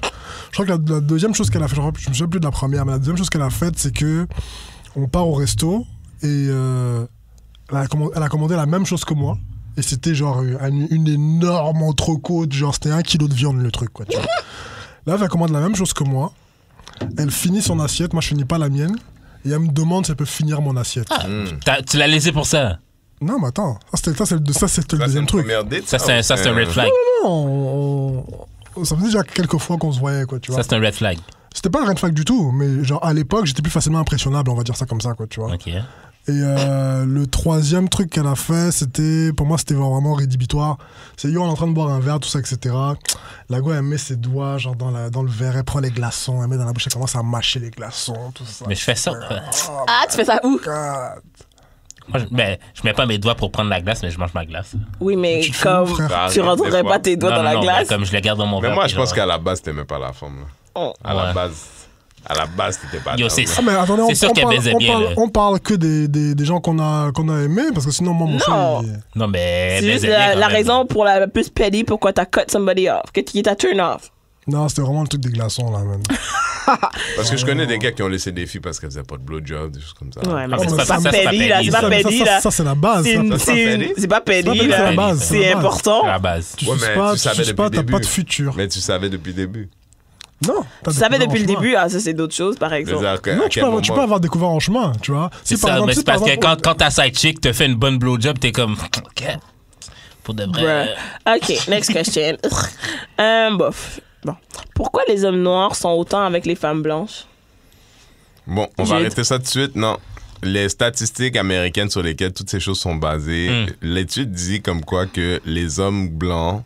Je crois que la, la deuxième chose qu'elle a fait, je me souviens plus de la première, mais la deuxième chose qu'elle a faite, c'est que on part au resto et euh, elle, a commandé, elle a commandé la même chose que moi. Et c'était genre une, une énorme entrecôte, genre c'était un kilo de viande le truc, quoi. tu vois. Là, elle commande la même chose que moi. Elle finit son assiette, moi je finis pas la mienne. Et elle me demande si elle peut finir mon assiette.
Ah. T'as- Tu l'as laissé pour ça.
Non, mais attends, ça c'était ça, c'est le, ça, c'était le
Ça, c'est
deuxième
une
truc.
première date,
Ça, c'est un, ça, c'est un red flag.
Non, on- on- ça faisait déjà quelques fois qu'on se voyait, quoi, tu vois.
Ça, c'est un red flag.
C'était pas un red flag du tout, mais genre à l'époque, j'étais plus facilement impressionnable, on va dire ça comme ça, quoi, tu vois.
OK.
Et euh, le troisième truc qu'elle a fait, c'était, pour moi, c'était vraiment rédhibitoire. C'est yo, on est en train de boire un verre, tout ça, etc. La go, elle met ses doigts genre dans, la, dans le verre, elle prend les glaçons, elle met dans la bouche, elle commence à mâcher les glaçons, tout ça. Ah,
Mais je fais ça.
Oh
Ah, tu fais ça où?
my God.
Moi, je, ben, je mets pas mes doigts pour prendre la glace, mais je mange ma glace.
Oui, mais
Tu te fais
comme
mon frère.
tu
Bah,
rentrerais
des fois.
pas tes doigts
Non,
dans
non,
la
non,
glace.
ben, comme je les garde dans mon
Mais
verre.
moi,
puis
je pense
genre-
qu'à la base, t'aimais pas la femme. là.
Oh.
À
Ouais.
la base, à la base, t'étais pas
Yo,
down,
c'est
là.
ça.
Ah, mais attendez, on,
C'est sûr
on
qu'elle
parle,
baisait
on,
bien,
parle,
là.
on parle que des, des, des gens qu'on a, qu'on a aimés, parce que sinon, moi, mon
Non.
chien, il-
Non, mais.
C'est
mais
juste
elle est
la,
quand
la
même.
raison pour la plus petty pourquoi t'as cut somebody off, que tu t'as turn off.
Non, c'était vraiment le truc des glaçons, là, man.
Parce que je connais des gars qui ont laissé des filles parce qu'elles faisaient pas de blowjob, des choses comme ça.
Ouais, mais
mais
c'est
Ah, ça,
pas
ça, c'est pas
petty là,
petty,
c'est
ça.
pas
Mais
petty
ça, ça,
là.
ça, c'est la base.
C'est
ça.
une-
ça, ça,
c'est
c'est
une-
petty.
c'est pas petty
petty, c'est
là.
la base, c'est
C'est
la base.
C'est
important.
la base.
Tu
Ouais,
suces
mais
pas,
tu
tu
savais
suces
depuis
pas,
le
t'as pas de
début.
futur.
Mais tu savais depuis le début.
Non. t'as
Tu savais
découvert
depuis le
en chemin.
début, ah, ça c'est d'autres choses par exemple.
C'est-à-dire que à
Non, tu
quel
peux, avoir, tu
moment-
peux avoir découvert en chemin, tu vois. Si
C'est ça, mais c'est
par
parce que
exemple-
quand, quand ta side chick te fait une bonne blowjob, t'es comme. Ok. Pour de
Bruh.
vrai.
Ok, next question. Euh, bof. Bon. Pourquoi les hommes noirs sont autant avec les femmes blanches
Bon, on va
J'ai-
arrêter ça tout de suite. Non. Les statistiques américaines sur lesquelles toutes ces choses sont basées,
Mm.
l'étude dit comme quoi que les hommes blancs,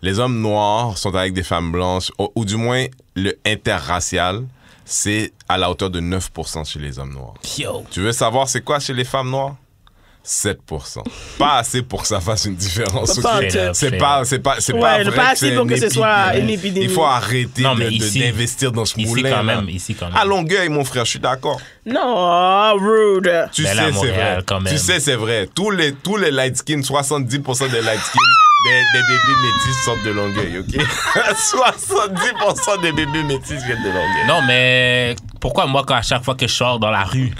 les hommes noirs sont avec des femmes blanches, ou, ou du moins le interracial, c'est à la hauteur de 9% chez les hommes noirs.
euh, Yo.
Tu veux savoir c'est quoi chez les femmes noires 7%. Pas assez pour que ça fasse une différence.
Pas
ok?
en tout.
C'est pas, c'est pas, c'est pas
Ouais,
vrai
pas
que
assez
c'est
pour que ce
épidémie.
soit une épidémie.
Il faut arrêter
Non, mais
de- de-
ici-
d'investir dans ce
Ici,
moulin.
quand
là.
même. Ici, quand
À
même.
Longueuil, mon frère, je suis d'accord.
Non, rude.
Tu
Ben là, à
sais, c'est
Montréal,
vrai.
quand même.
Tu sais, c'est vrai. Tous les, tous les light skins, 70% des light skins, des, des bébés métis sortent de Longueuil, OK? 70% des bébés métis viennent de Longueuil.
Non, mais pourquoi moi, quand à chaque fois que je sors dans la rue,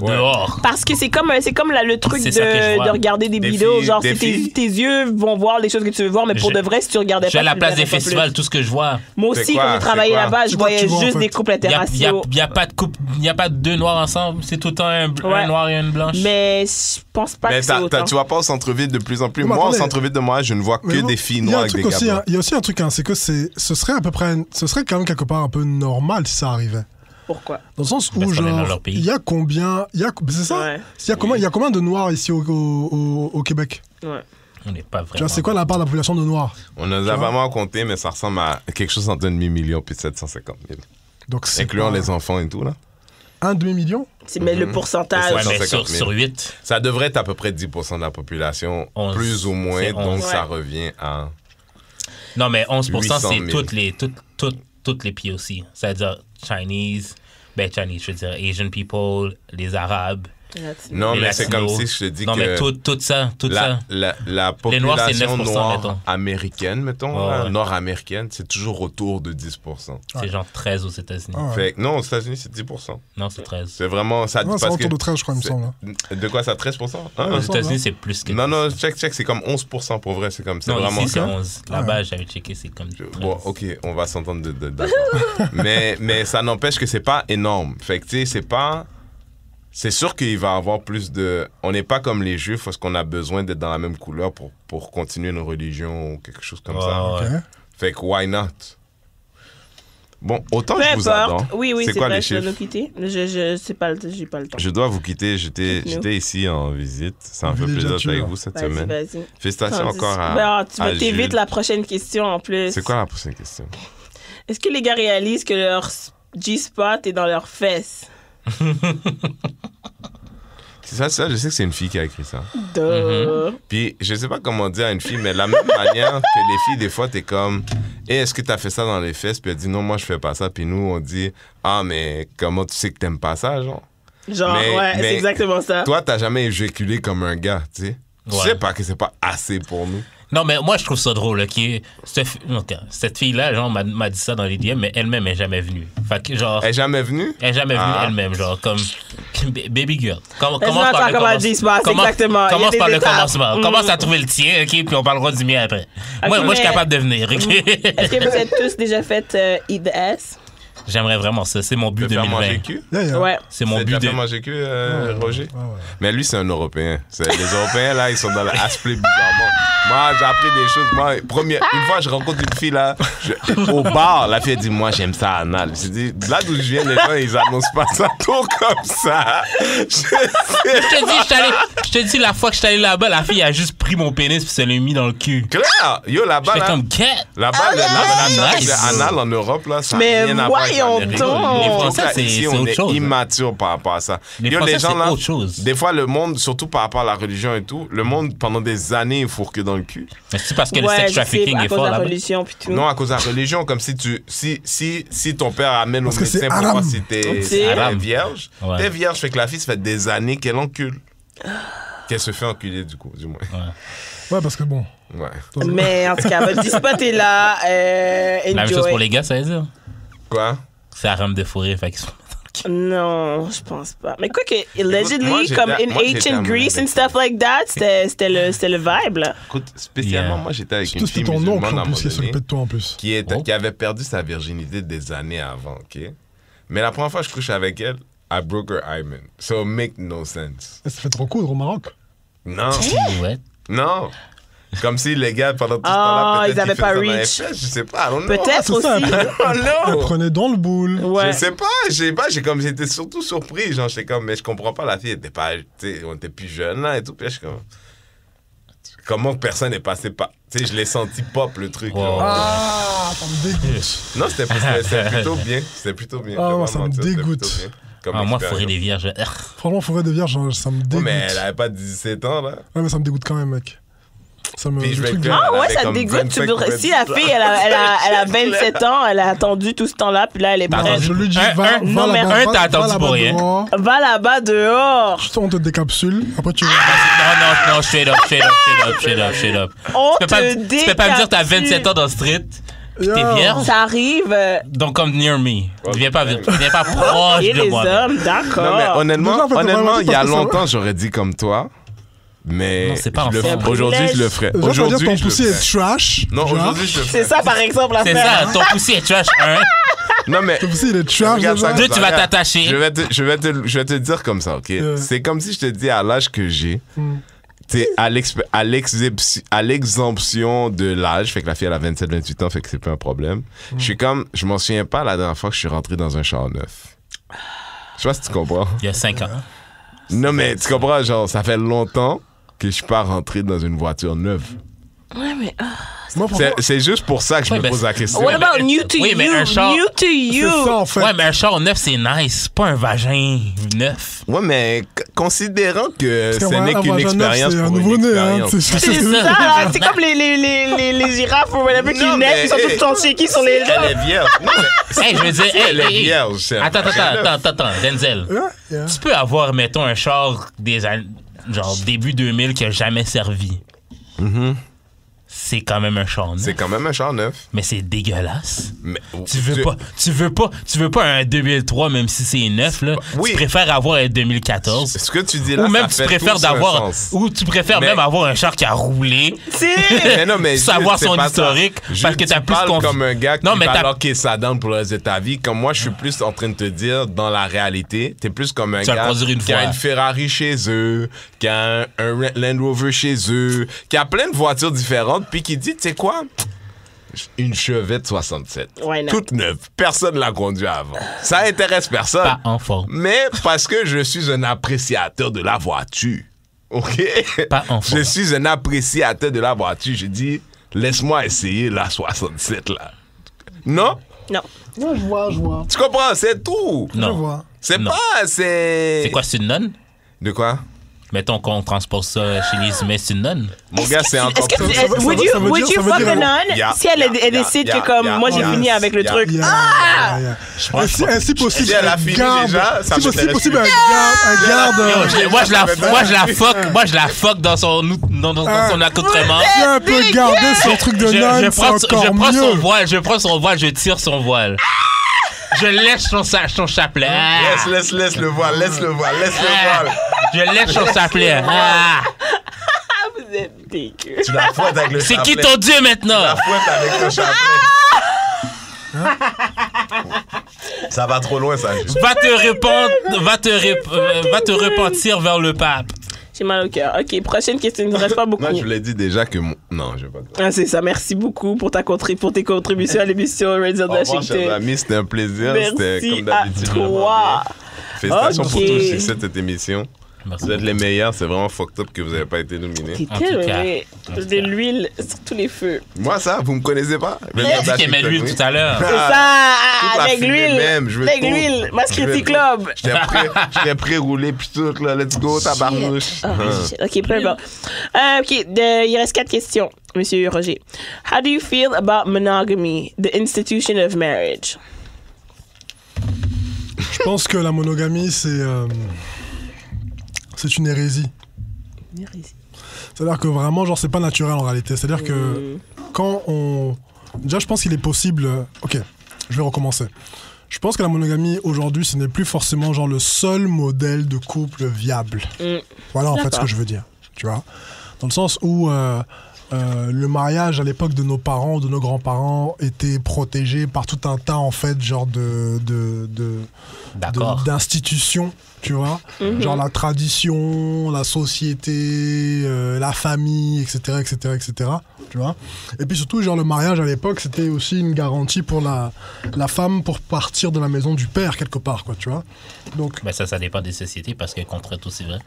Ouais.
dehors,
Parce que c'est comme, c'est comme la- le truc de,
C'est ça que je vois.
de regarder des,
Des
vidéos.
filles-
genre, c'est
des
tes,
filles.
tes yeux vont voir les choses que tu veux voir, mais pour
J'ai-
de vrai, si tu regardais
je suis
pas.
à la
tu
place des
verrais pas plus.
festivals, tout ce que je vois.
Moi aussi,
C'est quoi,
quand je
c'est
travaillais
quoi?
là-bas, je
C'est quoi que
voyais
tu vois, en
juste
fait?
des couples
Il n'y a, y a-
interraciaux.
y a pas de couple, il n'y a pas de deux noirs ensemble, c'est tout le temps un, bl- un
Ouais.
noir et une blanche.
Mais je pense pas
Mais
que c'est
t'as- t'as-
autant.
tu vois pas au centre-ville de plus en plus.
Mais
Moi, au
attendez.
centre-ville de moi, je ne vois que
Mais bon,
des filles
il y a un
noires avec
truc
des gars
aussi, hein,
blancs.
Il y a aussi un truc, hein, c'est que c'est, ce serait à peu près, une- ce serait quand même quelque part un peu normal si ça arrivait.
Pourquoi
Dans le sens
Parce
où,
qu'on est dans
genre,
leur pays.
il y a combien, il y a, c'est ça
Ouais.
Il y a combien, il y a combien de noirs ici au, au- au- au Québec
Ouais.
On n'est pas
Tu vois,
vraiment.
c'est quoi la part de la population de noirs
On nous a vraiment compté, mais ça ressemble à quelque chose entre un demi-million puis 750 000.
Donc, c'est
Incluant
pas-
les enfants et tout, là.
Un demi-million
C'est mais
Mhm.
le pourcentage.
Ouais, mais
150 000.
sur, sur 8,
Ça devrait être à peu près 10% de la population,
Onze.
plus ou moins.
C'est
Donc,
onze.
ça
Ouais.
revient à...
non, mais 11
800
c'est
000.
toutes les, toutes, toutes, toutes les pays aussi. C'est-à-dire Chinese, ben Chinese, je veux dire Asian people, les Arabes.
Non,
les
mais c'est comme
Latinos.
si je te dis
Non,
que...
mais tout, tout ça, tout
la,
ça.
la, la
Les Noirs, c'est
population
9%,
noire
mettons.
américaine, mettons,
Ouais,
là,
ouais.
nord-américaine, c'est toujours autour de 10%.
C'est genre 13 aux États-Unis.
Ah ouais.
Fait que non, aux États-Unis, c'est 10%.
Non, c'est 13.
C'est vraiment. Ça,
Non, c'est
parce
autour
que-
de 13, je crois, il me
c'est-
semble.
De quoi ça 13% Hein?
Aux
Ouais.
États-Unis, c'est plus que.
Non, non, check, check, c'est comme 11% pour vrai, c'est comme. C'est
Non,
vraiment
ici, c'est
ça.
11. Là-bas, j'avais checké, c'est comme. 13.
Bon, ok, on va s'entendre de, de- d'accord. mais, mais ça n'empêche que c'est pas énorme. Fait que, tu sais, c'est pas. C'est sûr qu'il va avoir plus de. On n'est pas comme les juifs parce qu'on a besoin d'être dans la même couleur pour, pour continuer nos religions ou quelque chose comme
Ouais,
ça.
ouais.
Ok.
Fait que why not? Bon, autant
Peu
que je vous
importe.
adore.
Oui, oui,
c'est
c'est
quoi
vrai,
les
je dois nous
chiffres?
quitter. Je, je, c'est pas, le- j'ai pas le temps.
Je dois vous quitter. J'étais
Dites-nous.
j'étais ici en visite. Ça me fait
Villageature.
plaisir d'être avec vous cette
Vas-y,
semaine.
vas-y.
Félicitations
Tandis-
encore à.
Ben, tu
à
vas t'éviter
Jules.
la prochaine question en plus.
C'est quoi la prochaine question?
Est-ce que les gars réalisent que leur G-spot est dans leurs fesses?
C'est ça, ça, je sais que c'est une fille qui a écrit ça.
Duh.
Puis je sais pas comment dire à une fille, mais de la même manière que les filles, des fois, t'es comme, Eh, est-ce que t'as fait ça dans les fesses? Puis elle dit non, moi je fais pas ça. Puis nous, on dit, ah, mais comment tu sais que t'aimes pas ça, genre?
Genre,
Mais-
ouais, c'est
mais-
exactement ça.
Toi, t'as jamais éjaculé comme un gars, tu sais? Tu
Ouais.
sais pas que c'est pas assez pour nous.
Non, mais moi, je trouve ça drôle, OK? Cette, fi- ok, cette fille-là, genre, m'a- m'a dit ça dans les DM, mais elle-même n'est jamais venue. Fait que, genre,
Elle est jamais venue?
elle n'est jamais venue
Ah.
elle-même, genre, comme ba- baby girl. Com-
Laisse-moi
commence par
faire
le
comme
commence-
elle dit, c'est pas- c'est
commence-
exactement. Il y a
Commence
des
par le
étapes.
commencement.
Mm.
Commence à trouver le tien, OK? Puis on parlera du mien après. moi,
Ok,
moi, je suis
mais- Mm.
capable de venir, OK?
Est-ce que vous êtes tous déjà fait euh, eat the ass?
J'aimerais vraiment ça. C'est mon but
Te faire
2020.
manger cul?
Yeah, yeah.
Ouais.
C'est
Mon
mon but de...
fait manger cul, euh, Roger?
Ah ouais.
Mais lui, c'est un Européen. C'est- les Européens, là, ils sont dans l'aspect bizarrement. Moi, j'ai appris des choses. Moi, première, une fois, je rencontre une fille, là, je- au bar. La fille, elle dit, moi, j'aime ça, anal. J'ai dit, là d'où je viens, les gens, ils annoncent pas ça tout comme ça. Je sais.
Je te dis, je t'allais- je te dis, la fois que je suis allé là-bas, la fille a juste pris mon pénis puis se l'a mis dans le cul.
Claire, yo, là-bas,
J'étais
là,
comme, quête!
là-bas, le- la- la- la-
Nice.
le anal en Europe, là, ça
Ah,
a
Mais
rien à voir avec
voyons
l'Amérique.
donc.
Les Français,
Au cas
c'est-
ici,
c'est
on
autre
est
chose, là.
immature par rapport à ça.
Les
Yo,
Français,
gens,
c'est
là,
autre chose.
Des fois, le monde, surtout par rapport à la religion et tout, le monde, pendant des années, il fourque dans le cul.
Mais c'est parce que le
ouais,
sex
je sais,
trafficking
à
est
cause de
fort
la
là-bas.
religion puis tout.
Non, à cause de la religion, comme si tu si si si ton père amène au
Parce que c'est
médecin pour voir
haram.
si t'es
Ok.
si t'es
Haram.
vierge.
Ouais.
T'es vierge, fait que la fille, ça fait des années qu'elle encule. Qu'elle se fait enculer, du coup, du moins.
Ouais, parce que bon.
Ouais.
Mais en tout cas, votre spot est là. Euh, enjoy.
La même chose pour les gars, ça veut dire.
Quoi?
C'est Aram de fourré, fait qu'ils sont
Hein?
dans le cul.
Non, je pense pas. Mais quoi que, allegedly,
moi, j'étais-
comme in
moi, j'étais
ancient
amoureux
Greece and
avec
stuff like that, c'était c'était le, c'était le vibe, là.
Écoute, spécialement,
Yeah.
moi, j'étais avec
Surtout
une
c'était
fille
ton oncle
musulmane à
en
un
plus
moment
qui
donné,
s'occupait de toi en plus.
qui, était-
Oh.
qui avait perdu sa virginité des années avant, OK? Mais la première fois que je couche avec elle, I broke her hymen. So it make no sense.
Elle s'est fait trop coudre au Maroc.
Non.
Ouais.
Non. Comme si les gars, pendant tout ce
Ah,
Oh,
temps-là, peut-être
ils avaient
faisaient
pas
ça dans les
reach.
fesses, Je sais pas, I don't know.
Peut-être
c'est ça,
aussi.
Oh
Elle
non!
prenait dans le boule.
Ouais.
Je sais pas, je sais pas, j'ai comme j'étais surtout surpris, genre j'étais comme mais je comprends pas la fille était pas tu sais, on était plus jeunes là et tout, puis là, je suis comme comment personne n'est passé par tu sais je l'ai senti pop le truc.
Wow.
genre.
Ah, ça me dégoûte.
Non, c'était c'était- c'était plutôt bien, c'était plutôt bien.
Ah,
je vais
moi,
pas
ça me
mentir, c'était
dégoûte.
plutôt bien comme
Ah, moi,
expérience.
fourrer les vierges. urgh.
Franchement, Forêt de Vierge, genre, ça me
Ouais,
dégoûte.
mais elle avait pas 17 ans là.
Ouais, mais ça me dégoûte quand même, mec. Ça me.
Puis je
le
vais
truc de-
faire-
Ah ouais,
avait
ça te
comme
dégoûte. Tu
25,
devrais- Si la
26,
fille, elle a, elle a, elle a
C'est clair.
27 ans, elle a attendu tout ce temps-là, puis là, elle est
T'as
Alors,
prête.
Ah, je lui dis,
Un-
va,
un-
va
non, mais
là-bas,
un, t'as
va- va
attendu
là-bas
pour rien.
dehors.
Va là-bas dehors.
Juste, on te décapsule. Après, tu.
Non, non, non, straight up, straight up, straight up, straight up, straight up.
On
Tu peux, pas,
te
me- tu peux pas me dire que t'as
décapsule.
27 ans dans le street, pis t'es
Yo.
vierge.
Ça arrive. euh,
Donc, comme near me. Tu viens pas,
Ouais.
tu viens pas proche
Et
de
les
moi.
hommes,
Non, mais
d'accord.
honnêtement,
Ah. Déjà, en fait, on
honnêtement,
va
il y a
parce que ça-
longtemps, j'aurais dit comme toi. Mais
Non, c'est pas
je le
ensemble.
ferais- aujourd'hui, je le
Genre,
ferais.
ça veut dire
Aujourd'hui,
ton
je le
poussé est
ferais.
trash.
Non,
genre.
aujourd'hui, je le ferais.
C'est ça, par exemple, la
C'est
faire.
ça, ton poussé est trash, un.
Non, mais
Ton poussé, il est trash.
Regarde
déjà.
ça.
Deux, tu vas
Regarde,
t'attacher.
Je vais, te, je, vais te, je vais te dire comme ça, ok?
Euh.
C'est comme si je te dis à l'âge que j'ai,
Hmm.
t'es à l'exp- à l'exhib- à l'exemption de l'âge, fait que la fille elle a 27-28 ans, fait que c'est pas un problème. Je
Hmm.
suis comme, je m'en souviens pas la dernière fois que je suis rentré dans un char neuf. Je sais pas si tu comprends.
Ah.
Il y a 5 ans.
Non, mais tu comprends, genre, ça fait longtemps que je suis pas rentré dans une voiture neuve.
Moi,
C'est-
franchement,
C'est juste pour ça que je
Ouais,
me
ben,
pose la question.
What ah. about new to
Oui,
you?
mais un char-
New to you.
c'est ça, en fait.
Ouais, mais un char neuf, c'est nice. C'est Pas un vagin neuf.
Ouais, mais c- considérant que
Parce
ce
qu'un
n'est
vagin
qu'une
neuf,
expérience
C'est
pour
un
une
nouveau-né, hein.
expérience.
C'est
C'est
c'est-
ça, là. c'est comme les, les, les, les, les girafes ou whatever qui
Non,
naissent,
mais,
ils sont
hey,
tous entiers qui sont les gens.
Elle est vierge. Non, mais-
Hey, je veux dire,
Si
hey,
elle est
hey, hey.
vierge, c'est un
Attends, attends,
vagin neuf.
attends, attends, attends, Denzel.
Ouais, yeah.
Tu peux avoir, mettons, un char des an- genre début 2000 qui a jamais servi. C'est quand même un char neuf,
Mm-hmm. C'est quand même un char neuf.
mais c'est dégueulasse.
Mais,
Tu veux pas, tu veux pas, tu veux pas un 2003 même si c'est neuf là.
Oui.
Tu préfères avoir un 2014.
Ce que tu dis là,
ou même
ça
tu
fait
préfères
tout son
d'avoir,
sens.
ou tu préfères
Mais-
même avoir un char qui a roulé.
C'est-
Mais non, mais
savoir
Jude, c'est
son
pas ça.
historique,
Jude,
parce que t'as
tu
plus
parles
confi-
comme un gars qui
Non, mais
va
t'as-
locker sa dent pour le reste de ta vie. Comme moi, je suis plus en train de te dire, dans la réalité, t'es plus comme un
Tu vas le
gars
conduire une
qui
fois.
a une Ferrari chez eux, qui a un, un Ra- Land Rover chez eux, qui a plein de voitures différentes, puis qui dit, tu sais quoi une Chevette 67.
Why not?
Toute neuve. Personne l'a conduit avant. Ça intéresse personne.
Pas en forme.
Mais parce que je suis un appréciateur de la voiture. OK?
Pas en forme.
Je suis un appréciateur de la voiture. Je dis, laisse-moi essayer la 67 là. Non?
Non.
Ouais, je vois, je vois.
Tu comprends? C'est tout.
Je
Non.
vois.
C'est
Non.
pas, c'est.
C'est quoi, c'est une nonne?
De quoi?
Mettons qu'on transpose ça chez les humains, c'est une nonne.
Mon gars, c'est encore
Est-ce que
plus-
ça veut-
tu- would
ça
you,
veut
would you
dire- ça veut
fuck
dire-
a nun
Yeah,
si elle, elle
yeah,
décide
yeah,
que comme
yeah,
moi j'ai
yeah.
fini avec le
Yeah.
truc,
Yeah, ah yeah, yeah. Et si, et si possible,
Si elle a
un
fini
garde,
déjà, ça
si possible,
m'intéresse
possible, un
plus.
garde, un garde,
Yo, je-
euh,
moi, je la, moi, je la fuck, moi, je la fuck dans son, out- dans, dans- dans
Ah.
son accoutrement.
qui a un peu gardé son truc de
Je, je
nonne, c'est
prends, son- je
encore
prends son
mieux.
voile, je prends son voile, je tire son voile. Je lèche son, sa- son chapelet. Ah.
Laisse, laisse, laisse le voir, laisse le voir, laisse le voir.
Je lèche son chapelet. Ah.
vous êtes dégueu.
Tu la fouettes avec le
C'est qui
chapelet.
ton dieu
Tu
maintenant?
la fouettes avec le chapelet. Ça va trop loin, ça.
Hein?
Va te, repent- va, te rep- euh, va te repentir vers le pape.
J'ai mal au cœur. Ok, prochaine question. Il ne nous reste pas beaucoup.
Moi, je vous l'ai dit déjà que. mon- Non, je vais pas dire.
Ah, c'est ça. Merci beaucoup pour, ta contrib- pour tes contributions à l'émission Red Zone
Au revoir, chers
Washington.
amis. C'était un plaisir. C'était
Merci
comme
à
d'habitude.
toi.
vraiment bien. Félicitations
Ok.
pour tout le succès de cette émission.
Merci.
Vous êtes les meilleurs. C'est vraiment fucked up que vous n'avez pas été nominés.
T'es
En tout
tellement
cas.
vrai.
En tout
de
cas.
l'huile sur tous les feux.
Moi, ça, vous me connaissez pas.
Eh,
Il a dit qu'il aimait l'huile tout à l'heure.
C'est
Ah.
ça,
Toute la
avec
fumée
l'huile.
même, je veux
Avec
tout.
l'huile, Mass
Je veux
Critique
tout.
Club.
J'étais prêt, j'étais prêt roulé puis tout là, let's go tabarnouche.
Oh,
Hein.
shit. Ok, peu importe. Euh, ok, de- il reste quatre questions, Monsieur Roger. How do you feel about monogamy, the institution of marriage?
Je pense que la monogamie, c'est euh, c'est une hérésie. C'est-à-dire que vraiment, genre, c'est pas naturel en réalité. C'est-à-dire que quand on. Déjà, je pense qu'il est possible. Ok, je vais recommencer. Je pense que la monogamie aujourd'hui, ce n'est plus forcément genre le seul modèle de couple viable. Voilà en fait ce
D'accord.
que je veux dire. Tu vois Dans le sens où euh, euh, le mariage à l'époque de nos parents, de nos grands-parents, était protégé par tout un tas en fait, genre de- de- de,
D'accord.
de- d'institutions, tu vois. Genre la tradition, la société, euh, la famille, etc., etc., etc., tu vois. Et puis surtout, genre le mariage à l'époque, c'était aussi une garantie pour la, la femme pour partir de la maison du père, quelque part, quoi, tu vois. Donc,
Ben ça, ça dépend des sociétés parce que contre tout, c'est vrai.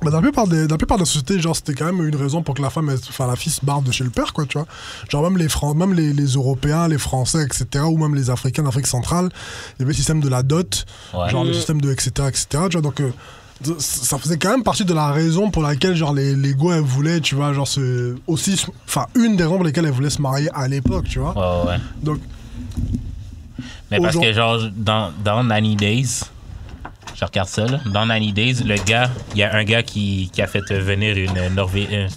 bah, dans, la plupart des, dans la plupart des sociétés, genre, c'était quand même une raison pour que la femme, elle- enfin, la fille se barre de chez le père, quoi, tu vois. Genre, même les, Fran- même les, les Européens, les Français, etc., ou même les Africains d'Afrique centrale, il y avait le système de la dot,
Ouais.
genre le système de etc., etc., tu vois. Donc, euh, de- ça faisait quand même partie de la raison pour laquelle, genre, les, les Gaules, elles voulaient, tu vois, genre, se, aussi, se- enfin, une des raisons pour lesquelles elles voulaient se marier à l'époque, tu vois.
Ouais, Ah, ouais, ouais.
Donc,
Mais parce
Aujourd'hui-
que, genre, dans, dans 90 Days, je regarde ça, là. Dans 90 Days, le gars, il y a un gars qui, qui a fait euh, venir une Norvégienne,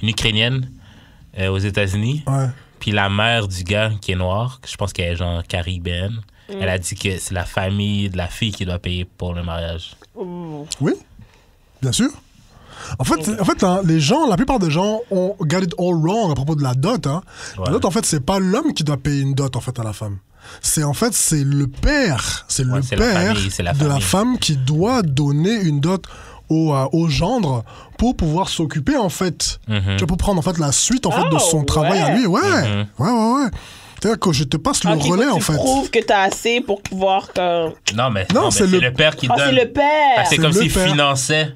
une Ukrainienne euh, aux États-Unis.
ouais.
Puis la mère du gars qui est noire, que je pense qu'elle est genre caribéenne,
Mm.
elle a dit que c'est la famille de la fille qui doit payer pour le mariage.
Oui, bien sûr. En fait, en fait hein, les gens, la plupart des gens ont got it all wrong à propos de la dot. Hein.
Ouais.
La dot, en fait, c'est pas l'homme qui doit payer une dot en fait à la femme. C'est en fait c'est le père, c'est
Ouais,
le
c'est la
père
famille, c'est la
de la
famille.
femme qui doit donner une dot au, euh, au gendre pour pouvoir s'occuper en fait,
Mm-hmm.
Tu vois, pour prendre en fait la suite en fait de
Oh,
son
ouais.
travail à lui. Ouais,
Mhm.
ouais, ouais, ouais. C'est-à-dire que je te passe le
Ah,
Ok,
relais
faut que
en
tu
fait.
prouves que t'as assez pour pouvoir. que-
Non, mais,
Non,
non, mais c'est
c'est le-
le... père qui
Ah, c'est
donne.
le
Fait que
père.
C'est
C'est
comme
le
s'il
père.
finançait.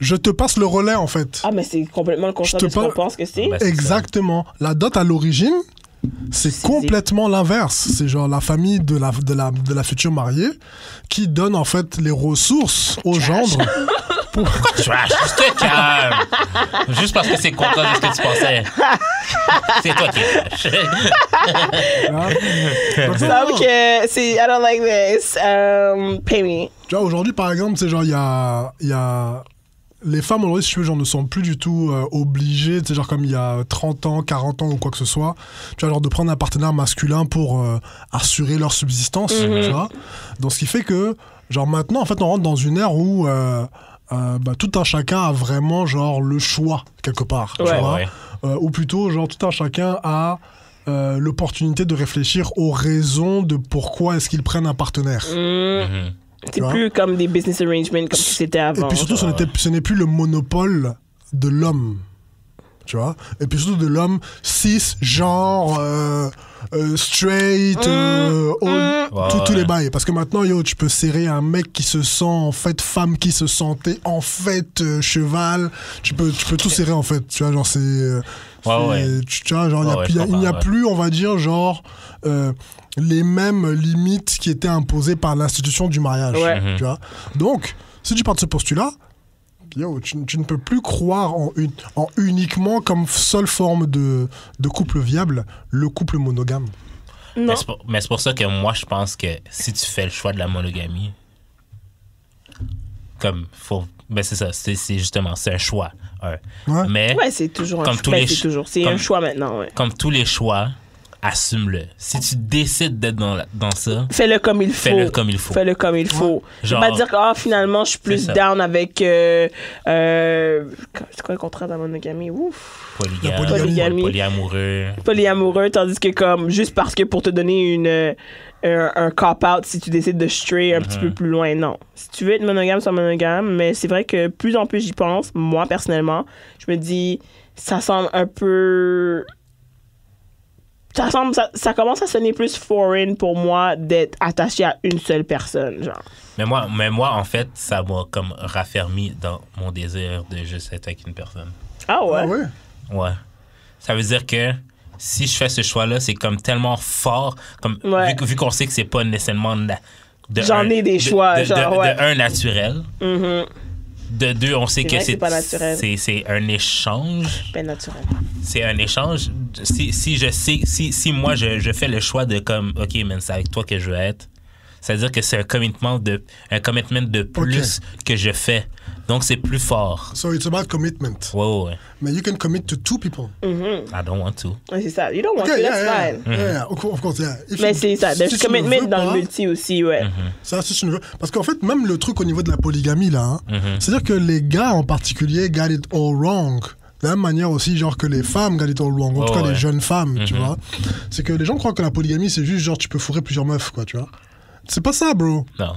Je te passe le relais en fait.
Ah, mais c'est complètement le contraire
te
de ce qu'on
parle-
pense que Bah, c'est.
Ben, c'est ça.
Exactement. La dot à l'origine, c'est
C'est-
complètement l'inverse. C'est genre la famille de la, de, la, de la future mariée qui donne en fait les ressources aux gendres. pour-
Trash, tu te calmes. Juste parce que c'est contraire de ce que tu pensais. C'est toi qui es trash.
Hein. Donc,
Sauf
non,
que c'est. I don't like this. Um, pay me.
Tu vois, aujourd'hui par exemple, c'est genre il y a, il y a. Les femmes aujourd'hui, si tu veux, genre, ne sont plus du tout euh, obligées, tu sais, genre comme il y a 30 ans, 40 ans ou quoi que ce soit, tu vois, genre de prendre un partenaire masculin pour euh, assurer leur subsistance, tu vois. Donc ce qui fait que, genre maintenant, en fait, on rentre dans une ère où euh, euh, bah, tout un chacun a vraiment, genre, le choix, quelque part, tu
Ouais.
vois.
Ouais.
Euh, ou plutôt, genre, tout un chacun a euh, l'opportunité de réfléchir aux raisons de pourquoi est-ce qu'ils prennent un partenaire.
Mhm.
Hmm. C'est
vois?
plus comme des business arrangements comme c'était
Et
avant.
puis surtout, ce
ouais.
n'était- ce n'est plus le monopole de l'homme. Tu vois Et puis surtout de l'homme cis, genre, euh, euh, straight, euh, all-
Ouais,
tout- tous
ouais.
les bails. Parce que maintenant, yo, tu peux serrer un mec qui se sent en fait femme, qui se sentait en fait euh, cheval. Tu peux, tu peux tout serrer en fait. Tu vois, genre, c'est. euh,
Ouais,
c'est-
ouais.
Tu, tu vois, genre, il y a
Ouais, ouais,
plus-
je
il y a- il n'y a
comprends, ouais.
plus, on va dire, genre. euh, les mêmes limites qui étaient imposées par l'institution du mariage.
Ouais.
Tu vois Donc, si tu pars de ce postulat, yo, tu, tu ne peux plus croire en, une- en uniquement comme seule forme de, de couple viable le couple monogame.
Non.
Mais c'est pour- Mais c'est pour ça que moi, je pense que si tu fais le choix de la monogamie, comme faut. Ben c'est ça, c'est c'est justement, c'est un choix. un.
Ouais.
Mais
Ouais, c'est toujours un
Comme
choix.
tous
Ben,
les
c'est
ch-
toujours. C'est
comme-
un choix maintenant, ouais.
comme tous les choix, assume-le. Si tu décides d'être dans, la- dans ça,
Fais-le comme il faut.
Fais-le comme il faut.
Fais-le comme il faut. Je vais
Genre-
pas dire que ah, finalement, je suis plus
C'est ça.
down avec. euh, euh, c'est quoi le contrat d'un monogamie? Ouf.
polygame,
La
polygamie.
polyamoureux.
Polyamoureux, tandis que, comme, juste parce que pour te donner une, euh, un, un cop-out, si tu décides de stray un
Mm-hmm.
petit peu plus loin, non. Si tu veux être monogame, sois monogame. Mais c'est vrai que plus en plus j'y pense, moi personnellement, je me dis, ça semble un peu. Ça, semble, ça, ça commence à sonner plus foreign pour moi d'être attaché à une seule personne, genre.
Mais moi, mais moi, en fait, ça m'a comme raffermi dans mon désir de juste être avec une personne.
Ah ouais?
Ah ouais.
Ouais. Ça veut dire que si je fais ce choix-là, c'est comme tellement fort, comme
Ouais.
vu, que- vu qu'on sait que c'est pas nécessairement na- de
J'en
un-
ai des
de-
choix,
de, de-
genre,
de
ouais.
un naturel,
Mhm.
de deux on sait
C'est
que
vrai que c'est
c'est
pas naturel.
c'est c'est un échange,
Ben naturel.
c'est un échange. Si, si je sais si, si moi je, je fais le choix de comme OK, man, c'est avec toi que je veux être. Ça veut dire que c'est un commitment de un commitment de plus que je fais. Donc c'est plus fort.
So it's about commitment.
Ouais, ouais, ouais.
Mais you can commit to two people.
I don't want to.
Ouais, c'est ça. You don't want
Okay,
to,
yeah,
that's
yeah,
fine.
yeah. Yeah, yeah, of cour- of course, yeah. If
Mais
you-
c'est ça. There's
si tu ne
commitment
veux
dans
pas,
le multi aussi, ouais.
Ça, si tu ne veux. Parce qu'en fait, même le truc au niveau de la polygamie, là, hein,
Mhm.
c'est-à-dire que les gars en particulier got it all wrong. De la même manière aussi, genre que les femmes got it all wrong. En
Oh,
tout cas,
ouais. Mhm.
les jeunes femmes, tu vois. C'est que les gens croient que la polygamie, c'est juste genre tu peux fourrer plusieurs meufs, quoi, tu vois. C'est pas ça, bro.
Non.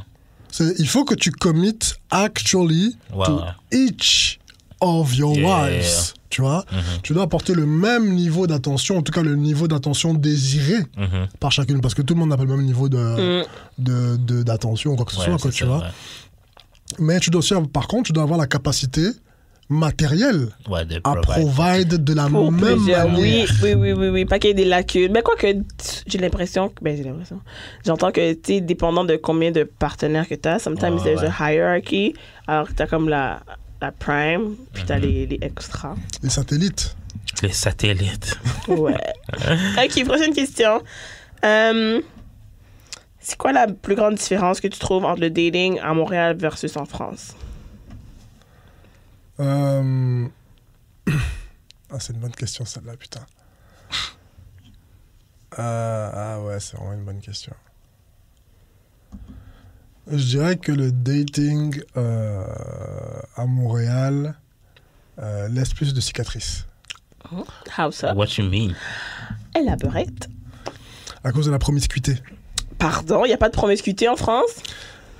C'est- Il faut que tu commit actually
Ouais,
to
ouais.
each of your
Yeah. Mhm.
wives. Tu vois, tu dois apporter le même niveau d'attention, en tout cas le niveau d'attention désiré
Mhm.
par chacune, parce que tout le monde n'a pas le même niveau
Mm.
de- de- de- d'attention, de, quoi que ce
Ouais,
soit,
c'est
quoi, tu
ça,
vois.
ouais.
Mais tu dois aussi, avoir- par contre, tu dois avoir la capacité matérielle
Ouais, de
à
provide.
provide de la
Pour
même
plusieurs.
manière.
Oui, oui, oui, oui, oui. Pas qu'il y ait des lacunes. Mais quoique, t- j'ai l'impression que. Ben, j'ai l'impression. J'entends que, tu sais, dépendant de combien de partenaires que t'as, sometimes
Ouais,
there's
ouais.
a hierarchy. Alors que t'as comme la, la prime, puis t'as les, les extras.
Les satellites.
Les satellites.
Ouais. ok, prochaine question. Euh, c'est quoi la plus grande différence que tu trouves entre le dating à Montréal versus en France?
Euh, Ah, c'est une bonne question, celle-là, putain. Euh, Ah ouais, c'est vraiment une bonne question. Je dirais que le dating euh, à Montréal euh, laisse plus de cicatrices.
How so?
What you mean?
Élaborate.
À cause de la promiscuité.
Pardon, il n'y a pas de promiscuité en France?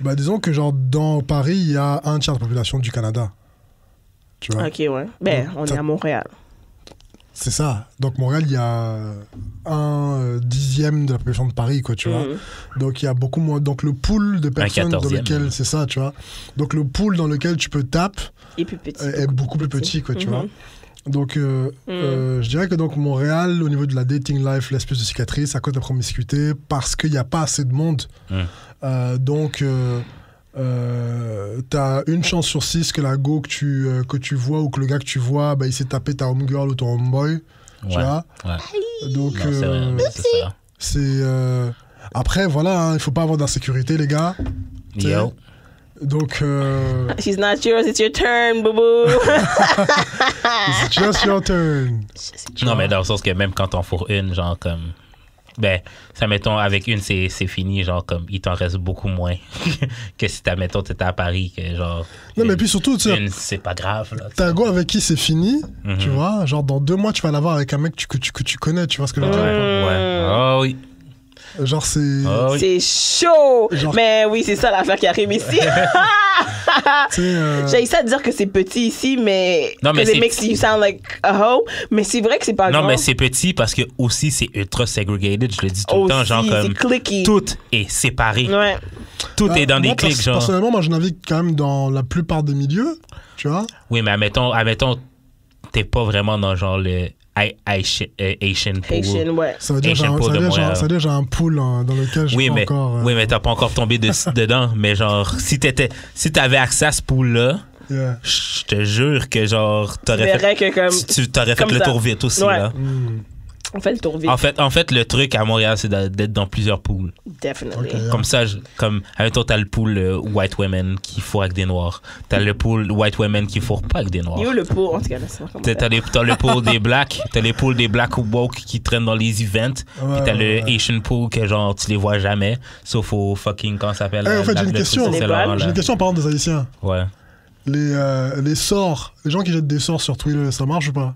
Bah, disons que genre dans Paris, il y a un tiers de la population du Canada. Tu vois
Ok, ouais. Ben,
Non,
on est
t'as-
à Montréal.
C'est ça. Donc Montréal, il y a un euh, dixième de la population de Paris, quoi, tu vois.
Mhm.
Donc il y a beaucoup moins. Donc le pool de personnes dans
quatorzième.
lequel c'est ça, tu vois. Donc le pool dans lequel tu peux taper
Et plus petit.
est est beaucoup plus petit, quoi, tu
Mhm.
vois. Donc euh, euh, je dirais que donc Montréal, au niveau de la dating life, laisse plus de cicatrices à cause de la promiscuité parce qu'il n'y a pas assez de monde.
Mhm.
Euh, donc euh, euh, t'as une chance sur six que la go que tu, euh, que tu vois ou que le gars que tu vois, bah, il s'est tapé ta homegirl ou ton homeboy, tu
Ouais.
vois.
Ouais.
Donc
Non, c'est
euh,
vrai, c'est ça.
c'est euh, après voilà, hein, il faut pas avoir d'insécurité les gars. T'sais,
Yo.
Donc, euh,
She's not yours, it's your turn, boo boo.
it's just your turn.
Non, mais dans le sens que même quand on fourre une, genre comme. Ben, ça mettons, avec une, c'est c'est fini, genre comme, il t'en reste beaucoup moins que si, t'as, mettons, t'étais à Paris, que genre.
Non, mais
une-
puis surtout, tu sais,
Une, c'est pas grave, là.
t'as un go avec qui c'est fini,
Mhm.
tu vois. Genre, dans deux mois, tu vas l'avoir avec un mec tu- que tu, que tu connais, tu vois ce que je
Ouais.
veux dire.
ouais. Oh oui.
Genre, c'est.
Oh oui.
C'est chaud!
Genre-
Mais oui, c'est ça l'affaire qui arrive ici.
tu sais, euh,
J'ai essayé de dire que c'est petit ici, mais.
Non, mais
'cause it
c'est-
makes you sound like a hoe. Mais c'est vrai que c'est pas
Non,
grand.
mais c'est petit parce que aussi, c'est ultra segregated, je le dis tout le temps,
Aussi,
genre
C'est
comme.
clicky.
Tout est séparé.
Ouais.
Tout est dans
Ah, moi,
des
pers-
clics, genre.
Personnellement, moi, je navigue quand même dans la plupart des milieux, tu vois.
Oui, mais admettons, admettons t'es pas vraiment dans genre le I- Haïti- euh, Haitian pool.
Haitian, ouais.
Ça veut dire j'ai
Asian
un-
pool
ça veut
de
dire j'ai un-
Montréal.
ça veut dire j'ai un pool euh, dans lequel je
Oui,
peux
mais,
encore. euh,
oui, mais t'as pas encore tombé de- dedans. Mais genre, si t'étais, si t'avais accès à ce pool-là,
yeah.
je te jure que genre,
Tu
t'aurais
verrais
fait,
que comme.
tu, tu- t'aurais fait
comme
le
ça.
tour vite aussi,
Ouais.
là.
On fait le tour vite.
En fait, en fait, le truc à Montréal, c'est d'a- d'être dans plusieurs pools.
Definitely.
Ok.
Comme ça, je- comme à un tour, t'as le pool euh, white women qui fourre avec des noirs. T'as le pool white women qui fourre pas avec des noirs.
Il est où le pot? En tout cas, là, c'est
T'as t'as les- t'as le pool des blacks, t'as les pools des black woke qui traînent dans les events,
Ouais,
puis t'as
ouais,
le
ouais.
Asian pool que genre tu les vois jamais, sauf au fucking quand ça s'appelle.
Eh, en
euh,
fait,
la-
j'ai une
le
question.
truc, c'est Laurent,
J'ai
là.
une question en parlant des Haïtiens.
Ouais.
Les, euh, les sorts, les gens qui jettent des sorts sur Twitter, ça marche ou pas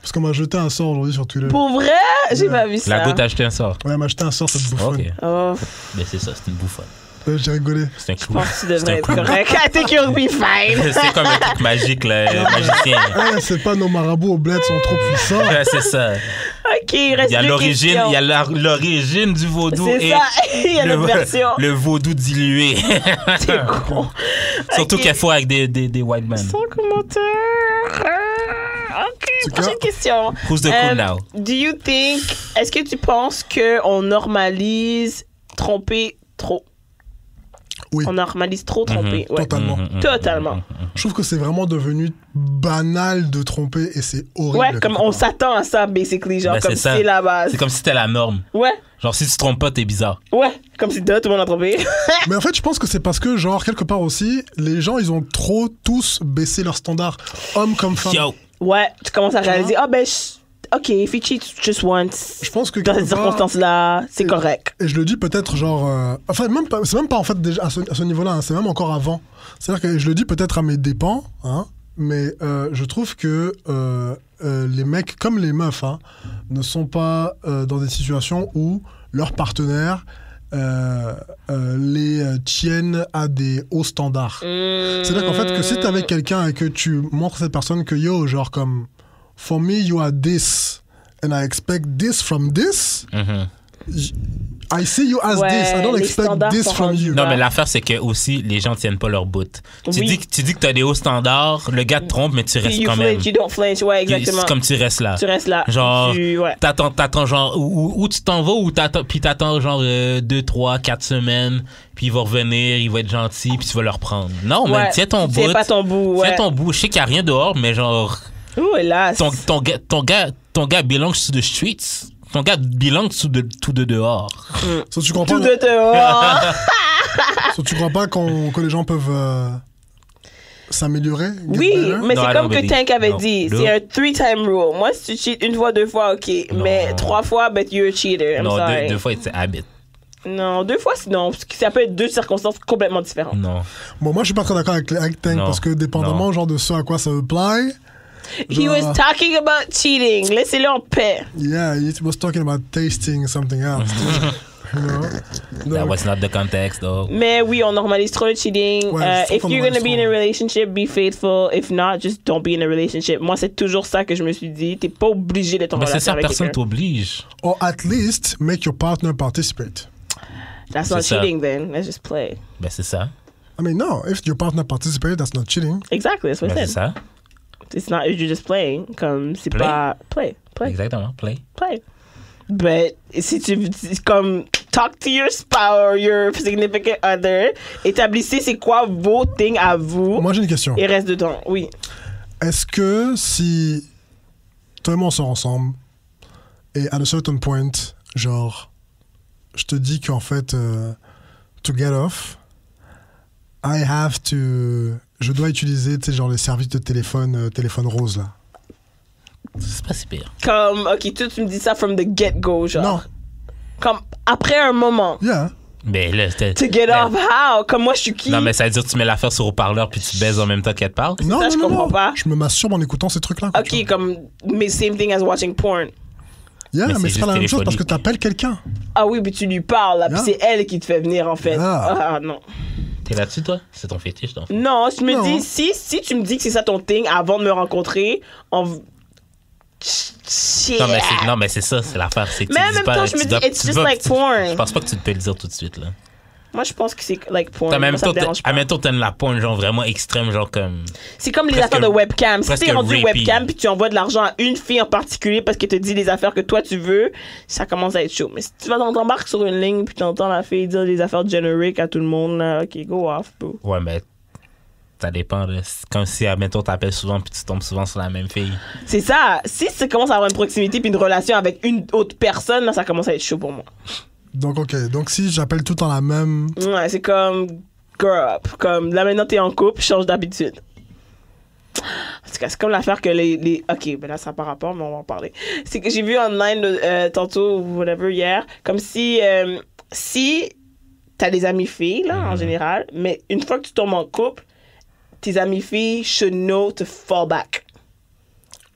Parce qu'on m'a jeté un sort aujourd'hui sur Twitter.
Pour vrai? J'ai
Ouais.
pas vu ça.
La goutte a acheté un sort.
Ouais, elle m'a jeté un sort, cette bouffonne.
Ok.
Oh,
Ben c'est ça, c'est une bouffonne.
Ouais, j'ai rigolé.
C'est un clou.
je pense que tu
C'est un
devrais être
clou.
correct. I think you'll be fine.
C'est comme un truc magique, là, euh, magicien.
Eh, c'est pas nos marabouts au bled sont trop puissants.
Ouais, c'est ça.
Ok, il reste
Il y a
deux
l'origine,
questions.
il y a la- l'origine du vaudou
C'est
et
ça, il y a notre version.
le, le vaudou dilué.
T'es con.
Surtout
Ok.
qu'elle faut avec des, des, des white men.
Sans commentaire. Ah,
C'est
Ok,
quoi?
prochaine question.
Who's the
Euh,
cool now?
Do you think, est-ce que tu penses qu'on normalise tromper trop?
Oui.
On normalise trop tromper, ouais.
Totalement.
Mhm, mhm.
Totalement.
Je trouve que c'est vraiment devenu banal de tromper et c'est horrible.
Ouais, comme on s'attend à ça, basically, genre,
Ben,
comme
c'est
si
ça.
c'est la base.
C'est comme si c'était la norme.
Ouais,
Genre, si tu te trompes pas, t'es bizarre.
ouais, comme si deux, tout le monde a trompé.
Mais en fait, je pense que c'est parce que, genre, quelque part aussi, les gens, ils ont trop tous baissé leurs standards, hommes comme femmes.
Yo!
ouais, tu commences à réaliser, ah ben, je- ok, if you cheat just once,
Je pense que
dans
quelque
ces
part-
circonstances-là, c'est correct.
Et je le dis peut-être genre. euh, enfin, même pas, c'est même pas en fait déjà à ce, à ce niveau-là, hein, c'est même encore avant. C'est-à-dire que je le dis peut-être à mes dépens, hein, mais euh, je trouve que euh, euh, les mecs comme les meufs hein, ne sont pas euh, dans des situations où leurs partenaires euh, euh, les euh, tiennent à des hauts standards. C'est-à-dire qu'en fait, que si t'es avec quelqu'un et que tu montres à cette personne que yo, genre comme. For me, you are this. And I expect this from this.
Mhm.
I see you as
Ouais,
this. I don't
les
expect
standards
this
sont
from
rendus
you.
Non,
Ouais.
mais l'affaire, c'est que aussi, les gens tiennent pas leur bout. Tu,
Oui.
dis, que- tu dis que t'as des hauts standards, le gars te trompe, mais tu
Puis
restes
you
quand même.
flinch, you don't flinch, ouais, exactement.
C'est comme tu restes là.
Tu restes là.
Genre,
Tu- ouais.
T'attends, t'attends genre, ou, ou- ou tu t'en vas, ou t'attends, puis t'attends genre euh, 2, 3, 4 semaines, puis il va revenir, il va être gentil, puis tu vas le reprendre. Non, mais
Ouais,
tiens ton bout.
Tiens pas ton bout,
Tiens
ouais.
ton bout. Je sais qu'il n'y a rien dehors, mais genre,
Ouh, hélas.
ton, ton, gars- ton, gars, ton gars belongs to the streets. Ton gars belongs to the, to the dehors.
So, tu crois
Tout
pas,
de dehors.
so, tu crois pas qu'on- que les gens peuvent euh, s'améliorer get
Oui,
better
mais
Non, I
c'est
don't
comme que
believe.
Tank avait
Non.
dit.
Non.
C'est un three-time rule. Moi, si tu cheats une fois, deux fois, OK. Mais trois fois, but you're a cheater. I'm
non,
sorry.
deux, deux fois, c'est habit.
Non, deux fois, sinon. Parce que ça peut être deux circonstances complètement différentes.
Non.
Bon, moi, je suis pas très d'accord avec, avec Tank
Non.
parce que dépendamment
Non.
genre de ce à quoi ça apply,
He was talking about cheating. Laissez-le en paix.
yeah, he was talking about tasting something else. you know?
That
Donc,
was not the context, though.
Mais oui, on normalise trop le cheating.
Ouais,
Euh,
faut
if
qu'on
you're gonna be in
normalise
a
trop.
relationship, be faithful. If not, just don't be in a relationship. Moi, c'est toujours ça que je me suis dit. T'es pas obligé d'être en
Mais c'est
relation
ça,
avec
personne
quelqu'un.
t'oblige.
Or at least make your partner participate.
That's not
C'est ça.
cheating, then. Let's just play.
Ben, c'est ça.
I mean, no, if your partner participates, that's not cheating.
Exactly, that's what
Ben,
I
c'est
said.
ça.
It's not you're just playing. Comme c'est
Play.
pas play, play,
Exactement. Play.
play. But si tu si- comme talk to your spouse or your significant other, établissez c'est quoi vos things à vous
Moi, j'ai une question.
et reste dedans. Oui.
Est-ce que si toi et moi on sort ensemble et à un certain point, genre, je te dis qu'en fait, euh, to get off, I have to. Je dois utiliser, tu sais, genre les services de téléphone, euh, téléphone rose là.
C'est pas si pire.
Comme ok, toi tu me dis ça from the get go genre.
Non,
Comme après un moment.
yeah.
Mais Ben, là, c'était.
To get
Mais-
off hein? how? Comme moi je suis qui?
Non, mais ça veut dire que tu mets l'affaire sur haut-parleur puis tu baises en même temps qu'elle te parle.
Non,
ça,
non,
je
non,
comprends
non.
pas.
Je me masturbe en écoutant ces trucs là. quoi, tu
Ok, comme mais same thing as watching porn.
vois.
Mais
Yeah,
c'est
mais c'est pas la
juste
même chose parce que
téléphonique.
t'appelles quelqu'un.
Ah oui, puis tu lui parles, là, puis
Yeah.
c'est elle qui te fait venir en fait.
Yeah.
Ah non.
T'es là-dessus, toi C'est ton fétiche, ton
Non, je me
Non.
dis, si, si tu me dis que c'est ça ton thing avant de me rencontrer, on. v- Ch- Shit.
Non, mais c'est, non, mais c'est ça, c'est l'affaire. C'est que
Mais
tu
en
dis
même
pas,
temps, je
tu
me dis,
dois-
it's
tu
just
dois-
like porn.
Je pense pas que tu peux le dire tout de suite, là.
Moi, je pense que c'est like porn.
T'as même
Moi, ça
temps,
me dérange pas.
temps, t'aimes la porn, genre vraiment extrême, genre comme.
C'est comme les
presque-
affaires de webcam. Si
presque
t'es rendu
rapey.
webcam puis tu envoies de l'argent à une fille en particulier parce qu'elle te dit les affaires que toi tu veux, ça commence à être chaud. Mais si tu vas dans t'embarques sur une ligne puis t'entends la fille dire des affaires génériques à tout le monde, là, ok, go off, bro.
Ouais, mais. ça dépend. là. C'est Comme si, admettons, t'appelles souvent puis tu tombes souvent sur la même fille.
C'est ça. Si ça commence à avoir une proximité puis une relation avec une autre personne, là, ça commence à être chaud pour moi.
Donc, ok. Donc, si j'appelle tout en la même.
Ouais, c'est comme grow up. Comme là maintenant t'es en couple, change d'habitude. En tout cas, c'est comme l'affaire que les, les- Ok, ben là, ça n'a pas rapport, mais on va en parler. C'est que j'ai vu online euh, tantôt, ou whatever, hier, comme si. euh, si t'as des amis filles, là, en général, mais une fois que tu tombes en couple, tes amis filles should know to fall back.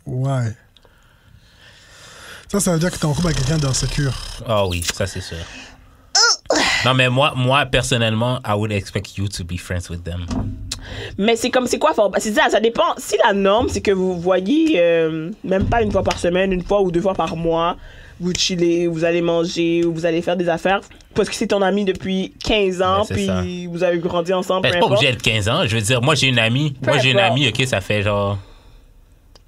Ouais. Ça, ça veut dire que t'es en couple avec quelqu'un d'insécure.
Ah oui, ça c'est sûr. Non, mais moi, moi, personnellement, I would expect you to be friends with them. Ben,
Mais c'est comme, c'est quoi fall back? C'est ça, ça dépend. Si la norme, c'est que vous voyez, euh, même pas une fois par semaine, une fois ou deux fois par mois, vous chillez, vous allez manger, ou vous allez faire des affaires, parce que c'est ton ami depuis 15 ans,
Ben, c'est
puis
ça.
vous avez grandi ensemble,
Ben,
peu
c'est pas
importe.
obligé d'être 15 ans. Je veux dire, moi, j'ai une amie.
Peu
moi, j'ai une
importe.
amie, OK, ça fait genre...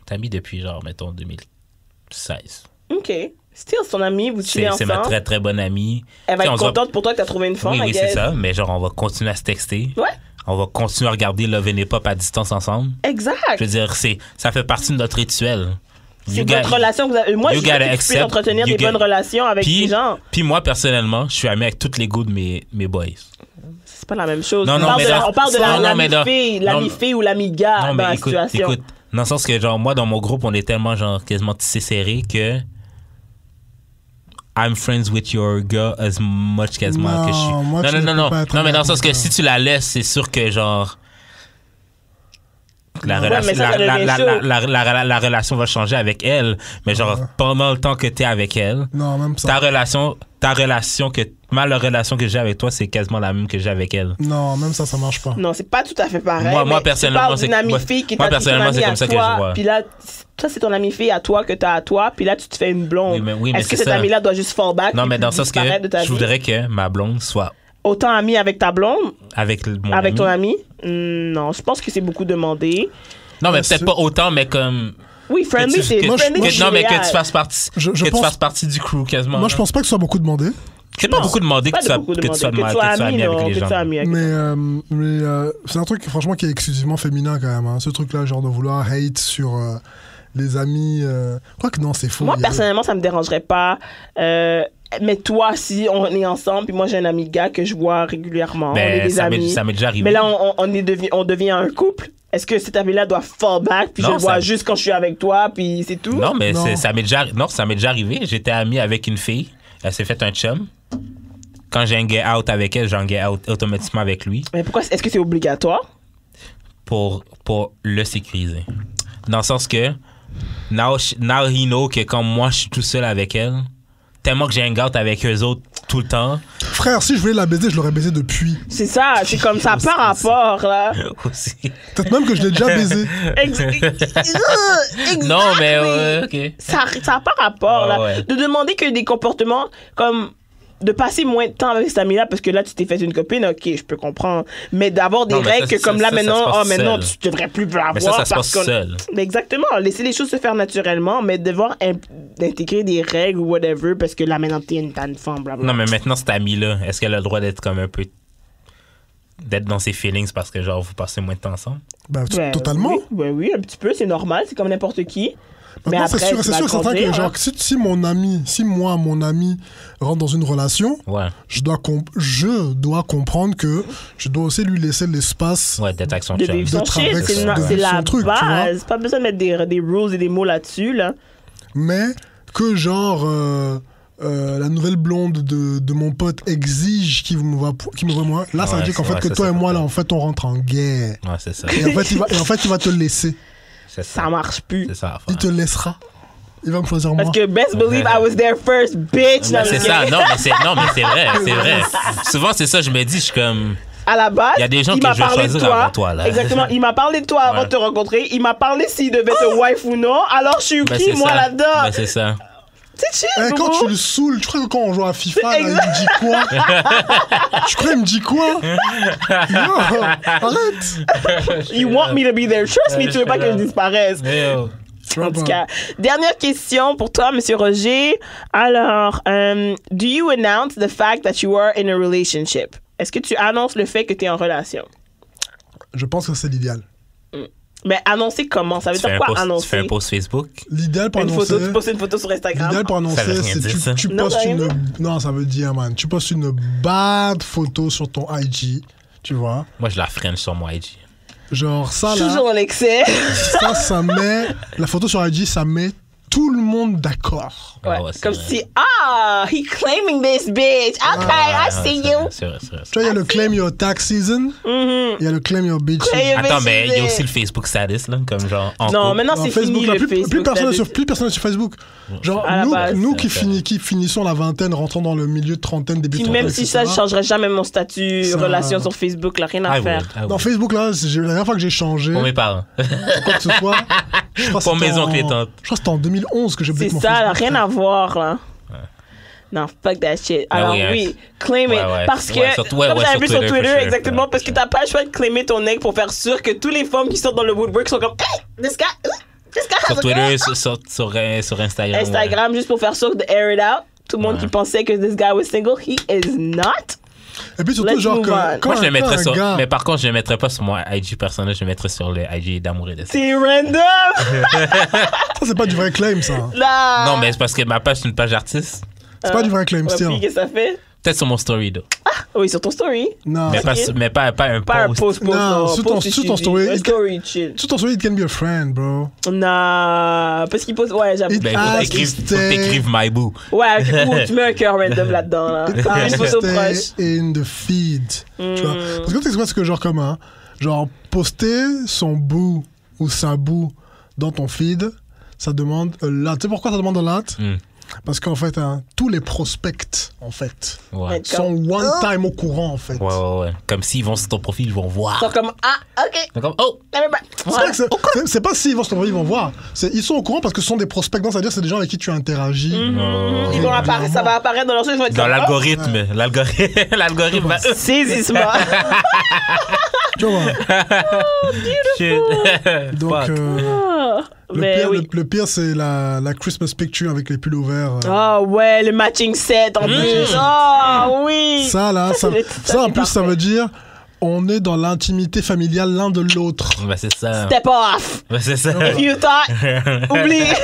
T'as mis depuis, genre, mettons, 2016.
Ok. Still, c'est ton ami, vous chillez
C'est c'est
ensemble.
ma très, très bonne amie.
Elle
Tu
va
sais, on
être
se voit-
contente pour toi que t'as trouvé une femme,
Oui,
I
oui, c'est
guess.
ça. Mais genre, on va continuer à se texter.
Ouais,
On va continuer à regarder Love and Hip Hop à distance ensemble. Je
exact.
veux dire, c'est ça fait partie de notre rituel.
C'est
You
votre
got-
relation que vous avez. Moi,
you
je veux
gotta
que tu puisses
accept-
entretenir
you
des
get-
bonnes relations avec
Puis,
les gens.
puis moi, personnellement, je suis ami avec toutes les goûts de mes, mes boys.
C'est pas la même chose.
Non,
on,
non,
parle
mais
de la-
là-
on parle de
non,
la,
non,
l'ami
mais là-
fille, l'ami
non,
fille ou l'ami gars
non,
Ah, dans la
mais écoute,
situation.
écoute, dans le sens que, genre, moi, dans mon groupe, on est tellement, genre, quasiment tissé serré que I'm friends with your girl as much quasiment
Non,
que je suis.
moi,
non,
tu
non,
ne
non,
peux
non.
pas être
Non, mais dans le
avec
sens que
quelqu'un.
si tu la laisses, c'est sûr que, genre, la,
Ouais,
relation-
mais ça, ça
la- la-
devient
la-
chaud.
la- la- la- la- la relation va changer avec elle, mais genre, pendant le temps que tu es avec elle,
Non, même ça.
ta relation, ta relation que, ma la relation que j'ai avec toi, c'est quasiment la même que j'ai avec elle.
Non, même ça, ça marche pas.
Non, c'est pas tout à fait pareil.
Moi- moi,
mais
personnellement,
tu parles d'une
c'est-
amie
moi-
fille qui
moi,
t'a- qui est ton
personnellement,
amie
c'est
à
comme ça que
toi,
je vois.
Puis là, toi, c'est ton amie fille à toi que t'as à toi, puis là, tu te fais une blonde.
Oui, mais- oui, mais
Est-ce que
c'est
cette
ça.
amie-là doit juste fall back
Non,
puis
mais dans le sens que
disparaître de ta
je
vie?
voudrais que ma blonde soit
Autant amie avec ta blonde,
avec l- mon
avec
ami.
ton ami Hmm, Non, je pense que c'est beaucoup demandé.
Non, mais
Bien
peut-être
sûr.
pas autant, mais comme.
Oui,
que
friendly,
tu-
c'est
que-
Moi, je-
friendly,
moi,
que-
c'est
non, mais que
idéal.
tu fasses partie,
Je- je
que
pense-
tu fasses partie du crew quasiment.
Moi, je
là.
pense pas que ce soit beaucoup demandé,
C'est pas beaucoup demandé
Pas
que
de
tu sois
beaucoup
que tu
demandé.
sois mal- que tu sois ami
non,
avec
que
les
tu sois
gens.
ami avec-
mais, euh, mais euh, c'est un truc franchement qui est exclusivement féminin quand même. hein. Ce truc-là, genre de vouloir hate sur euh, les amis. euh, Quoique non, c'est faux.
Moi,
il y a-
personnellement, ça me dérangerait pas. Euh, mais toi, si on est ensemble, puis moi, j'ai un ami gars que je vois régulièrement. on est
Ben,
des
ça m'est
amis.
ça m'est déjà arrivé.
Mais là, on, on- on est devi- on devient un couple. Est-ce que cet ami-là doit fall back, puis je
Non,
le vois
ça-
juste quand je suis avec toi, puis c'est tout?
Non, mais
Non.
c'est- ça m'est déjà, non, ça m'est déjà arrivé. J'étais ami avec une fille. Elle s'est fait un chum. Quand j'ai un get out avec elle, j'ai un get out automatiquement avec lui
Mais pourquoi? Est-ce que c'est obligatoire?
pour, pour le sécuriser. Dans le sens que, now, she- now he know que quand moi je suis tout seul avec elle, tellement que j'ai un out avec eux autres tout le temps,
Frère, si je voulais la baiser, je l'aurais baisée depuis.
C'est ça, c'est comme ça, par rapport, là.
aussi.
Peut-être même que je l'ai déjà baisée.
Ex- Exactly.
Non, mais ouais, ok.
ça n'a pas rapport
Ouais,
là.
Ah ouais.
de demander que des comportements comme de passer moins de temps avec cet ami là parce que là tu t'es fait une copine ok je peux comprendre mais d'avoir des
Non, mais ça,
règles que
ça,
comme là
ça, ça se
maintenant
passe
oh maintenant
seul.
tu devrais plus l'avoir
Mais ça, ça se
parce
passe
qu'on-
seul.
Mais exactement laisser les choses se faire naturellement mais devoir imp- d'intégrer des règles ou whatever parce que là maintenant t'es une t'as une femme blablabla
Non, mais maintenant, cette amie-là, est-ce qu'elle a le droit d'être comme un peu. d'être dans ses feelings parce que, genre, vous passez moins de temps ensemble?
Bah, t-
Ben,
totalement.
oui, ben oui un petit peu c'est normal c'est comme n'importe qui mais
Maintenant, c'est
après
sûr,
tu
c'est
vas
sûr, et certain que
grandir, hein.
genre, si, si mon ami, si moi, mon ami rentre dans une relation,
Ouais.
je dois, comp- je dois comprendre que je dois aussi lui laisser l'espace.
Ouais, d'être avec son
de
chum.
vivre son
D'être
shit,
avec
c'est
son-
na-
de
c'est
vivre
la
son truc, tu vois.
base. Pas besoin de mettre des, des rules et des mots là-dessus, là.
mais que genre euh, euh, la nouvelle blonde de, de mon pote exige qu'il me voit, pour- qu'il me voit moi. Là, ça
Ouais,
veut dire qu'en
c'est
fait
vrai,
que
ça,
toi
c'est
et moi,
pas
là,
vrai.
en fait, on rentre en guerre.
Ouais, c'est ça.
Et en fait, il va, et en fait, il va te laisser.
C'est ça.
Ça marche plus.
C'est ça. l'affaire.
Il te laissera. Il va me choisir moi.
Parce que best believe I was there first, bitch.
Mais
Non,
c'est
mais-
ça, non, mais c'est, non, mais c'est vrai, c'est vrai. Souvent, c'est ça, je me dis, je suis comme.
À la base,
Il y a des gens
il
que
m'a
je vais
parlé de
choisir
toi.
avant toi, là.
Exactement. Il m'a parlé de toi avant
Ouais.
de te rencontrer. Il m'a parlé s'il devait te wife ou non. Alors, je suis
Ben,
qui,
c'est
moi,
ça. Ben,
là-dedans?
c'est ça.
C'est chill,
Eh, quand
boubou.
tu le saoules, tu crois que quand on joue à FIFA, là, il me dit quoi Tu crois qu'il me dit quoi Yo, Arrête euh,
You want me to be there. Trust me,
Ouais,
tu
je
veux pas
suis
que je
là.
disparaisse.
Mais, oh,
En
Ah bah,
tout cas, dernière question pour toi, Monsieur Roger. Alors, euh, do you announce the fact that you are in a relationship? Est-ce que tu annonces le fait que tu es en relation?
je pense que c'est l'idéal.
Mais Ben, annoncer comment Ça veut
Tu fais,
dire
un
quoi
post, tu fais
annoncer
un post Facebook.
L'idéal pour
Une
annoncer.
photo, tu postes une photo sur Instagram.
L'idéal pour
veut
annoncer,
rien
c'est
dire,
tu,
ça.
tu
Non,
postes
ça veut
une. Non, ça veut dire, man. Tu postes une bad photo sur ton IG, tu vois.
Moi, je la freine sur mon IG.
Genre, ça là,
Toujours dans l'excès.
ça, ça met. La photo sur IG, ça met tout le monde d'accord.
Ah
Ouais,
ouais, c'est
Comme
vrai.
si, ah, he claiming this bitch. Okay, I
Ah,
see
c'est vrai,
you.
c'est vrai, c'est vrai, c'est
Tu vois, il y a le claim your tax season,
Mhm.
il y a le claim your bitch.
Ah, Claim-
season.
vrai. Attends, mais il y a
Mais-
aussi le Facebook sadist, là, comme genre. En
Non,
couple.
maintenant
Alors,
c'est
Facebook,
fini
là,
le
plus,
Facebook.
plus personne
là,
est sur,
des-
plus personne est sur Facebook. Genre,
À la
nous,
base,
nous
c'est
qui,
vrai.
fini- qui finissons la vingtaine, rentrons dans le milieu de trentaine, début de
Puis
trentaine.
même si
etc.
ça, je changerais jamais mon statut
Ça-
relation sur Facebook, là, rien à
euh, I would,
faire.
I would.
Non, Facebook, là, c'est- j'ai- la dernière fois que j'ai changé,
Pour mes parents.
quoi que ce soit, je crois que
Pour
c'était
mes
en-
oncles et tantes.
Je crois que c'était en 2011 que j'ai
C'est
update mon
ça, là,
Facebook.
rien à voir, là. Non, fuck that shit.
hein. Ah
Alors
oui, hein.
oui, claim it.
Ouais, ouais.
Parce que,
Ouais, surtout- ouais,
comme
ouais,
j'avais
sur
vu
Twitter,
sur Twitter,
for sure.
exactement,
Ouais,
parce que
for
t'as pas le choix de claimer ton egg pour faire sûr que tous les femmes qui sortent dans le woodwork sont comme, hey, this guy, euh, this guy has
Sur
a
Twitter,
girl.
sur, sur, sur, euh, sur Instagram.
Instagram, juste pour faire sûr de air it out. Tout le monde qui pensait que this guy was single, he is not.
Et puis surtout,
Let's
genre,
move
que,
on.
quand
Moi, je
un,
le mettrais
quand un
sur.
gars,
Mais par contre, je le mettrais pas sur mon IG personnel, je le mettrais sur le IG d'amour et de sexe.
C'est random!
ça, c'est pas du vrai claim, ça. hein.
Là!
Non, mais c'est parce que ma page, c'est une page artiste.
C'est pas du vrai claim,
Ouais,
still.
puis, qu'est-ce que ça fait?
Peut-être sur mon story, though.
Oui, sur ton story.
Non.
mais, pas,
ok.
mais pas, Ah, pas un
Pas un
post.
post, post.
Non, sur ton-
post,
sur
tu
ton
dis.
story.
Un story, chill.
Tout en soi, it can be a friend, bro.
Non, parce qu'il pose. Ouais, j'avoue.
Ben,
Ah,
faut t'écrire-
c'est-
faut que t'écrives My Boo.
Ouais, ou tu mets un cœur random là-dedans. Là.
It
Ah, une
can
photo
stay
proche. Hmm.
in the feed. Tu vois. Parce que tu sais quoi, ce que genre comme un, genre poster son bout ou sa boue dans ton feed, ça demande a lot. Tu sais pourquoi ça demande a lot
Mm.
Parce qu'en fait, hein, tous les prospects, en fait,
Ouais.
Comme- Oh.
sont one time au courant, en fait.
Ouais, ouais, ouais. Comme s'ils vont sur ton profil, ils vont voir.
Sont comme Ah, ok,
Comme, oh!
let me back.
C'est pas que c'est- c'est- C'est pas s'ils vont se trouver, ils vont voir. C'est- Ils sont au courant parce que ce sont des prospects. Donc, c'est-à-dire, c'est des gens avec qui tu interagis. Euh,
Mhm, Ils vont apparaître, ça va apparaître dans leur truc. ils vont être
Dans
comme,
l'algorithme. L'algorithme. l'algorithme. va-
oh, Saisissement.
Tu vois.
Shit.
Donc,
Fuck.
euh, le,
Ah, Mais
pire,
oui.
le, le pire, c'est la, la Christmas picture avec les pulls au vert. euh.
Ah ouais, le matching set en plus. Ah oui.
Ça, là, ça,
c'est-
ça,
ça,
en
c'est
plus, ça
parfait.
veut dire on est dans l'intimité familiale l'un de l'autre.
Ben, c'est ça.
Step off.
Ben, c'est ça.
If you thought. Oublie.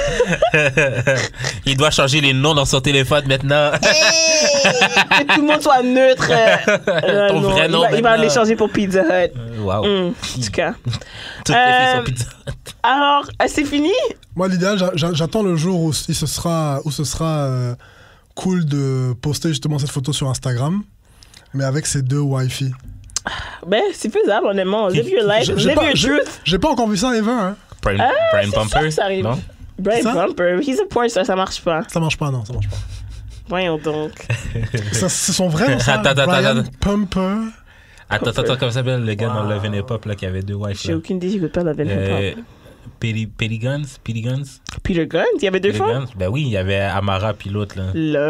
Il doit changer les noms dans son téléphone maintenant.
que tout le monde soit neutre. euh,
Ton
non,
vrai
il
nom
va- Il va
maintenant.
les changer pour Pizza Hut.
Wow.
Hmm, en tout cas.
Toutes les filles
Euh,
sont pizza.
Alors, euh, c'est fini?
Moi, l'idéal, j'a- j'a- j'attends le jour où il se sera, où ce sera euh, cool de poster justement cette photo sur Instagram, mais avec ces deux Wi-Fi.
Ben, c'est faisable, honnêtement. Live your life,
J'ai- j'ai
live
pas-
your
j'ai-
truth.
J'ai pas encore vu ça, Ever. Hein.
Prime, Prime
sûr que
Pumper.
ah, ça arrive.
Non?
Brian
Ça?
Bumper, he's a porn star, ça marche pas.
Ça marche pas, non, ça marche pas.
Voyons donc.
Ça, c'est son vrai nom, ça.
Attends, attends,
Brian
attends.
Pumper.
Attends, attends, attends, comment ça s'appelle le gars dans Love and Hip Hop là, qui avait deux wives
J'ai
là?
aucune idée, j'écoute pas la Ben
Euh,
Hip Hop.
Petty Petty Guns? Petty Guns?
Peter Gunn, il y avait deux
Petty
fois?
Guns? Ben oui, il y avait Amara puis l'autre là.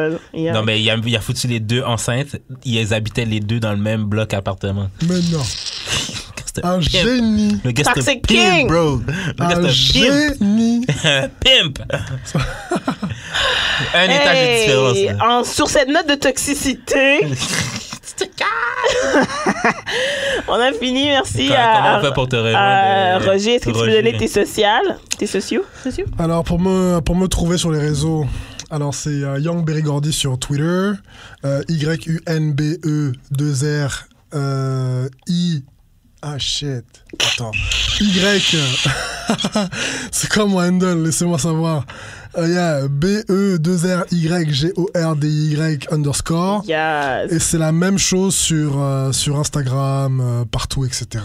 Lol. yeah.
Non, mais il a, il a foutu les deux enceintes. Ils habitaient les deux dans le même bloc appartement.
Mais non,
C'était
un
pimp.
génie.
Le gars, c'était
Ah. Toxic
pimp,
King.
bro. Le
Un
gars, c'était
génie.
pimp. pimp. Un étage de
Hey,
différence. là.
en- sur cette note de toxicité, on a fini. Merci
Comment-
à,
comment on fait pour te rejoindre,
à
euh,
Roger. Est-ce que tu
Roger?
peux donner tes sociales, tes sociaux? sociaux?
Alors pour me, pour me trouver sur les réseaux, alors c'est euh, Young Berigordi sur Twitter, euh, Y-U-N-B-E-2-R E euh, I... Ah shit, attends. Y, euh, c'est quoi mon handle, laissez-moi savoir. Euh, yeah, E B-E-2-R-Y-G-O-R-D-Y underscore.
Yes.
Et c'est la même chose sur, euh, sur Instagram, euh, partout, etc.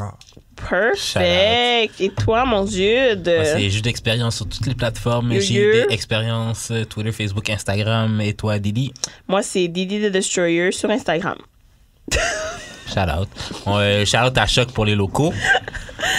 Perfect. Et toi, mon Dieu,
Moi,
de.
C'est juste d'expérience sur toutes les plateformes.
euh, Yo,
J'ai
yo.
des expériences euh, Twitter, Facebook, Instagram. Et toi, Didi?
Moi, c'est Didi the Destroyer sur Instagram.
Shout out. On, euh, shout out à Choc pour les locaux.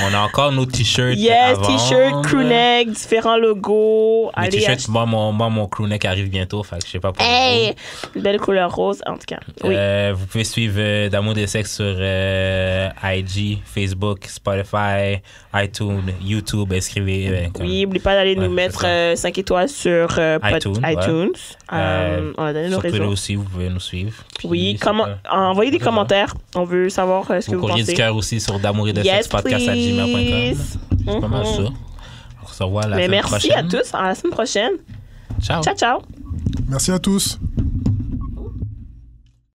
On a encore nos t-shirts.
Yes,
à
t-shirt,
vendre.
crewneck, différents logos.
Mes
Allez,
t-shirts,
acheter.
moi, mon, moi, mon crewneck arrive bientôt, fait que je sais pas pour
Hey! Belle couleur rose, en tout cas. Oui.
Euh, vous pouvez suivre euh, D'amour des sexes sur euh, IG, Facebook, Spotify, iTunes, YouTube. Inscrivez. euh, comme-
Oui, n'oublie pas d'aller
Ouais,
nous mettre
c'est ça.
5 étoiles sur euh, pod-
iTunes,
iTunes.
ouais.
Euh,
Euh,
on a donné nos
sur Twitter
réseaux.
aussi, vous pouvez nous suivre. Puis,
Oui,
c'est
comment,
ça.
envoyez des
C'est ça.
commentaires. On veut savoir euh, ce que
Au
vous
courrier du
pensez.
cœur aussi sur d'amour et de sexe podcast à gmail.com.
please. Mm-hmm.
C'est pas mal ça. On se revoit la
Mais
semaine
merci
prochaine.
à tous. À la semaine prochaine.
Ciao.
Ciao, ciao.
Merci à tous.